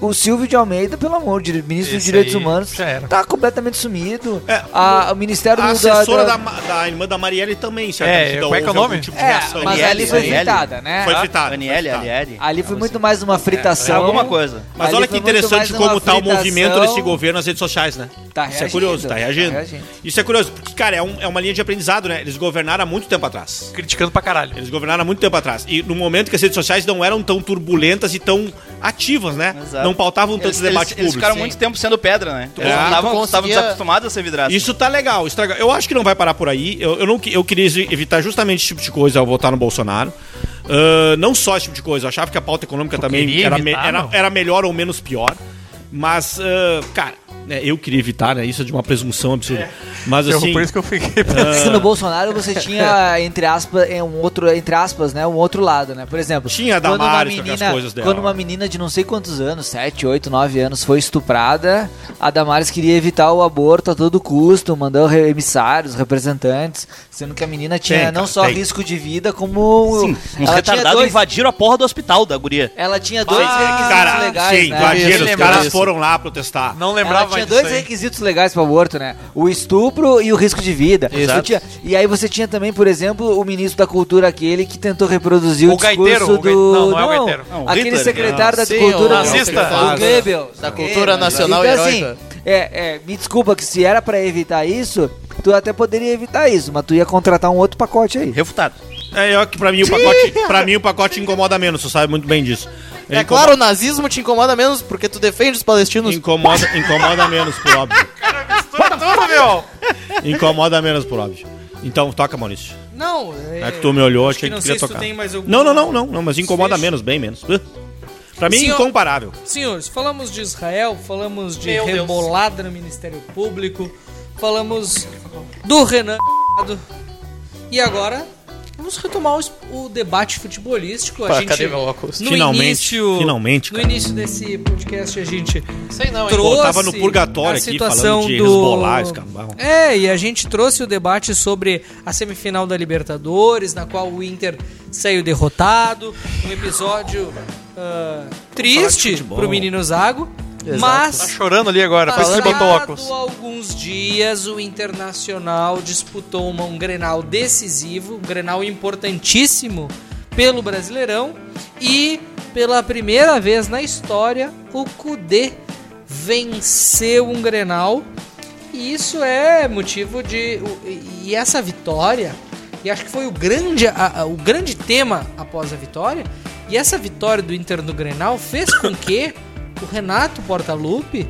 o Silvio de Almeida, pelo amor de ministro dos Esse Direitos aí Humanos, já era. tá completamente sumido. É, A- o Ministério A do- assessora da, Ma- da irmã da Marielle também, certamente. É, dá- qual é que é o houve algum nome? Tipo de É, reação. mas Aniele, ali foi Aniele. fritada, né? Foi É, fritado. Aniele, Alieri. Ali foi muito mais uma fritação. é Alguma coisa. Mas Ali olha que foi muito mais interessante uma como tá o movimento fritação. desse governo nas redes sociais, né? Tá Isso é reagindo, curioso, tá tá reagindo. reagindo. Isso é curioso, porque, cara, é, um- é uma linha de aprendizado, né? Eles governaram há muito tempo atrás. Criticando pra caralho. Eles governaram há muito tempo atrás. E no momento que as redes sociais não eram tão turbulentas e tão ativas, né? Exato. Não pautavam tanto Eles, debate eles, público. eles ficaram muito tempo sendo pedra, né? É. Tu Estavam estavam conseguia- desacostumados a ser vidraça. Isso tá legal, isso tá legal. Eu acho que não vai parar por aí. Eu, eu não, que- eu queria evi- evitar justamente esse tipo de coisa ao votar no Bolsonaro. Ah, não só esse tipo de coisa, eu achava que a pauta econômica também queria era, evitar, me- era- não? era melhor ou menos pior. Mas, ah, cara, É, eu queria evitar, né? Isso é de uma presunção absurda. Mas Eu- assim. por isso que eu fiquei ah, Se no Bolsonaro você tinha, entre aspas, é, um outro, entre aspas, né? Um outro lado, né? Por exemplo, Tinha a quando uma Damares com aquelas menina- coisas dela. Quando uma menina de não sei quantos anos, 7, 8, 9 anos, foi estuprada, a Damares queria evitar o aborto a todo custo, mandou re- emissários, representantes, sendo que a menina tinha Tem, cara, não só tem. risco de vida, como. Sim, uns ela tinha retardados dois. invadiram a porra do hospital da guria. Ela tinha é dois Ah, requisitos cara, legais. sim, né? invadiram, Ela os tinha caras dois- foram lá protestar. Não ela tinha dois requisitos legais para o aborto, né? O estupro e o risco de vida. Exato. Tu tinha- e aí você tinha também, por exemplo, o ministro da cultura aquele que tentou reproduzir o, O gaiteiro, discurso o gai- do... não, não é o gaiteiro. Não, o aquele Hitler, secretário né? da Sim, cultura... o nazista. O Goebbels. Da o cultura Goebbels. nacional então, assim, heróica. é, é, me desculpa que se era para evitar isso, tu até poderia evitar isso, mas tu ia contratar um outro pacote aí. Refutado. É, ó, que pra mim o pacote, pra mim, o pacote incomoda menos, você sabe muito bem disso. É Incomoda- claro, o nazismo te incomoda menos porque tu defende os palestinos. Incomoda, incomoda menos, por óbvio. Tudo, meu! Incomoda menos, por óbvio. Então, toca, Maurício. Não, É que tu me olhou, achei que, não tu sei queria se tu tocar. tem mais algum- não, não, não, não, não, mas incomoda menos, bem menos. Uh. Pra mim, é Senhor- incomparável. Senhores, falamos de Israel, falamos de Meu Deus. rebolada no Ministério Público, falamos do Renan. E agora vamos retomar o, es- o debate futebolístico. A Pá, gente, cadê meu óculos? No Finalmente, início, finalmente, No início desse podcast a gente Sei não, hein? trouxe Eu tava no purgatório a aqui, situação falando de do... Hezbollah, escambau. É, e a gente trouxe o debate sobre a semifinal da Libertadores, na qual o Inter saiu derrotado. Um episódio ah, triste pro menino Zago. Tá Mas, chorando ali agora, por isso que botou óculos. passado alguns dias, o Internacional disputou uma- um Grenal decisivo, um Grenal importantíssimo pelo Brasileirão. E, pela primeira vez na história, o Cudê venceu um Grenal e isso é motivo de. o- E e essa vitória, e acho que foi o grande, a- a- o grande tema após a vitória, e essa vitória do Inter no Grenal fez com que o Renato Portaluppi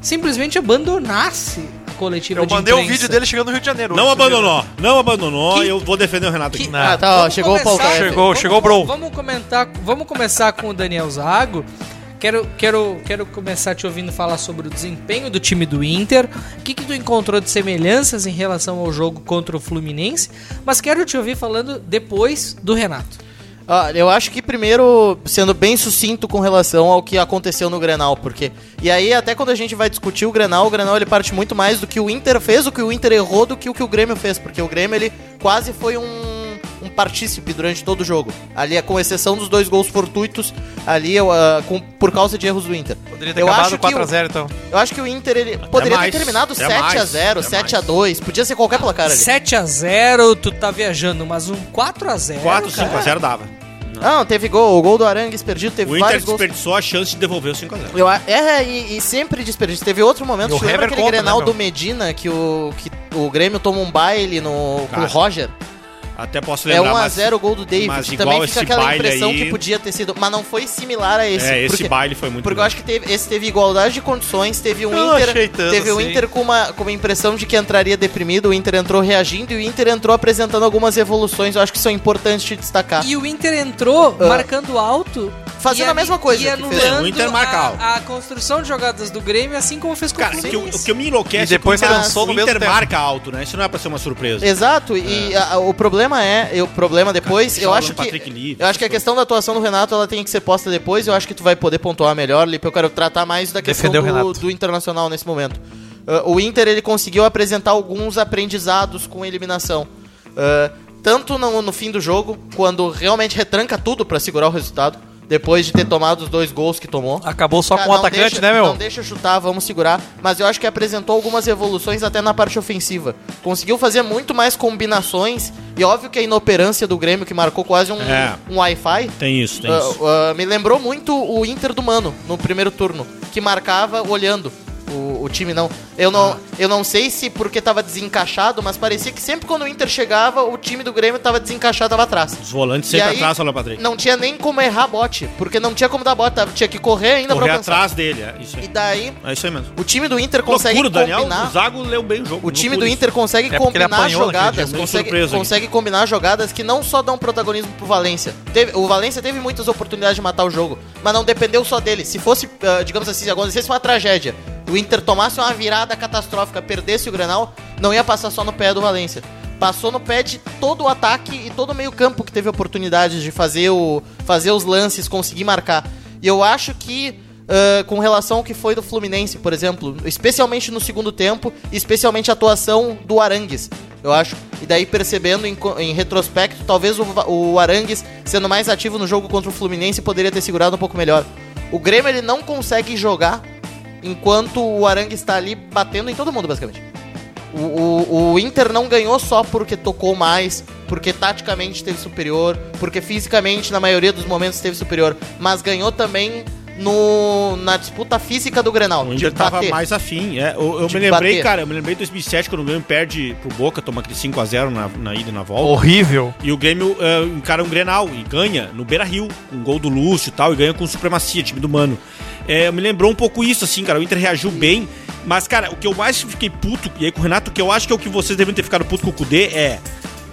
simplesmente abandonasse a coletiva Eu de mandei um imprensa. vídeo dele chegando no Rio de Janeiro. Não hoje, vocês abandonou, não abandonou, eu vou defender o Renato Que- aqui. viram? Ah, tá, ó, chegou o começar- Paulo F. Chegou, chegou o Bro. Vamos comentar, vamos começar com o Daniel Zago. Quero, quero, quero começar te ouvindo falar sobre o desempenho do time do Inter. O que, que tu encontrou de semelhanças em relação ao jogo contra o Fluminense? Mas quero te ouvir falando depois do Renato. Ah, eu acho que primeiro, sendo bem sucinto com relação ao que aconteceu no Grenal, porque... E aí, até quando a gente vai discutir o Grenal, o Grenal ele parte muito mais do que o Inter fez, do que o Inter errou, do que o que o Grêmio fez, porque o Grêmio ele quase foi um, um partícipe durante todo o jogo. Ali, com exceção dos dois gols fortuitos, ali eu, ah, com- por causa de erros do Inter. Poderia ter eu acabado que o- 4x0, então. Eu acho que o Inter ele poderia mais, ter terminado até 7x0, mais, até 7x2, podia ser qualquer placar ali. 7x0, tu tá viajando, mas um 4x0. 4, cara. 5 a 0 dava. Não, teve gol, o gol do Arangues perdido, teve O Inter vários gols desperdiçou a chance de devolver o 5 a 0 Eu, a- é, e, e sempre desperdício. Teve outro E momento, o tu lembra Hever aquele conta, Grenal né, meu? do Medina que o, que o Grêmio toma um baile no, com Cara, o Roger? Até posso É lembrar, Ah, mas 1x0 o gol do David. mas igual Também esse fica aquela baile impressão aí- que podia ter sido. Mas não foi similar a esse. é, esse porque, baile foi muito Porque eu acho que teve- esse teve igualdade de condições, teve um Eu não achei Inter. tanto Teve o assim. Inter com uma, com uma impressão de que entraria deprimido, o Inter entrou reagindo e o Inter entrou apresentando algumas evoluções. Eu acho que são importantes de destacar. E o Inter entrou Ah. marcando alto. Fazendo e a mesma coisa E que fez. anulando O Inter marca alto. a, a construção de jogadas do Grêmio, assim como fez com Cara, o o que, eu- Fluminense. o que eu me enlouquece E depois é que o você lançou Inter- no o Inter mesmo tempo. marca alto, né? Isso não é pra ser uma surpresa. Exato, e a- a- o problema é, eu- o problema depois, eu Falando acho que Patrick Lee, eu acho que a essas questão da atuação do Renato, ela tem que ser posta depois, eu acho que tu vai poder pontuar melhor, Lipe, eu quero tratar mais da questão Defender o do, Renato. do Internacional nesse momento. Ah, o Inter, ele conseguiu apresentar alguns aprendizados com a eliminação. Ah, tanto no, no fim do jogo, quando realmente retranca tudo pra segurar o resultado, depois de ter tomado os dois gols que tomou. Acabou só Cara, com o não atacante, deixa- né, meu? Não deixa eu chutar, vamos segurar. Mas eu acho que apresentou algumas evoluções até na parte ofensiva. Conseguiu fazer muito mais combinações. E óbvio que a inoperância do Grêmio, que marcou quase um, É. um Wi-Fi, Tem isso, tem isso. ah, ah, me lembrou muito o Inter do Mano, no primeiro turno, que marcava olhando. O, o time não. Eu Ah. não, eu não sei se porque tava desencaixado, mas parecia que sempre quando o Inter chegava, o time do Grêmio tava desencaixado, tava atrás. Os volantes E sempre aí- atrás, Alan Patrick. Não tinha nem como errar bote, porque não tinha como dar bote, tava- tinha que correr ainda Correr pra alcançar. atrás dele, é isso E aí. daí, É isso aí mesmo. o time do Inter consegue Loucura, o Daniel, o combinar. Zago leu bem o jogo. O time do Loucura Inter consegue É porque ele combinar apanhou naquele jogadas, dia, meio consegue, surpreso, hein? consegue combinar jogadas que não só dão protagonismo pro Valência. Teve- o Valência teve muitas oportunidades de matar o jogo, mas não dependeu só dele. Se fosse, ah, digamos assim, se acontecesse uma tragédia, o o Inter tomasse uma virada catastrófica, perdesse o Grenal, não ia passar só no pé do Valência. Passou no pé de todo o ataque e todo o meio-campo que teve oportunidade de fazer, o, fazer os lances, conseguir marcar. E eu acho que, ah, com relação ao que foi do Fluminense, por exemplo, especialmente no segundo tempo, especialmente a atuação do Arangues, eu acho. E daí percebendo em, co- em retrospecto, talvez o, Va- o Arangues, sendo mais ativo no jogo contra o Fluminense, poderia ter segurado um pouco melhor. O Grêmio ele não consegue jogar enquanto o Arangue está ali batendo em todo mundo, basicamente. O, o- o Inter não ganhou só porque tocou mais, porque taticamente esteve superior, porque fisicamente, na maioria dos momentos, esteve superior, mas ganhou também no, na disputa física do Grenal. O Inter tava mais afim. É, eu eu De me lembrei, bater. cara, eu me lembrei de 2007, quando o Grêmio perde pro Boca, toma aquele 5x0 na, na ida e na volta. Horrível. E o Grêmio eh, encara um Grenal e ganha no Beira-Rio, com um gol do Lúcio e tal, e ganha com supremacia, time do Mano. É, me lembrou um pouco isso, assim, cara, o Inter reagiu bem, mas, cara, o que eu mais fiquei puto, e aí com o Renato, o que eu acho que é o que vocês devem ter ficado puto com o Kudê, é,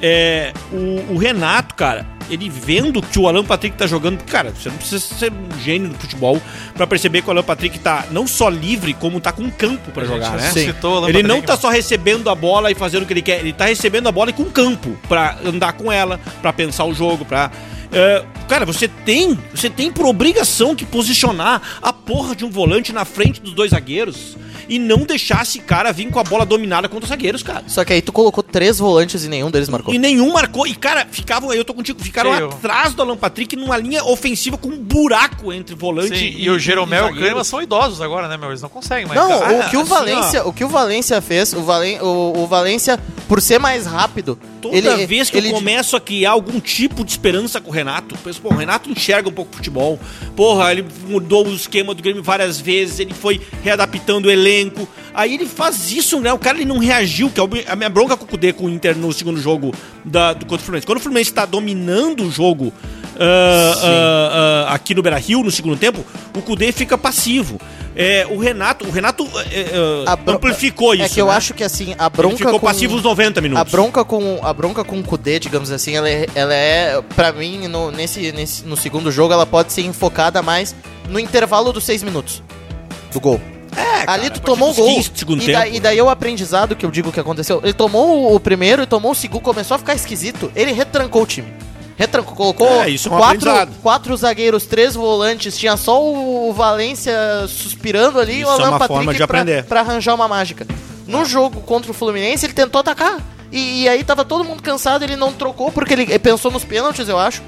é, o, o Renato, cara, ele vendo que o Alan Patrick tá jogando, cara, você não precisa ser um gênio do futebol pra perceber que o Alan Patrick tá não só livre, como tá com campo pra A gente jogar, né? ressuscitou o Alan ele não Patrick, tá só recebendo a bola e fazendo o que ele quer, ele tá recebendo a bola e com campo pra andar com ela, pra pensar o jogo, pra. é, cara, você tem, você tem por obrigação que posicionar a porra de um volante na frente dos dois zagueiros e não deixar esse cara vir com a bola dominada contra os zagueiros, cara. Só que aí tu colocou três volantes e nenhum deles marcou. E nenhum marcou. E, cara, ficavam, eu tô contigo, ficaram Sim, eu- atrás do Alan Patrick numa linha ofensiva com um buraco entre volante Sim, e, o Jeromel e o zagueiro. Kahneman são idosos agora, né, meu? Eles não conseguem mais. Não, Ah, o que o assim, Valência, o que o Valência fez, o, Valen, o, o Valência, por ser mais rápido, Toda ele- vez que ele- eu começo a criar algum tipo de esperança com o Renato, eu penso, pô, o Renato enxerga um pouco o futebol. Porra, ele mudou o esquema do Grêmio várias vezes, ele foi readaptando o elenco. Aí ele faz isso, né? O cara ele não reagiu, que é o- a minha bronca com o Kudê com o Inter no segundo jogo da, do contra o Fluminense. Quando o Fluminense tá dominando o jogo ah, ah, ah, aqui no Beira Rio no segundo tempo, o Kudê fica passivo. É, o Renato, o Renato eh, eh, A bro- amplificou isso. É que eu né? acho que assim, a bronca ele ficou com- passivo os 90 minutos. A bronca com a bronca com o Kudê, digamos assim, ela é, ela é para mim no nesse, nesse no segundo jogo ela pode ser enfocada mais no intervalo dos seis minutos do gol. É, Ali tu tomou o dos gol. 15 do segundo e, da- tempo. e daí é o aprendizado que eu digo que aconteceu. Ele tomou o- o primeiro e tomou o segundo, começou a ficar esquisito. Ele retrancou o time. Retrancou, colocou É, isso é um quatro, aprendizado. quatro zagueiros, três volantes, tinha só o Valência suspirando ali e Isso o é Alan uma Patrick forma de pra- aprender. pra arranjar uma mágica. No jogo contra o Fluminense, ele tentou atacar. E, e aí tava todo mundo cansado, ele não trocou porque ele pensou nos pênaltis, eu acho.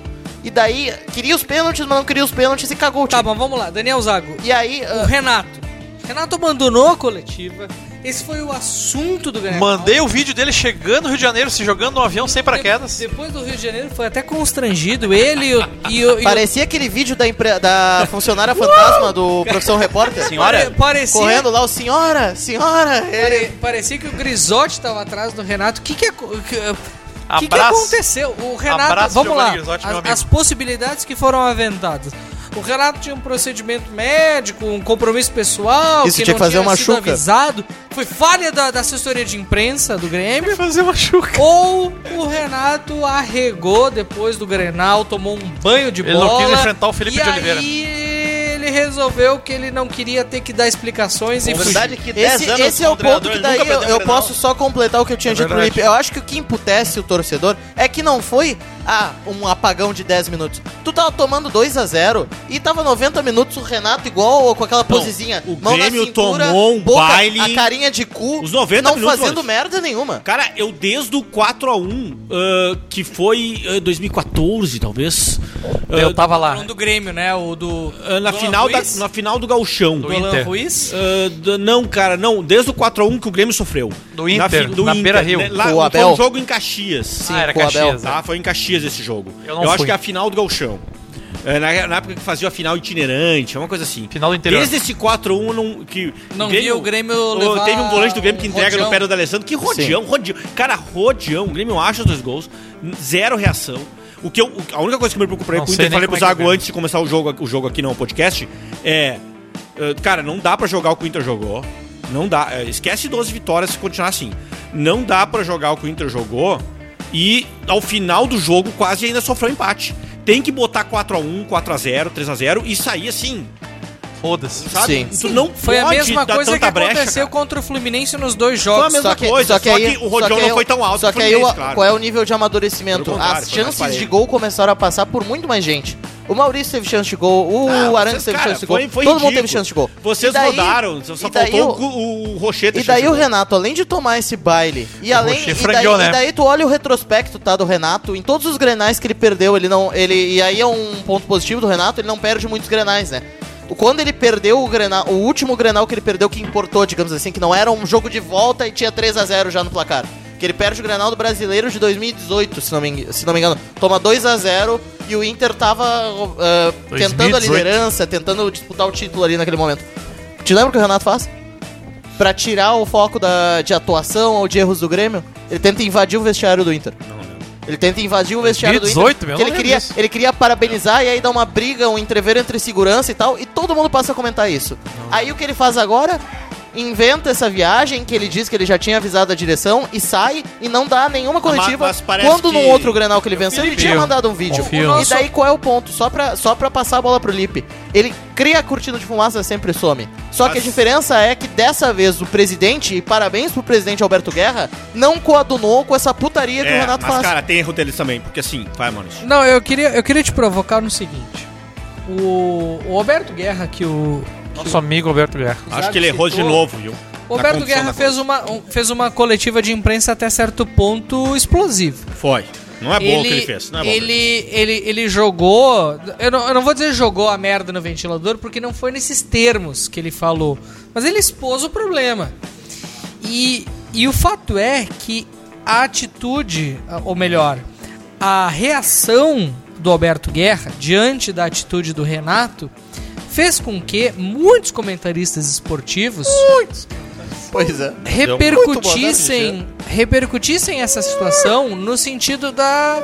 E daí, queria os pênaltis, mas não queria os pênaltis e cagou o time. Tá, mas vamos lá, Daniel Zago. E aí, ah, O Renato. Renato abandonou a coletiva. Esse foi o assunto do Grenal. Mandei o vídeo dele chegando no Rio de Janeiro, se jogando no avião sem paraquedas. Depois do Rio de Janeiro foi até constrangido ele e o. E o e o- parecia aquele vídeo da, empre- da funcionária fantasma do Profissão Repórter. Pare- parecia, Correndo lá, o senhora, senhora. pare- parecia que o Grisotti estava atrás do Renato. O que, que, é co- que, o que, que Abraço. aconteceu? O Renato. Abraço, vamos Giovanni lá. Grisotti, meu as, amigo. as possibilidades que foram aventadas. O Renato tinha um procedimento médico, um compromisso pessoal, Isso, que tinha não que fazer tinha uma sido chuca. avisado. Foi falha da, da assessoria de imprensa do Grêmio. Fazer uma chuca. Ou o Renato arregou depois do Grenal, tomou um banho de Ele não bola. quis enfrentar o Felipe e de Oliveira. Aí ele resolveu que ele não queria ter que dar explicações e A fugir. verdade é que 10 Esse, anos esse é o como treinador, ponto que ele daí nunca eu, perdeu eu um Grenal. posso só completar o que eu tinha É dito pro verdade. Lipe. Eu acho que o que imputece o torcedor é que não foi ah, um apagão de 10 minutos. Tu tava tomando 2 a 0 e tava 90 minutos o Renato igual ou com aquela Não, posezinha. o Grêmio tomou um baile. A carinha de cu. Os 90 não minutos, fazendo Maurício. merda nenhuma. Cara, eu desde o 4x1, ah, que foi ah, 2014, talvez. ah, Eu tava lá. Um do Grêmio, né? O do. ah, na, do final da, Ruiz, na final do Galchão. do Do Alan Inter. Ruiz. Ah, d- não, cara, não. Desde o 4x1 que o Grêmio sofreu. Do Inter, fi- na Beira-Rio. né, Lá, O foi Abel. um jogo em Caxias. ah, era com o Abel. Caxias. Tá, foi em Caxias esse jogo. Eu Eu, não fui. acho que é a final do Galchão. É, na, na época que fazia a final itinerante, é uma coisa assim. Final do interior. Desde esse 4x1 eu não, que. Não vi o Grêmio Oh, levar Teve um volante do Grêmio que um entrega rodeão. no pé do D'Alessandro. Que rodeão, rodeão. Cara, rodeão. O Grêmio acha os dois gols. n- Zero reação. O que eu, o- a única coisa que eu me preocupei Não com o sei Inter, nem falei como pro é que Zago é. antes de começar o jogo, o jogo aqui, não, o podcast, é... eh, Cara, não dá pra jogar o que o Inter jogou. Não dá. eh, Esquece 12 vitórias se continuar assim. Não dá pra jogar o que o Inter jogou e ao final do jogo quase um ainda sofreu empate. Tem que botar 4x1, 4x0, 3x0 e sair assim Foda-se. Sim. Tu não Foi a pode mesma dar coisa que tanta brecha, aconteceu contra o Fluminense nos dois jogos. Foi a mesma Só que- coisa, só que só aí- que o Rodion só que não aí- foi tão alto Só que o que aí, Fluminense, o- claro. qual é o nível de amadurecimento? contrário, As foi mais chances parelho. de gol começaram a passar por muito mais gente. O Maurício teve chance de gol, o Ah, Arantes vocês, teve cara, chance de gol, foi- foi todo mundo ridículo. teve chance de gol. Vocês E daí- rodaram, só e faltou um daí o- o, o Rocheta. E daí o Renato, além de tomar esse baile, e além Rocher e daí, frangueou, e né? daí tu olha o retrospecto, tá, do Renato, em todos os grenais que ele perdeu, ele não, ele e aí é um ponto positivo do Renato, ele não perde muitos grenais, né? Quando ele perdeu o grenal, o último grenal que ele perdeu que importou, digamos assim, que não era um jogo de volta e tinha 3 a 0 já no placar. Que ele perde o Grenal do Brasileiro de 2018, se não me, en- se não me engano. Toma 2 a 0 e o Inter tava ah, tentando a 2018. liderança, tentando disputar o título ali naquele momento. Te lembra o que o Renato faz? Pra tirar o foco da, de atuação ou de erros do Grêmio, ele tenta invadir o vestiário do Inter. Ele tenta invadir o vestiário do 2018, Inter. meu, que eu ele é não queria, lembro disso. ele queria parabenizar e aí dá uma briga, um entreveiro entre segurança e tal, e todo mundo passa a comentar isso. Aí o que ele faz agora? Inventa essa viagem que ele diz que ele já tinha avisado a direção e sai e não dá nenhuma coletiva. mas parece quando no que- outro Grenal que ele venceu, ele Felipe, tinha eu mandado um vídeo. confio. E daí qual é o ponto? Só pra, só pra passar a bola pro Lipe. Ele cria a cortina de fumaça sempre some. Só que a diferença é que dessa vez o presidente, e parabéns pro presidente Alberto Guerra, não coadunou com essa putaria que o É, Renato mas, faz. cara, tem erro deles também, porque assim, vai, Maurício. Não, eu queria, eu queria te provocar no seguinte. O, o Alberto Guerra, que o. Nosso amigo Alberto Guerra. Acho que ele errou de novo, viu? O Na Alberto condução Guerra da fez uma, um- fez uma coletiva de imprensa até certo ponto explosiva. Foi. Não é boa o que ele fez. Não é boa. ele, ele, ele jogou. Eu não, eu não vou dizer jogou a merda no ventilador, porque não foi nesses termos que ele falou. Mas ele expôs o problema. E, e o fato é que a atitude, ou melhor, a reação do Alberto Guerra diante da atitude do Renato fez com que muitos comentaristas esportivos Pois é. repercutissem, né, repercutissem essa situação no sentido da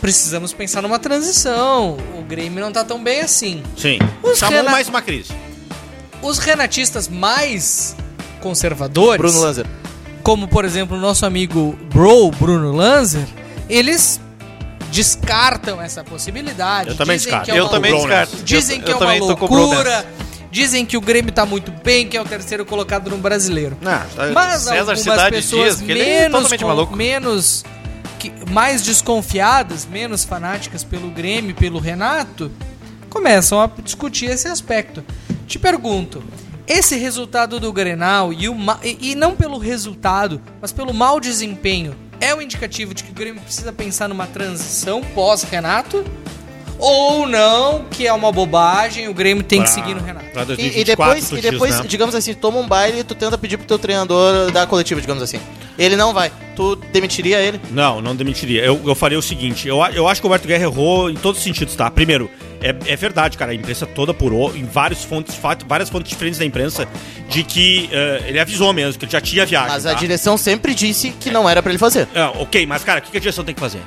precisamos pensar numa transição. O Grêmio não tá tão bem assim. Sim. Os Chamou Renan- mais uma crise. Os renatistas mais conservadores, Bruno Lanzer. como por exemplo o nosso amigo Bro Bruno Lanzer, eles descartam essa possibilidade. Eu também Dizem descarto. que é Eu uma também né? loucura. descarto. Dizem Eu- que eu é uma também tô com o Bro loucura. Dizem que o Grêmio tá muito bem, que é o terceiro colocado no brasileiro. Mas Tá, Ah, César algumas Cidade pessoas diz que ele é menos, totalmente com- maluco. menos que, mais desconfiadas, menos fanáticas pelo Grêmio, e pelo Renato, começam a discutir esse aspecto. Te pergunto, esse resultado do Grenal e, o ma- e, e não pelo resultado, mas pelo mau desempenho, é o indicativo de que o Grêmio precisa pensar numa transição pós-Renato? Ou não, que é uma bobagem, o Grêmio tem que Pra- seguir no Renato? pra E- E, depois, e depois né? digamos assim, toma um baile e tu tenta pedir pro teu treinador da coletiva, digamos assim. Ele não vai. Tu demitiria ele? Não, não demitiria. Eu, eu faria o seguinte: eu, a- eu acho que o Alberto Guerra errou em todos os sentidos, tá? Primeiro, é, é verdade, cara. A imprensa toda apurou em várias fontes, fa- várias fontes diferentes da imprensa, de que eh, ele avisou mesmo, que ele já tinha viagem. Mas tá? a direção sempre disse que não era pra ele fazer. Ah, ok, mas cara, o que que a direção tem que fazer?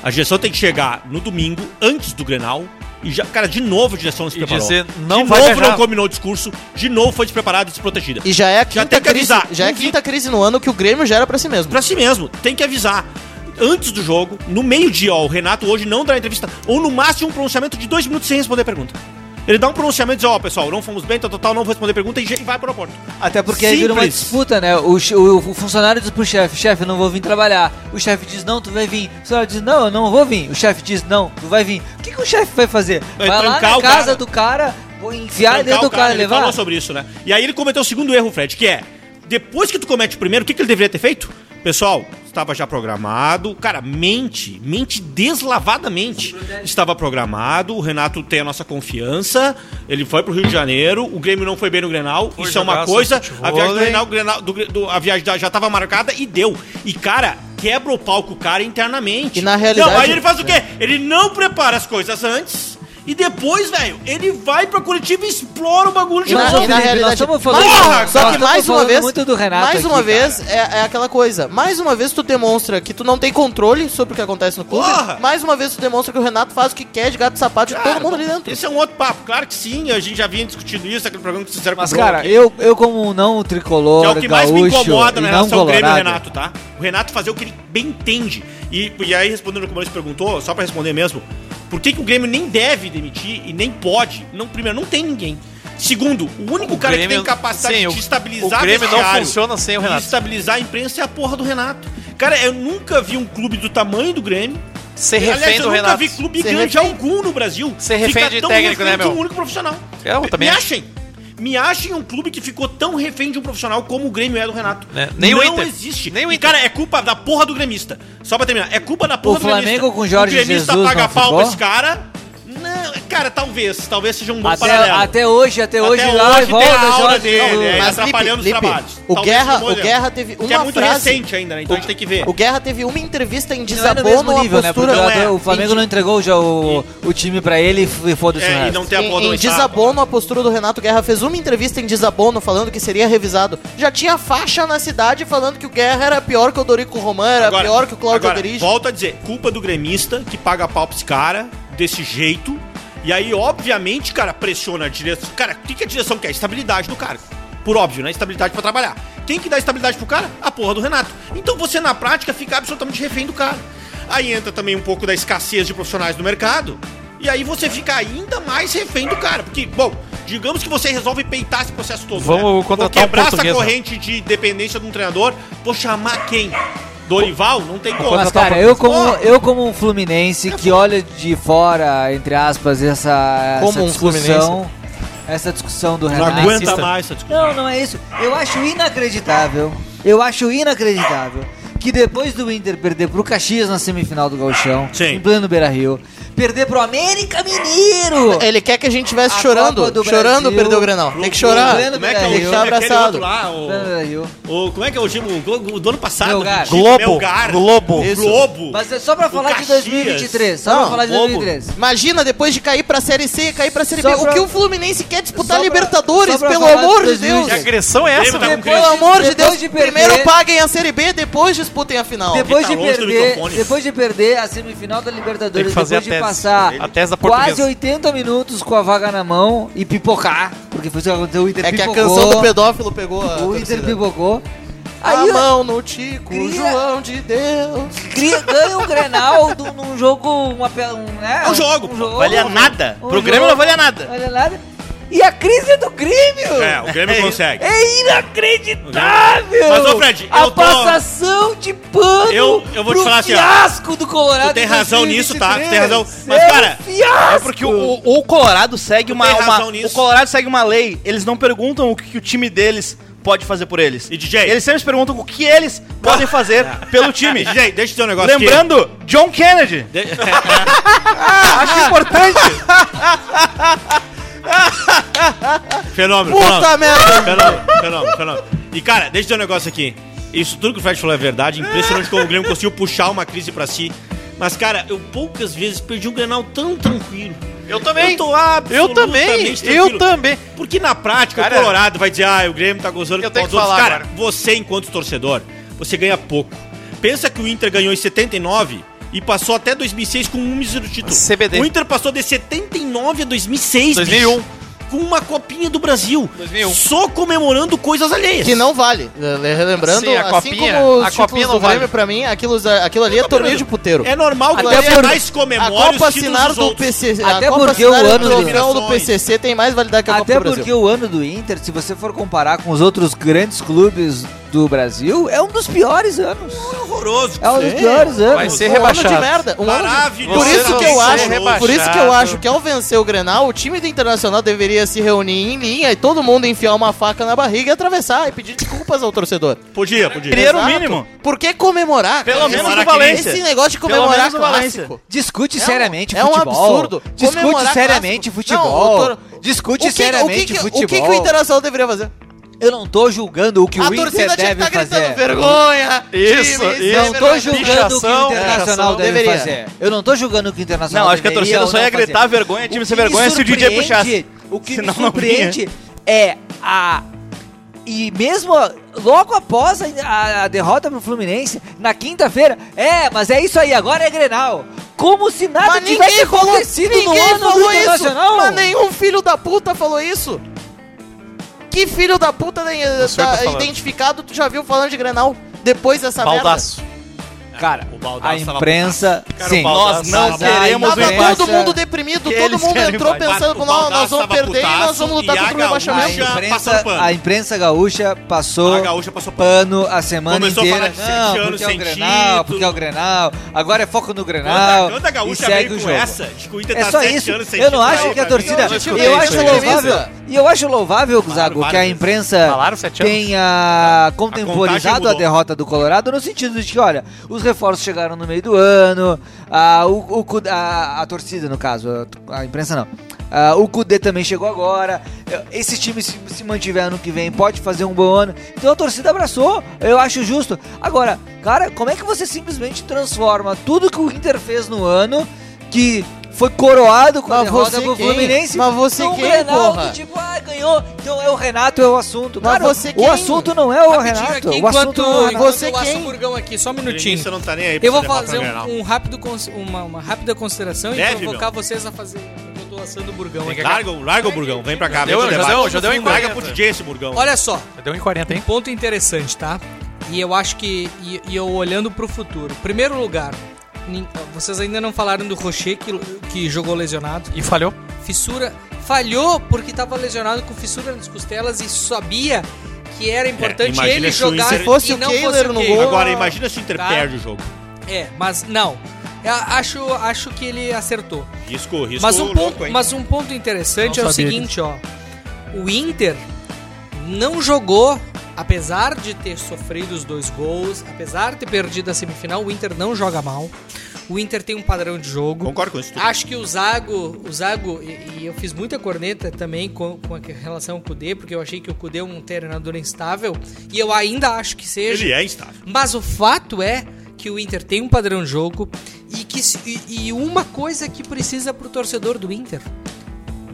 A direção tem que chegar no domingo, antes do Grenal, e já, cara, de novo a direção não se E preparou. dizer, não de vai novo viajar. não combinou o discurso, de novo foi despreparada e desprotegida. E já é a quinta, tem que crise, avisar. Uhum. já é a quinta crise no ano que o Grêmio gera pra si mesmo. Pra si mesmo, tem que avisar. Antes do jogo, no meio-dia, ó, o Renato hoje não dá entrevista, ou no máximo um pronunciamento de dois minutos sem responder a pergunta. Ele dá um pronunciamento e diz, ó, pessoal, não fomos bem, tal, tal, tal, não vou responder a pergunta e já- e vai pro aeroporto. Até porque aí vira uma Simples. disputa, né? O, che- o- o funcionário diz pro chefe, chefe, eu não vou vir trabalhar. O chefe diz, não, tu vai vir. O funcionário diz, não, eu não vou vir. O chefe diz, não, tu vai vir. O que, que o chefe vai fazer? Vai, Vai lá trancar na o casa cara. do cara, pô, enfiar Trancar dentro do o cara, ele levar. falou sobre isso, né? E aí ele cometeu o segundo erro, Fred, que é: depois que tu comete o primeiro, o que, que ele deveria ter feito? Pessoal, estava já programado. Cara, mente, mente deslavadamente. Estava programado, o Renato tem a nossa confiança. Ele foi pro Rio de Janeiro, o Grêmio não foi bem no Grenal. Foi isso é uma jogaço coisa. de A viagem do vôlei. Grenal, o Grenal- do- do- a viagem da- já estava marcada e deu. E, cara, quebra o palco o cara internamente. E na realidade- Não, aí ele faz o quê? Ele não prepara as coisas antes. E depois, velho, ele vai pra Curitiba e explora o bagulho E na, e na realidade, estamos falando- Porra, nós só que estamos mais uma falando vez, muito do Renato mais aqui, uma cara. vez é, é aquela coisa. Mais uma vez tu demonstra que tu não tem controle sobre o que acontece no clube. Porra! Mais uma vez tu demonstra que o Renato faz o que quer de gato e sapato de todo mundo ali dentro. Esse é um outro papo, claro que sim, a gente já vinha discutindo isso, aquele programa que vocês fizeram Mas, com o Bro cara, aqui. eu, eu como um não tricolor, Que é o que mais gaúcho, me incomoda e na não relação ao Grêmio e colorado, Renato, tá? O Renato fazer o que ele bem entende. E, e aí, respondendo o que o Maurício perguntou, só pra responder mesmo, Por que, que o Grêmio nem deve demitir e nem pode? Não, primeiro, não tem ninguém. Segundo, o único cara que Grêmio- tem capacidade sim, o- de estabilizar o Grêmio não vestiário funciona sem o e Renato. estabilizar a imprensa é a porra do Renato. Cara, eu nunca vi um clube do tamanho do Grêmio. Ser refém Aliás, eu do nunca Renato. vi clube Ser grande algum no Brasil. Ser refém ficar de tão técnico, refém né, meu? É, de um único profissional. Eu Me- também Me acho. achem. Me achem um clube que ficou tão refém de um profissional como o Grêmio é do Renato. É, nem não o Inter. existe. Nem o Inter. E, cara, é culpa da porra do gremista. Só pra terminar, é culpa da porra O do gremista. Flamengo com O Jorge gremista Jesus paga no pau futebol? pra esse cara. Não, cara, talvez. Talvez seja um bom Até, paralelo. até hoje, até hoje, Até lá e hoje tem volta, a aura joga. dele, é, Mas- atrapalhando os trabalhos. O Talvez Guerra, seja um o modelo. Guerra teve uma Que é muito frase. recente ainda, né? Então a gente tem que ver. O Guerra teve uma entrevista em Não é no desabono mesmo a nível, né? Porque postura. o- é. o Flamengo não entregou já o, o time pra ele e foda-se o É, e resto. não tem a porra Em, do em Estado. desabono, a postura do Renato Guerra fez uma entrevista em desabono falando que seria revisado. Já tinha faixa na cidade falando que o Guerra era pior que o Dorico Román, era Agora- pior que o Cláudio agora, Alderich. Volto a dizer, culpa do gremista que paga pau pra esse cara desse jeito. E aí, obviamente, cara, pressiona a direção. Cara, o que, que a direção quer? Estabilidade do cargo. Por óbvio, né? Estabilidade pra trabalhar. Quem que dá estabilidade pro cara? A porra do Renato. Então você, na prática, fica absolutamente refém do cara. Aí entra também um pouco da escassez de profissionais no mercado. E aí você fica ainda mais refém do cara. Porque, bom, digamos que você resolve peitar esse processo todo. né? Vamos Vou contratar um quebrar essa português, né? corrente de dependência de um treinador. Vou chamar quem? Dorival? Não tem como. Mas, cara, eu como, eu como um fluminense que olha de fora, entre aspas, essa, Como essa um discussão... essa discussão do Não Renato. aguenta mais essa discussão. Não, não é isso. Eu acho inacreditável. Eu acho inacreditável que depois do Inter perder pro Caxias na semifinal do Gauchão, Sim. em pleno Beira-Rio, perder pro América Mineiro. É, Ele quer que a gente A estivesse Copa chorando. do Chorando Brasil. perdeu o Grenal. Tem que chorar. Pleno Como é que é o time Beira-Rio. Tá aquele abraçado. outro lá? O, Pleno Beira-Rio. o- como é que é o time? O, glo- o do ano passado? Melgar. O time Globo. Melgar. Globo. Isso. Globo. Mas é só pra O falar de Caxias. 2023. Só pra Não, falar de bobo. 2023. Imagina depois de cair pra Série C, cair pra Série Só B. pra- O que o Fluminense quer disputar só pra- Libertadores, só pra pelo falar de amor de 2000. Deus. Que agressão é essa? Lembra da meu? conquista? Pelo amor de Depois Deus, de perder- primeiro paguem a Série B, depois disputem a final. Depois de, Ele tá longe do perder, microfone. depois de perder a semifinal da Tem Libertadores, que fazer depois a de tese. passar A tese da quase portuguesa. 80 minutos com a vaga na mão e pipocar, porque foi isso que aconteceu, o Inter É que a pipocou, canção do pedófilo pegou a. o torcida. Inter pipocou, Ah, A aí mão no Tico, Cria- João de Deus. cria- ganha um Grenal do- num jogo, uma, pe- um, né, É um jogo. um pô. valia nada. Um Pro Grêmio jogo. não valia nada. Olha lá, e a crise é do Grêmio! [LAUGHS] É, o Grêmio consegue. É inacreditável! Mas, ô, Fred, a eu tô- passação de pano Eu- eu vou te pro falar assim, ó. fiasco do Colorado. Tu tem em razão nisso, tá? 2023. Tu tem razão. Mas, É um cara, fiasco. É porque o, o- o Colorado segue uma, tem uma- razão nisso. o Colorado segue uma lei. Eles não perguntam o que, que o time deles pode fazer por eles. E DJ? Eles sempre perguntam o que eles podem fazer pelo time. [LAUGHS] Gente, deixa eu dizer um negócio aqui. Lembrando, John Kennedy. Ah, acho importante. [LAUGHS] Fenômeno. Puta merda! Fenômeno, fenômeno, fenômeno. E cara, deixa eu dizer um negócio aqui. Isso tudo que o Fred falou é verdade. Impressionante como o Grêmio conseguiu puxar uma crise pra si. Mas, cara, eu poucas vezes perdi um Grenal tão tranquilo. Eu também. Eu tô absolutamente Eu também. tranquilo. Eu também. Porque na prática Cara, o Colorado vai dizer, ah, o Grêmio tá gozando eu com tenho os que outros." falar Cara, agora. você enquanto torcedor, você ganha pouco. Pensa que o Inter ganhou em 79 e passou até 2006 com um mísero título. CBD. O Inter passou de 79 a 2006, 2001. bicho, com uma copinha do Brasil. 2001. Só comemorando coisas alheias. Que não vale. Le- Relembrando, Sim, a assim copinha- como os a títulos copinha não do Grêmio, vale. pra mim, aquilo, aquilo ali é torneio de puteiro. É normal que Até você por- mais a comemore Copa os títulos Sinar dos do outros. PCC. Até a Copa porque o Sinar ano do do- troféu do PCC tem mais validade que a Até Copa do porque Brasil. o ano do Inter, se você for comparar com os outros grandes clubes do Brasil, é um dos piores anos. Horroroso. É um dos Sim. piores anos. Vai ser Um ano de rebaixado. merda. Um ano de... Maravilhoso. Por isso Você que não eu vai acho, ser por isso que eu rebaixado. acho que ao vencer o Grenal, o time do Internacional deveria se reunir em linha e todo mundo enfiar uma faca na barriga e atravessar e pedir desculpas ao torcedor. Podia, podia. Queria o Exato. mínimo. Por que comemorar? Pelo cara? menos Esse o Valência. Esse negócio de Pelo comemorar menos o Valência. clássico. Discute É um- seriamente é um futebol. absurdo. Discute Comemorar seriamente clássico. Não, futebol. doutor, Discute O que, o, que, seriamente que- o que futebol. que o Internacional deveria fazer? Eu não tô julgando o que a o Inter torcida tinha que deve estar gritando fazer. vergonha. Isso, time, isso. Não tô julgando o que Pichação, o Internacional é, deve deveria. fazer. Eu não tô julgando o que o Internacional Não, acho que a deveria torcida ou só não ia gritar fazer. vergonha, time O sem que me vergonha se o DJ surpreende- puxasse. O que me Senão não surpreende é a... E mesmo a- logo após a, a- a derrota pro Fluminense, na quinta-feira, é, mas é isso aí, agora é Grenal. Como se nada Mas tivesse ninguém falou, acontecido no ninguém ano do falou isso. Internacional. Mas nenhum filho da puta falou isso. Que filho da puta né, sei o que tá eu tô falando. identificado tu já viu falando de Grenal depois dessa merda? Baldaço. Cara, a imprensa, Cara, o sim. Baldassi tava putaço. Tava todo mundo deprimido, um Que todo eles mundo querem entrou fazer. pensando, O nós, nós Baldassi vamos tava perder e nós vamos lutar putaço contra o a rebaixamento. imprensa, a imprensa gaúcha passou, a gaúcha passou pano a semana Começou a falar inteira. de sete Não, anos porque é o sem Grenal, porque é o Grenal. Agora é foco no Grenal. Ah, Quando a- quando a gaúcha e é segue veio o com jogo. essa, de que o Inter é tá só sete isso. anos sem Eu não título, acho aí, que pra a mim, torcida, eu acho que eu é acho isso. louvável. E eu acho louvável, Zago, que a imprensa tenha contemporizado a, derrota do Colorado no sentido de que, olha, os reforços chegaram no meio do ano, a, o, o cu- a- a torcida, no caso, a, a imprensa não. Ah, o Kudê também chegou agora. Eu- Esse time, se, se mantiver ano que vem, pode fazer um bom ano. Então a torcida abraçou, eu acho justo. Agora, cara, como é que você simplesmente transforma tudo que o Inter fez no ano, que foi coroado com a Mas derrota você pro quem? Fluminense, Mas você num quem, Grenal porra? do um tipo, ah, ganhou, então é o Renato, é o assunto. Mas Cara, você quem? o assunto não é o Renato, aqui, o assunto enquanto, não é o Renato. enquanto o Aço Burgão aqui, só um minutinho. Gremista não tá nem aí pra eu vou derrota fazer no um, Grenal. um rápido cons- uma, uma rápida consideração Deve, e provocar vocês a fazer. Eu tô assando o Burgão aqui. Larga, o- larga o Burgão, vem pra cá. Deu, vem pro já debate. deu, já deu em Larga 40. pro DJ esse Burgão. Olha só. Deu em 40, Um ponto interessante, tá? E eu acho que. E, e eu olhando pro futuro. Primeiro lugar, nin- vocês ainda não falaram do Rocher que, que jogou lesionado. E falhou? Fissura. Falhou porque tava lesionado com fissura nas costelas e sabia que era importante imagina ele se o jogar Inter- e não fosse o Kehler. Agora, imagina se o Inter Tá? perde o jogo. É, mas não. Eu acho, acho que ele acertou. Risco, risco Mas um, louco, ponto, hein? mas um ponto interessante Não é o sabia seguinte, ó. O Inter não jogou, apesar de ter sofrido os dois gols, apesar de ter perdido a semifinal, o Inter não joga mal. O Inter tem um padrão de jogo. Concordo com isso. tudo. Acho que o Zago, o Zago e, e eu fiz muita corneta também com, com a relação ao Kudê, porque eu achei que o Kudê é um treinador instável, e eu ainda acho que seja. Ele é instável. Mas o fato é que o Inter tem um padrão de jogo e, que, se- e, e uma coisa que precisa pro torcedor do Inter: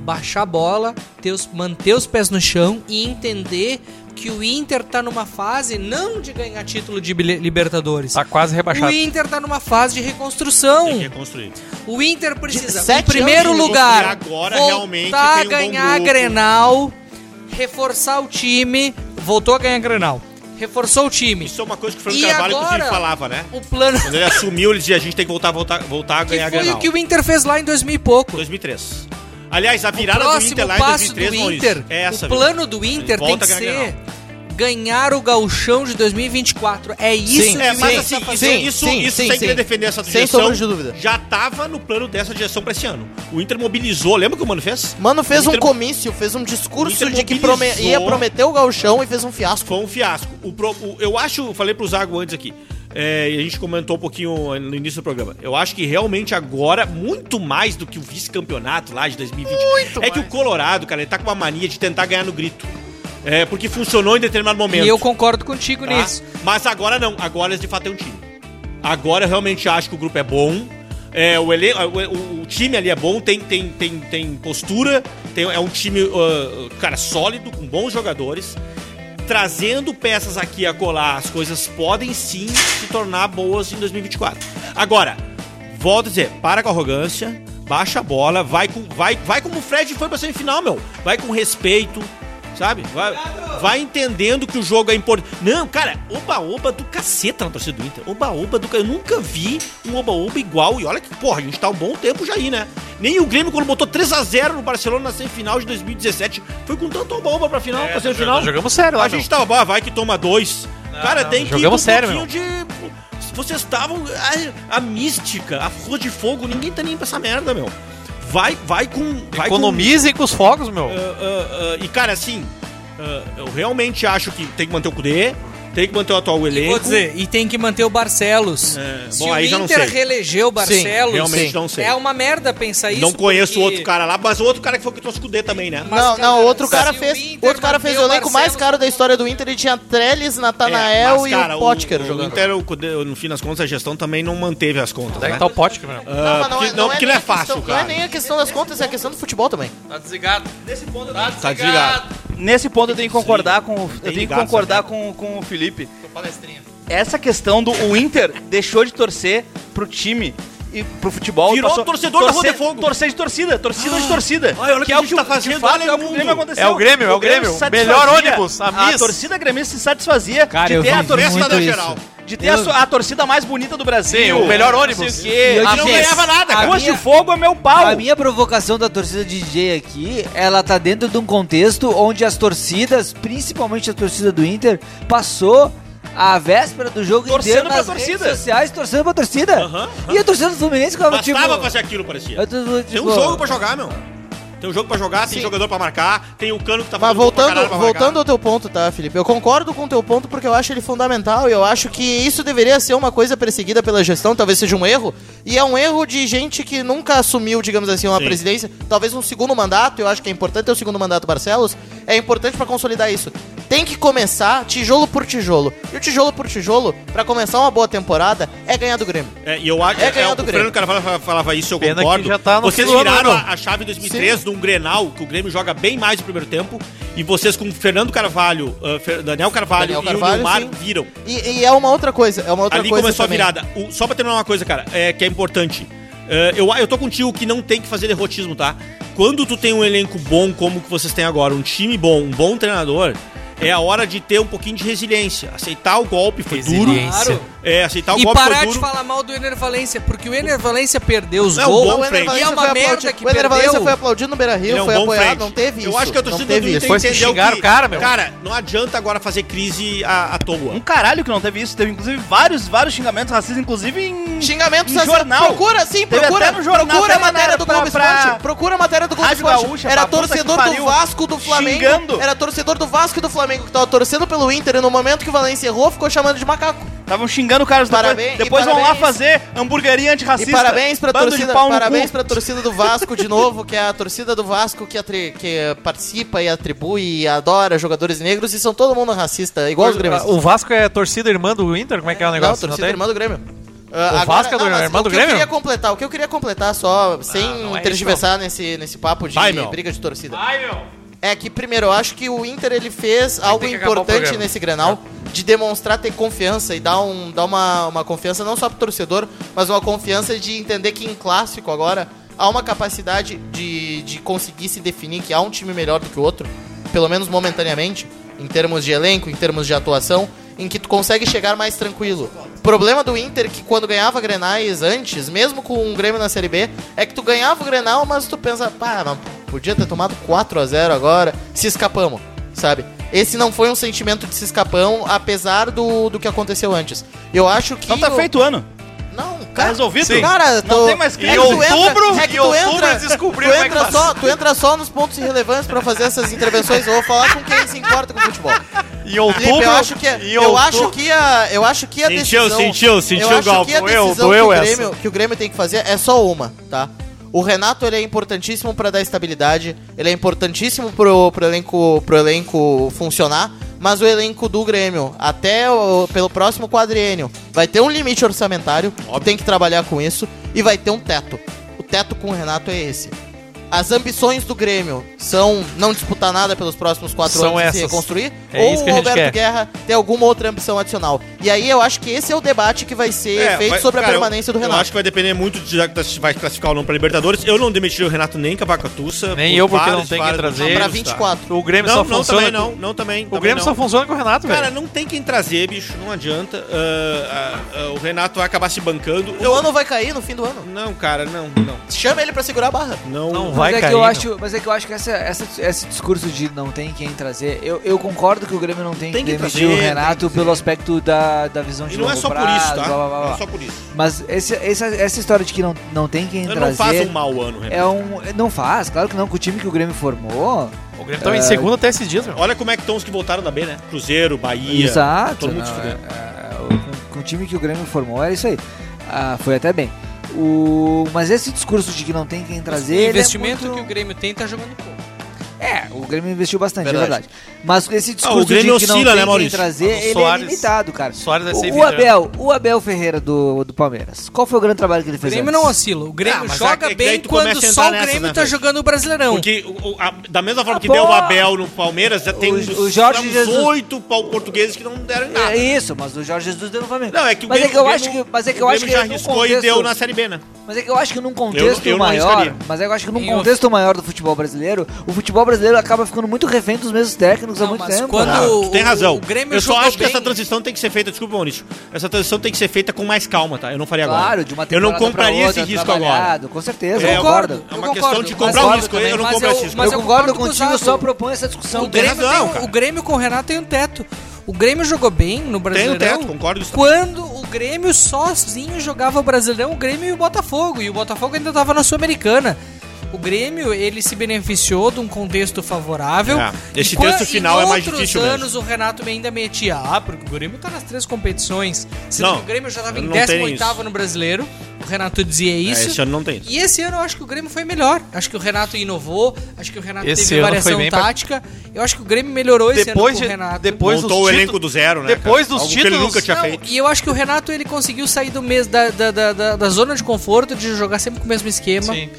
baixar a bola, ter os- manter os pés no chão e entender que o Inter tá numa fase não de ganhar título de bile- Libertadores. Tá quase rebaixado. O Inter tá numa fase de reconstrução. Tem que reconstruir. O Inter precisa, sete em primeiro anos de lugar, reconstruir agora, realmente, voltar a tem um bom ganhar grupo. Grenal, reforçar o time, voltou a ganhar Grenal, reforçou o time. Isso é uma coisa que o Fernando Franco Carvalho, inclusive, falava, né? O plano Quando ele assumiu, ele dizia, a gente tem que voltar, voltar, voltar a ganhar foi Grenal. o que o Inter fez lá em 2000 e pouco. 2003. Aliás, a virada o do próximo Inter lá em passo 2003, do Maurício, Inter, é essa. o viu? plano do Inter tem Ele volta que a ganhar ser ganhar o gauchão de 2024. É isso que é, o Inter mas assim, tá isso, fazendo. isso, isso sem querer defender essa Sem direção, sombra de dúvida. já tava no plano dessa direção pra esse ano. O Inter mobilizou, lembra o que o Mano fez? Mano fez O um Inter- comício, fez um discurso Inter de que mobilizou. prome- ia prometer o gauchão e fez um fiasco. Foi um fiasco. O pro- o- eu acho, eu falei pro Zago antes aqui, é, e a gente comentou um pouquinho no início do programa. Eu acho que realmente agora, muito mais do que o vice-campeonato lá de 2020, é que o Colorado, cara, ele tá com uma mania de tentar ganhar no grito. É, porque funcionou em determinado momento. E eu concordo contigo tá? nisso. Mas agora não, agora de fato é um time. Agora eu realmente acho que o grupo é bom. É, o, ele, o, o time ali é bom, tem, tem, tem, tem postura, tem- é um time, ah, cara, sólido, com bons jogadores. Trazendo peças aqui a colar, as coisas podem sim se tornar boas em 2024. Agora, volto a dizer, para com a arrogância, baixa a bola, vai, com, vai, vai como o Fred foi pra semifinal, meu. Vai com respeito, sabe? Vai, vai entendendo que o jogo é importante. Não, cara, oba-oba do caceta na torcida do Inter. Oba-oba do ca- Eu nunca vi um oba-oba igual. E olha que, porra, a gente tá um bom tempo já aí, né? Nem o Grêmio, quando botou 3x0 no Barcelona na semifinal de 2017, foi com tanto oba-oba pra É, final, tá pra semifinal. nós jogamos sério lá, A gente tava, "Ah, vai que toma dois. cara, não, tem que jogamos ter um sério, pouquinho de... Vocês estavam... A, a mística, a rua de fogo, ninguém tá nem pra essa merda, meu. Vai, vai com... Vai com- Economizem com... os fogos, meu. ah, ah, ah, e, cara, assim, ah, eu realmente acho que tem que manter o Kudê, tem que manter o atual elenco. Vou dizer, e tem que manter o Barcelos. Se bom, o aí já não Inter sei. reelegeu o Sim, Barcelos, realmente não sei. é uma merda pensar isso. não conheço o porque- outro cara lá, mas o outro cara que foi que trouxe o Kudê também, né? não, não, outro cara se o fez. Inter outro cara fez o manter o elenco mais caro da história do Inter e tinha Trellis, É, Natanael mas, e o Potker o, jogando. Inter, o Kudê, no fim das contas, a gestão também não manteve as contas. Daí né? tá o Potker, meu. Ah, mas porque- não, porque não nem é a questão- fácil, cara. Não é nem a questão das contas, é a questão do futebol também. Tá desligado. Nesse ponto Tá desligado. Tá Nesse ponto eu tenho que concordar com o- eu Tem tenho que ligado, concordar com, com o Felipe. Essa questão do o Inter deixou de torcer pro time e pro futebol. Virou passou- torcedor da Rua de Fogo. Torcer de torcida, torcida de torcida. olha o que a gente tá fazendo, de fato, olha é o que o o mundo. Grêmio aconteceu. É o Grêmio, é o Grêmio. satisfazia- Melhor ônibus, a A Miss. torcida gremista se satisfazia Cara, de eu ter a vivi torcida muito da isso. geral. De ter a, Eu- so- a torcida mais bonita do Brasil. Sim, o melhor ônibus. Não sei o quê. E eu A te não disse, ganhava nada. a Ruas minha- de fogo é meu pau. A minha provocação da torcida DJ aqui, ela tá dentro de um contexto onde as torcidas, principalmente a torcida do Inter, passou a véspera do jogo Torcendo inteiro pra nas torcida. redes sociais torcendo pra torcida. E a torcida do Fluminense ficava tipo... Bastava fazer aquilo, parecia. eu tô- Tem tipo, um jogo pra jogar, meu. Tem um jogo pra jogar, tem jogador pra marcar, tem o cano que tá Mas fazendo gol pra voltando, caralho pra voltando marcar. ao teu ponto, tá, Felipe? Eu concordo com o teu ponto porque eu acho ele fundamental e eu acho que isso deveria ser uma coisa perseguida pela gestão, talvez seja um erro. E é um erro de gente que nunca assumiu, digamos assim, uma Sim. presidência. Talvez um segundo mandato, eu acho que é importante ter o segundo mandato do Barcelos. É importante pra consolidar isso. Tem que começar tijolo por tijolo. E o tijolo por tijolo, pra começar uma boa temporada, é ganhar do Grêmio. É, e eu acho É é, ganhar é, o do Grêmio. Fernando Carvalho fa- falava isso, eu Pena que concordo. já tá no vocês fim do ano, viraram né, a, a chave em 2003 num Grenal, que o Grêmio joga bem mais no primeiro tempo, e vocês com o Fernando Carvalho, ah, Fer- Daniel Carvalho Daniel e o Carvalho, Neymar sim. viram. E, e é uma outra coisa, é uma outra Ali coisa. começou também. a virada. O- só pra terminar uma coisa, cara, é, que é importante. É, eu, eu tô contigo que não tem que fazer derrotismo, tá? Quando tu tem um elenco bom como o que vocês têm agora, um time bom, um bom treinador, é a hora de ter um pouquinho de resiliência. Aceitar o golpe foi duro. Resiliência. É, aceitar o E golpe foi parar de duro. falar mal do Ener Valência, porque o Ener Valência perdeu os Não, gols. bom, O Ener Frei. Valencia E é uma foi merda aplaudido- que o Ener Valencia perdeu. foi aplaudido no Beira Ele Rio, é um foi bom apoiado, frente. não teve isso. Eu acho que a não torcida do teve Inter isso. Depois que entendeu xingaram que, o cara, meu. Cara, não adianta agora fazer crise à, à toa. Um caralho que não teve isso. Teve, inclusive, vários, vários xingamentos racistas, inclusive em... Xingamentos Em assim, jornal. Procura, sim, Teve procura. até no jornal, procura a teve matéria na- do pra- Globo pra- Esporte. Procura a matéria do Globo Rádio Esporte. Gaúcha, Era pra puta torcedor que do pariu. Vasco, do Flamengo. Xingando. Era torcedor do Vasco e do Flamengo que tava torcendo pelo Inter e no momento que o Valencia errou, ficou chamando de macaco. Estavam xingando o cara. Depois, Parabéns, e depois vão lá parabéns. fazer hamburgueria antirracista. E parabéns pra Bando de torcida, pau no parabéns cu. pra torcida do Vasco de novo, que é a torcida do Vasco que, atri- que participa e atribui e adora jogadores negros e são todo mundo racista, igual os gremistas. O Vasco é torcida irmã do Inter? Como é que é o Não, negócio? Não, torcida tem? irmã do Grêmio. Ah, O Vasco é do- mas irmã do o que Grêmio? Eu queria completar, o que eu queria completar só, sem não é tergiversar nesse, nesse papo de Vai, meu. briga de torcida. Ai, meu. É que, primeiro, eu acho que o Inter ele fez algo tem que acabar o importante programa. nesse Grenal de demonstrar ter confiança e dar, um, dar uma, uma confiança não só pro torcedor, mas uma confiança de entender que em clássico agora há uma capacidade de, de conseguir se definir que há um time melhor do que o outro, pelo menos momentaneamente, em termos de elenco, em termos de atuação, em que tu consegue chegar mais tranquilo. O problema do Inter é que quando ganhava Grenais antes, mesmo com o Grêmio na Série B, é que tu ganhava o Grenal, mas tu pensa, pá, mas Podia ter tomado 4 a 0 agora. Se escapamos, sabe? Esse não foi um sentimento de se escapão, apesar do, do que aconteceu antes. Eu acho que. Então tá no- feito o ano. Não, cara. resolvido. Sim. Cara, Não tô- tem mais é crise. que Em tu entra- outubro- é que em tu outubro entra- eles descobriram né, tu como é que entra tá. só, Tu entra só nos pontos irrelevantes pra fazer essas intervenções. Eu vou falar com quem se importa com o futebol. Em outubro. Felipe, eu acho que, é, em eu outubro- acho que a, eu acho que a Sentiu, decisão, sentiu, sentiu, eu acho Galvão. que a Doeu, decisão doeu que, o essa. Grêmio, que o Grêmio tem que fazer é só uma, tá? O Renato ele é importantíssimo pra dar estabilidade, ele é importantíssimo pro, pro elenco, pro elenco funcionar, mas o elenco do Grêmio até o- pelo próximo quadriênio vai ter um limite orçamentário, tem que trabalhar com isso e vai ter um teto. O teto com o Renato é esse. As ambições do Grêmio são não disputar nada pelos próximos quatro São anos e se essas. reconstruir? É ou isso o que a gente quer. Roberto Guerra tem alguma outra ambição adicional. E aí eu acho que esse é o debate que vai ser É, feito vai- sobre a cara, eu- permanência do Eu Renato. acho que vai depender muito de já que tá- vai classificar ou não pra Libertadores. Eu não demitiria o Renato nem com a Vacatuça. Nem por eu, porque vários, não tem vários que trazer. motivos, pra tá? 24. O Grêmio Não, só não, funciona. também com- não, não também. O também Grêmio não. só funciona com o Renato, Cara, velho. não tem quem trazer, bicho. Não adianta. Ah, ah, ah, o Renato vai acabar se bancando. O ano vai cair no fim do ano. Não, cara, não, não. Chama ele pra segurar a barra. Não, Hum. Não Mas vai é cair. que eu não. acho, mas é que eu acho que essa, essa- esse discurso de não tem quem trazer, eu, eu concordo que o Grêmio não tem, Tem que demitir trazer, o Renato pelo aspecto da, da visão de E não é longo só por prazo, isso, tá? blá, blá, blá, Não blá. é só por isso. Mas esse- essa, essa história de que não, não tem quem Eu trazer não faço um mau ano, Renato. é um não faz, claro que não, com o time que o Grêmio formou. O Grêmio tava em segundo até esses dias, meu. Olha como é que estão os que voltaram da B, né? Cruzeiro, Bahia. Exato. Todo mundo não, se é- fudendo. é, o- com, com o time que o Grêmio formou, era isso aí. Ah, foi até bem. O, mas esse discurso de que não tem quem trazer. O ele é investimento muito- que o Grêmio tem tá jogando pouco. É, o Grêmio investiu bastante, Verdade. é verdade. Mas esse discurso Ah, o Grêmio de que oscila, né, não tem quem Maurício? trazer, Mas o ele Soares- é limitado, cara. Soares vai ser o, o né? vice-campeão. Abel, o Abel Ferreira do, do Palmeiras. Qual foi o grande trabalho que ele O fez? Grêmio antes? não oscila. O Grêmio Ah, mas joga é que daí bem tu quando começa a só entrar o nessas, Grêmio né, tá velho? jogando o Brasileirão. Porque o- o- a- da mesma forma que Ah, deu o boa. Abel no Palmeiras, já tem O- uns, o Jorge uns Jesus- oito pau portugueses que não deram em nada. É isso, mas o Jorge Jesus deu no Flamengo. Não, é que o mas Grêmio, é que eu o acho Grêmio- que, mas é que o eu acho Grêmio que já num arriscou contexto- e deu na Série B, né? Mas é que eu acho que num contexto eu não maior, arriscaria. mas é que eu acho que num Em contexto maior do futebol brasileiro, o futebol brasileiro acaba ficando muito refém dos mesmos técnicos há muito tempo. Ah, tu tem razão. o Grêmio eu só jogou acho que bem- essa transição tem que ser feita, desculpa, Maurício. Essa transição tem que ser feita com mais calma, tá? Eu não faria agora. Claro, de uma Eu não temporada pra compraria outra, esse risco agora. trabalhado, Com certeza, É, eu concordo. é eu uma concordo, questão de mas comprar o concordo risco, eu não também. compro Mas esse um eu- risco. Mas eu concordo com o contigo, Zago. só propõe essa discussão. O Grêmio, tem- um- o Grêmio com o Renato tem um teto. O Grêmio jogou bem no Brasileirão. teto, concordo com isso. Quando o Grêmio sozinho jogava o Brasileirão, o Grêmio e o Botafogo. E o Botafogo ainda estava na Sul-Americana. O Grêmio, ele se beneficiou de um contexto favorável. É, esse E quan- texto final é mais difícil Em mesmo. outros anos o Renato ainda metia, ah, porque o Grêmio tá nas três competições. Sendo Não, que o Grêmio já estava em não tem 18º isso. no Brasileiro. O Renato dizia É, isso. esse ano não tem isso. E esse ano eu acho que o Grêmio foi melhor. Acho que o Renato inovou, acho que o Renato Esse teve ano variação foi bem pra- tática. Eu acho que o Grêmio melhorou esse Depois ano com de- o Renato. depois Montou dos o títulos- elenco do zero, né? depois cara? dos Algo que ele títulos- nunca tinha Não, feito. e eu acho que o Renato ele conseguiu sair do mês da, da, da, da- da zona de conforto de jogar sempre com o mesmo esquema. Sim.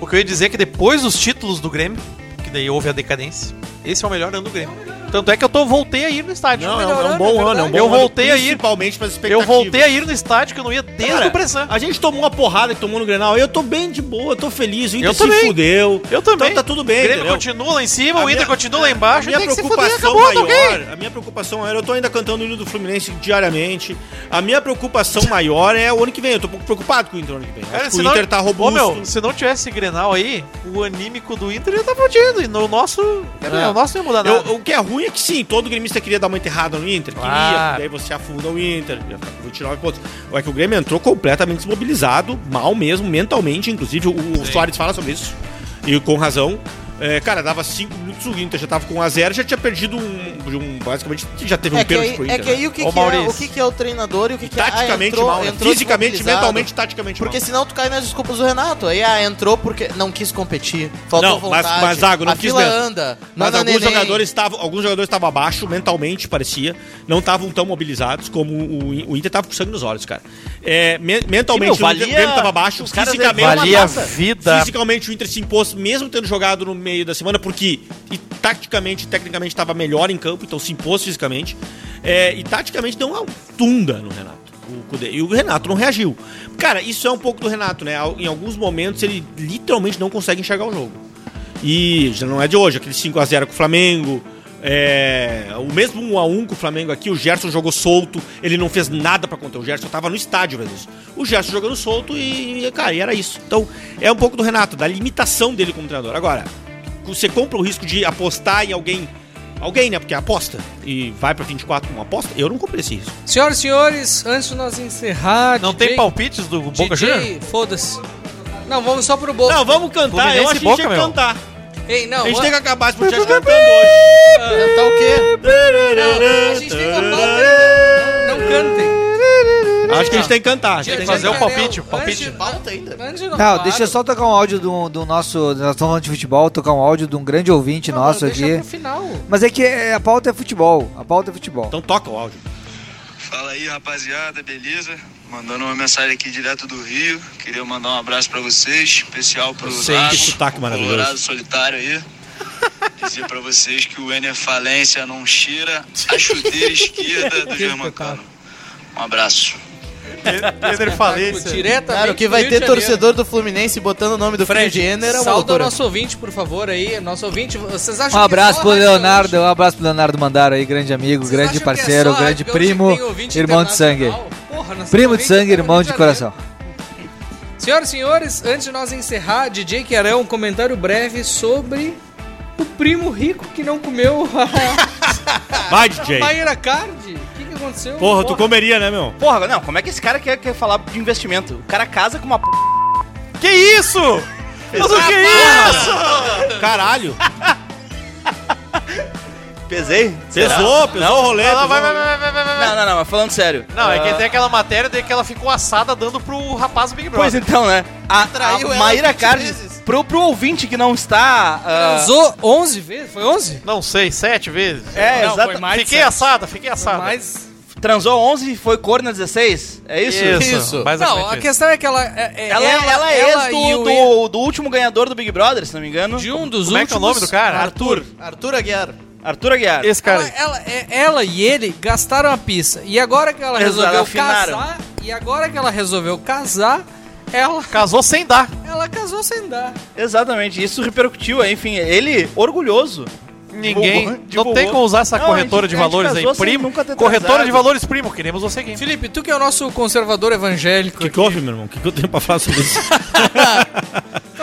O que eu ia dizer é que depois dos títulos do Grêmio, que daí houve a decadência, esse é o melhor ano do Grêmio. Tanto é que eu tô, voltei a ir no estádio. Não, é um- é um né, bom ano, é um bom Eu ano, voltei a ir. principalmente para as Eu expectativas. voltei a ir no estádio que eu não ia desde Cara, o Bressan. A gente tomou uma porrada que tomou no Grenal. Eu tô bem de boa, tô feliz. O Inter Eu se também. fudeu. Eu também. Então tá tudo O bem, Grêmio entendeu? continua lá em cima, A o Inter minha- continua lá embaixo. A minha tem que se fuder, preocupação acabou, tá ok. maior, a minha preocupação maior, eu tô ainda cantando o hino do Fluminense diariamente. A minha preocupação maior é o ano que vem. Eu tô um pouco preocupado com o Inter no ano que vem. Cara, Acho que se o não- Inter tá É, Ô, robusto. meu, se não tivesse esse Grenal aí, o anímico do Inter ia tá fodido. E no nosso. É. O nosso não ia mudar nada. Eu- o que é ruim é que sim, todo gremista queria dar uma enterrada no Inter, queria, Claro. porque daí você afunda o Inter, tá, ia ficar com 29 pontos. É que o Grêmio entrou completamente desmobilizado, mal mesmo, mentalmente, inclusive o, o Soares fala sobre isso, e com razão. É, cara, dava 5 minutos, o Inter já tava com 1x0, já tinha perdido um, de um- Basicamente, já teve um É que, pênalti aí, pro é Inter. que aí o que, Ô, que é, Maurício. o que que é o treinador e o que, que é Taticamente ah, entrou, mal, né? entrou Fisicamente, desmobilizado. mentalmente, taticamente Porque mal. senão tu cai nas desculpas do Renato. Aí, ah, entrou porque não quis competir, faltou não, mas, vontade. mas Zago, não a quis fila mesmo. anda. Mas nananeném. alguns jogadores estavam, alguns jogadores estavam abaixo mentalmente, parecia, não estavam tão mobilizados como o, o Inter tava com sangue nos olhos, cara. É, me- mentalmente Sim, meu, o Inter- o valia- Grêmio tava abaixo, os caras fisicamente levaram Valia uma a massa. vida. Fisicamente o Inter se impôs, mesmo tendo jogado no meio da semana, porque e, taticamente, tecnicamente estava melhor em campo, então se impôs fisicamente. É, e taticamente deu uma tunda no Renato. O Kudê. E o Renato não reagiu. Cara, isso é um pouco do Renato, né? Al- Em alguns momentos ele literalmente não consegue enxergar o jogo. E já não é de hoje, aquele 5x0 com o Flamengo. é, o mesmo 1x1 com o Flamengo aqui, o Gerson jogou solto, ele não fez nada pra conter. O Gerson tava no estádio, velho. O Gerson jogando solto e, cara, e era isso. Então, é um pouco do Renato, da limitação dele como treinador. Agora, você compra o risco de apostar em alguém. Alguém, né? Porque é aposta. E vai pra 24 com uma aposta. Eu não comprei esse risco. Senhoras e senhores, antes de nós encerrar. Não DJ, tem palpites do Boca Juniors? DJ, foda-se. Não, vamos só pro Boca. Não, vamos cantar. Eu Fluminense acho que e a gente Boca, tinha que meu. cantar. Ei, não. A gente tem que acabar esse podcast cantando Cantar o quê? hoje. a gente tem uma pauta. Não cantem. Acho que a gente tem que cantar. Tinha que fazer o Canel, palpite, o antes palpite. de- Pauta ainda. antes de Não, nós- deixa eu só tocar um áudio do, do nosso. Nós estamos falando de futebol, tocar um áudio de um grande ouvinte Não, nosso deixa aqui. pro final. Mas é que é, a pauta é futebol. A pauta é futebol. Então toca o áudio. Fala aí, rapaziada, beleza? Mandando uma mensagem aqui direto do Rio. Queria mandar um abraço pra vocês, especial pro Sei, Zago, que sotaque maravilhoso. Colorado solitário aí. [LAUGHS] Dizer pra vocês que o Ener Falência não cheira a chuteira esquerda do Germancano. Um abraço. Inter falência. Diretamente Cara, o que do vai Rio de ter Janeiro. torcedor do Fluminense botando o nome do Fred, Fred, filho de né, Enner é uma sauda o loucura. nosso ouvinte, por favor, aí. Nosso ouvinte, vocês acham Um que abraço só pro a rádio Leonardo, um abraço pro Leonardo Mandaro aí, grande amigo, Vocês grande acham que parceiro, é só a grande Rádio Gaúcha que primo, tem ouvinte irmão de sangue. internacional? Porra, nós Primo temos de ouvinte sangue, até no irmão Rio de Janeiro. coração. Senhoras e senhores, antes de nós encerrar, DJ Querão, um comentário breve sobre o primo rico que não comeu [LAUGHS] a Tá. Vai, DJ. Mayra Card. O que, que aconteceu? Porra, tu comeria, né, meu? Porra, não, como é que esse cara quer, quer falar de investimento? O cara casa com uma p... Que isso? [LAUGHS] Mas o que é isso? Caralho. Pesei? Pesou, pesou Não? o rolê. Não, não, pesou vai, o vai, rolê. vai, vai, vai, vai. Não, não, não, mas falando sério. Não, é que Ah, tem aquela matéria de que ela ficou assada dando pro rapaz do Big é. Brother. Pois então, né? A, Traiu a ela Maíra 20 Cardi, pro, pro ouvinte que não está... ah, Transou 11 vezes? Foi 11? Não sei, sete vezes. É, Não, exata- foi mais de Fiquei sete. assada, fiquei assada. Mas. Transou 11 e foi corna 16? É isso? Isso, Isso. basicamente Não, a questão é que ela. é- é- Ela, ela, é ela ex e do, o- do, do último ganhador do Big Brother, se não me engano. De um dos Como é que é o nome do cara? Arthur. Arthur Aguiar. Arthur Aguiar. Esse cara. Ela, ela- é- ela e ele gastaram a pista. E agora que ela Exato, resolveu afinaram. casar, e agora que ela resolveu casar, ela, Casou sem dar. ela casou sem dar. Exatamente, isso repercutiu, aí, enfim, ele orgulhoso. Ninguém. Divulgou. Não tem como usar essa Não, corretora a gente- de a gente valores aí, casou sem primo. nunca ter Corretora transado. de valores, primo, queremos você aqui. Felipe, tu que é o nosso conservador evangélico. O que, que houve, meu irmão? O que, que eu tenho pra falar sobre isso?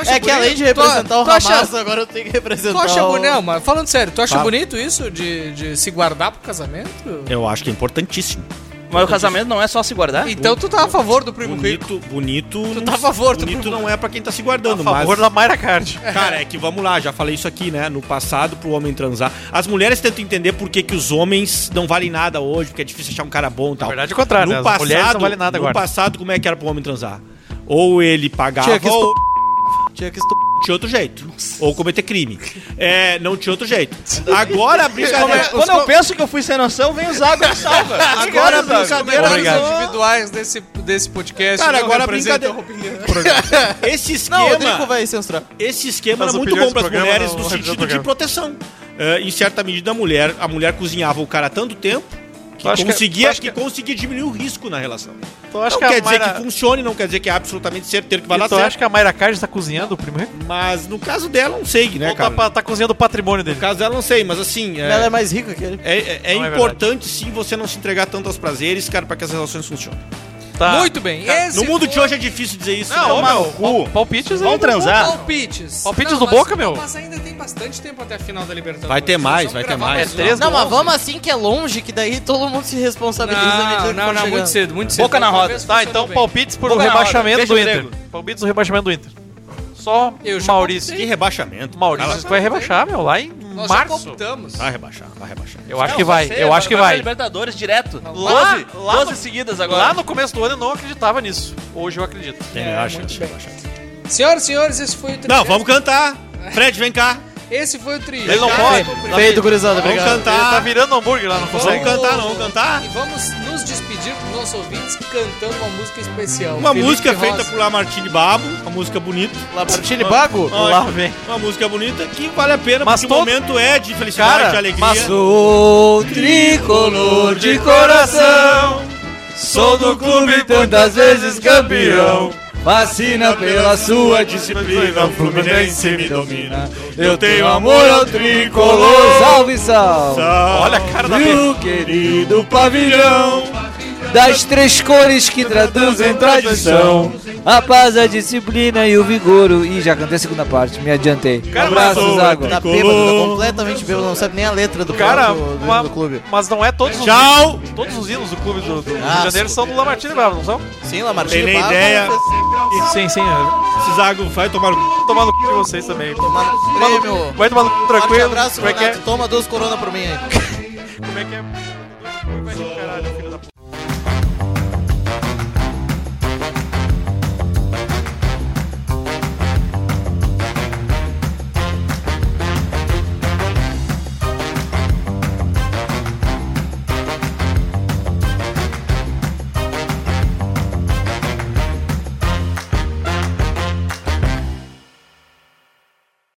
É que além de representar o tu acha- Hamas, agora eu tenho que representar Tu acha o... bonito, não, mas falando sério, tu acha Fala. bonito isso de, de se guardar pro casamento? Eu acho que é importantíssimo. Mas o casamento não é só se guardar? Então tu tá a favor do primo rico. Bonito, bonito. Tu não- tá a favor, tu- Bonito não é pra quem tá se guardando, A favor mas. da Mayra Card. Cara, é que vamos lá, já falei isso aqui, né? No passado, pro homem transar. As mulheres tentam entender por que, que os homens não valem nada hoje, porque é difícil achar um cara bom e tal. Na verdade, é o contrário, no né? As passado, mulheres não valem nada no agora. passado, como é que era pro homem transar? Ou ele pagava. Tinha que ou- estu- Tinha que estu- Tinha outro jeito. Ou cometer crime. É, não tinha outro jeito. Agora a Quando brincadeira. eu- Quando eu penso que eu fui sem noção, vem o Zago e me salva. Agora Agora, as Zago. brincadeiras Obrigado. individuais desse, desse podcast. Cara, não agora a representam [LAUGHS] Esse Não, o esquema. Rodrigo vai censurar. Esse esquema As era muito opiniões bom para do as programa mulheres não no representam o sentido de programa. proteção. É, em certa medida, a mulher, a mulher cozinhava o cara há tanto tempo que Tu acha que- conseguia, tu que, acha que- conseguia diminuir o risco na relação. Tu acha não Então que é quer a dizer Mayra... Então, que funcione, não quer dizer que é absolutamente certeiro que vai E dar tu certo. acha que a Mayra Card tá cozinhando o primo rico? Mas no caso dela, não sei, né, Ou tá, cara? pa- tá cozinhando o patrimônio dele? No caso dela, não sei, mas assim... É... Ela é mais rica que ele. é- é- é Não é importante sim você não se entregar tanto aos prazeres, cara, para que as relações funcionem. Tá. Muito bem. esse no mundo foi de hoje é difícil dizer isso. Não, ô, mas- meu, pal- palpites aí. Vamos transar? Palpites. Palpites Não, do mas- Boca, meu? Mas ainda tem bastante tempo até a final da Libertadores. Vai ter mais, Nós vai ter vamos gravar mais. um. É três Não, mas Nossa. vamos assim que é longe, que daí todo mundo se responsabiliza. Não, mediante não, que não, for muito chegando. cedo, muito cedo. Boca na roda. Tá, então palpite. palpites pro Vou ganhar a hora. rebaixamento Deixa do o Inter. Grego. Palpites do rebaixamento do Inter. Só Eu já Maurício. Que rebaixamento. Maurício já vai contei. rebaixar, meu, lá em Nós já março. palpitamos. Vai rebaixar, vai rebaixar. É, Eu acho que vai, eu acho que vai. Libertadores direto. Lá- 12, lá 12 no- seguidas Lá agora. no começo do ano eu não acreditava nisso. Hoje eu acredito. Tem melhor chance de rebaixar. Senhoras e senhores, esse foi o tri. Não, vamos cantar. Fred, vem cá. Esse foi o Tá? tri. Ele não pode. Feito, gurizada, Vamos obrigado. cantar. Ele tá virando hambúrguer lá, não Vamos consegue. cantar, não, vamos cantar. E vamos nos despedir dos nossos ouvintes cantando uma música especial. Uma Felipe música Rosa. feita por Lamartine Babo, uma música bonita. Labartine Bago? Lá vem. Uma música bonita que vale a pena, Mas porque todo- o momento é de felicidade, Cara, de alegria. mas- Sou tricolor de coração, sou do clube tantas vezes campeão. Vacina pela sua disciplina, o Fluminense me domina. Eu tenho amor ao tricolor. Salve, salve! Olha a cara da minha. Meu querido pavilhão, das três cores que traduzem tradição. A paz, a disciplina e o vigor. Ih, já cantei a segunda parte, me adiantei. Cara, mas Abraços, o- água. Tá bêbado, tá completamente bêbado, não sabe nem a letra do Cara, do, do, uma- do clube. mas não é todos os Tchau! todos os hinos do clube do, do Rio Ah, de Janeiro são do Lamartine Bravo, não são? Sim, Lamartine Tem nem Bago, ideia. Sim, sim. é. Esse Zago vai tomar no c... Vou tomar no c de vocês também. Tomar no Tomar no- prêmio. Vai tomar no c Forte tranquilo. abraço, Como é que é? Renato. Toma duas corona por mim aí. Como é que é? Vai rir, caralho, filho da puta.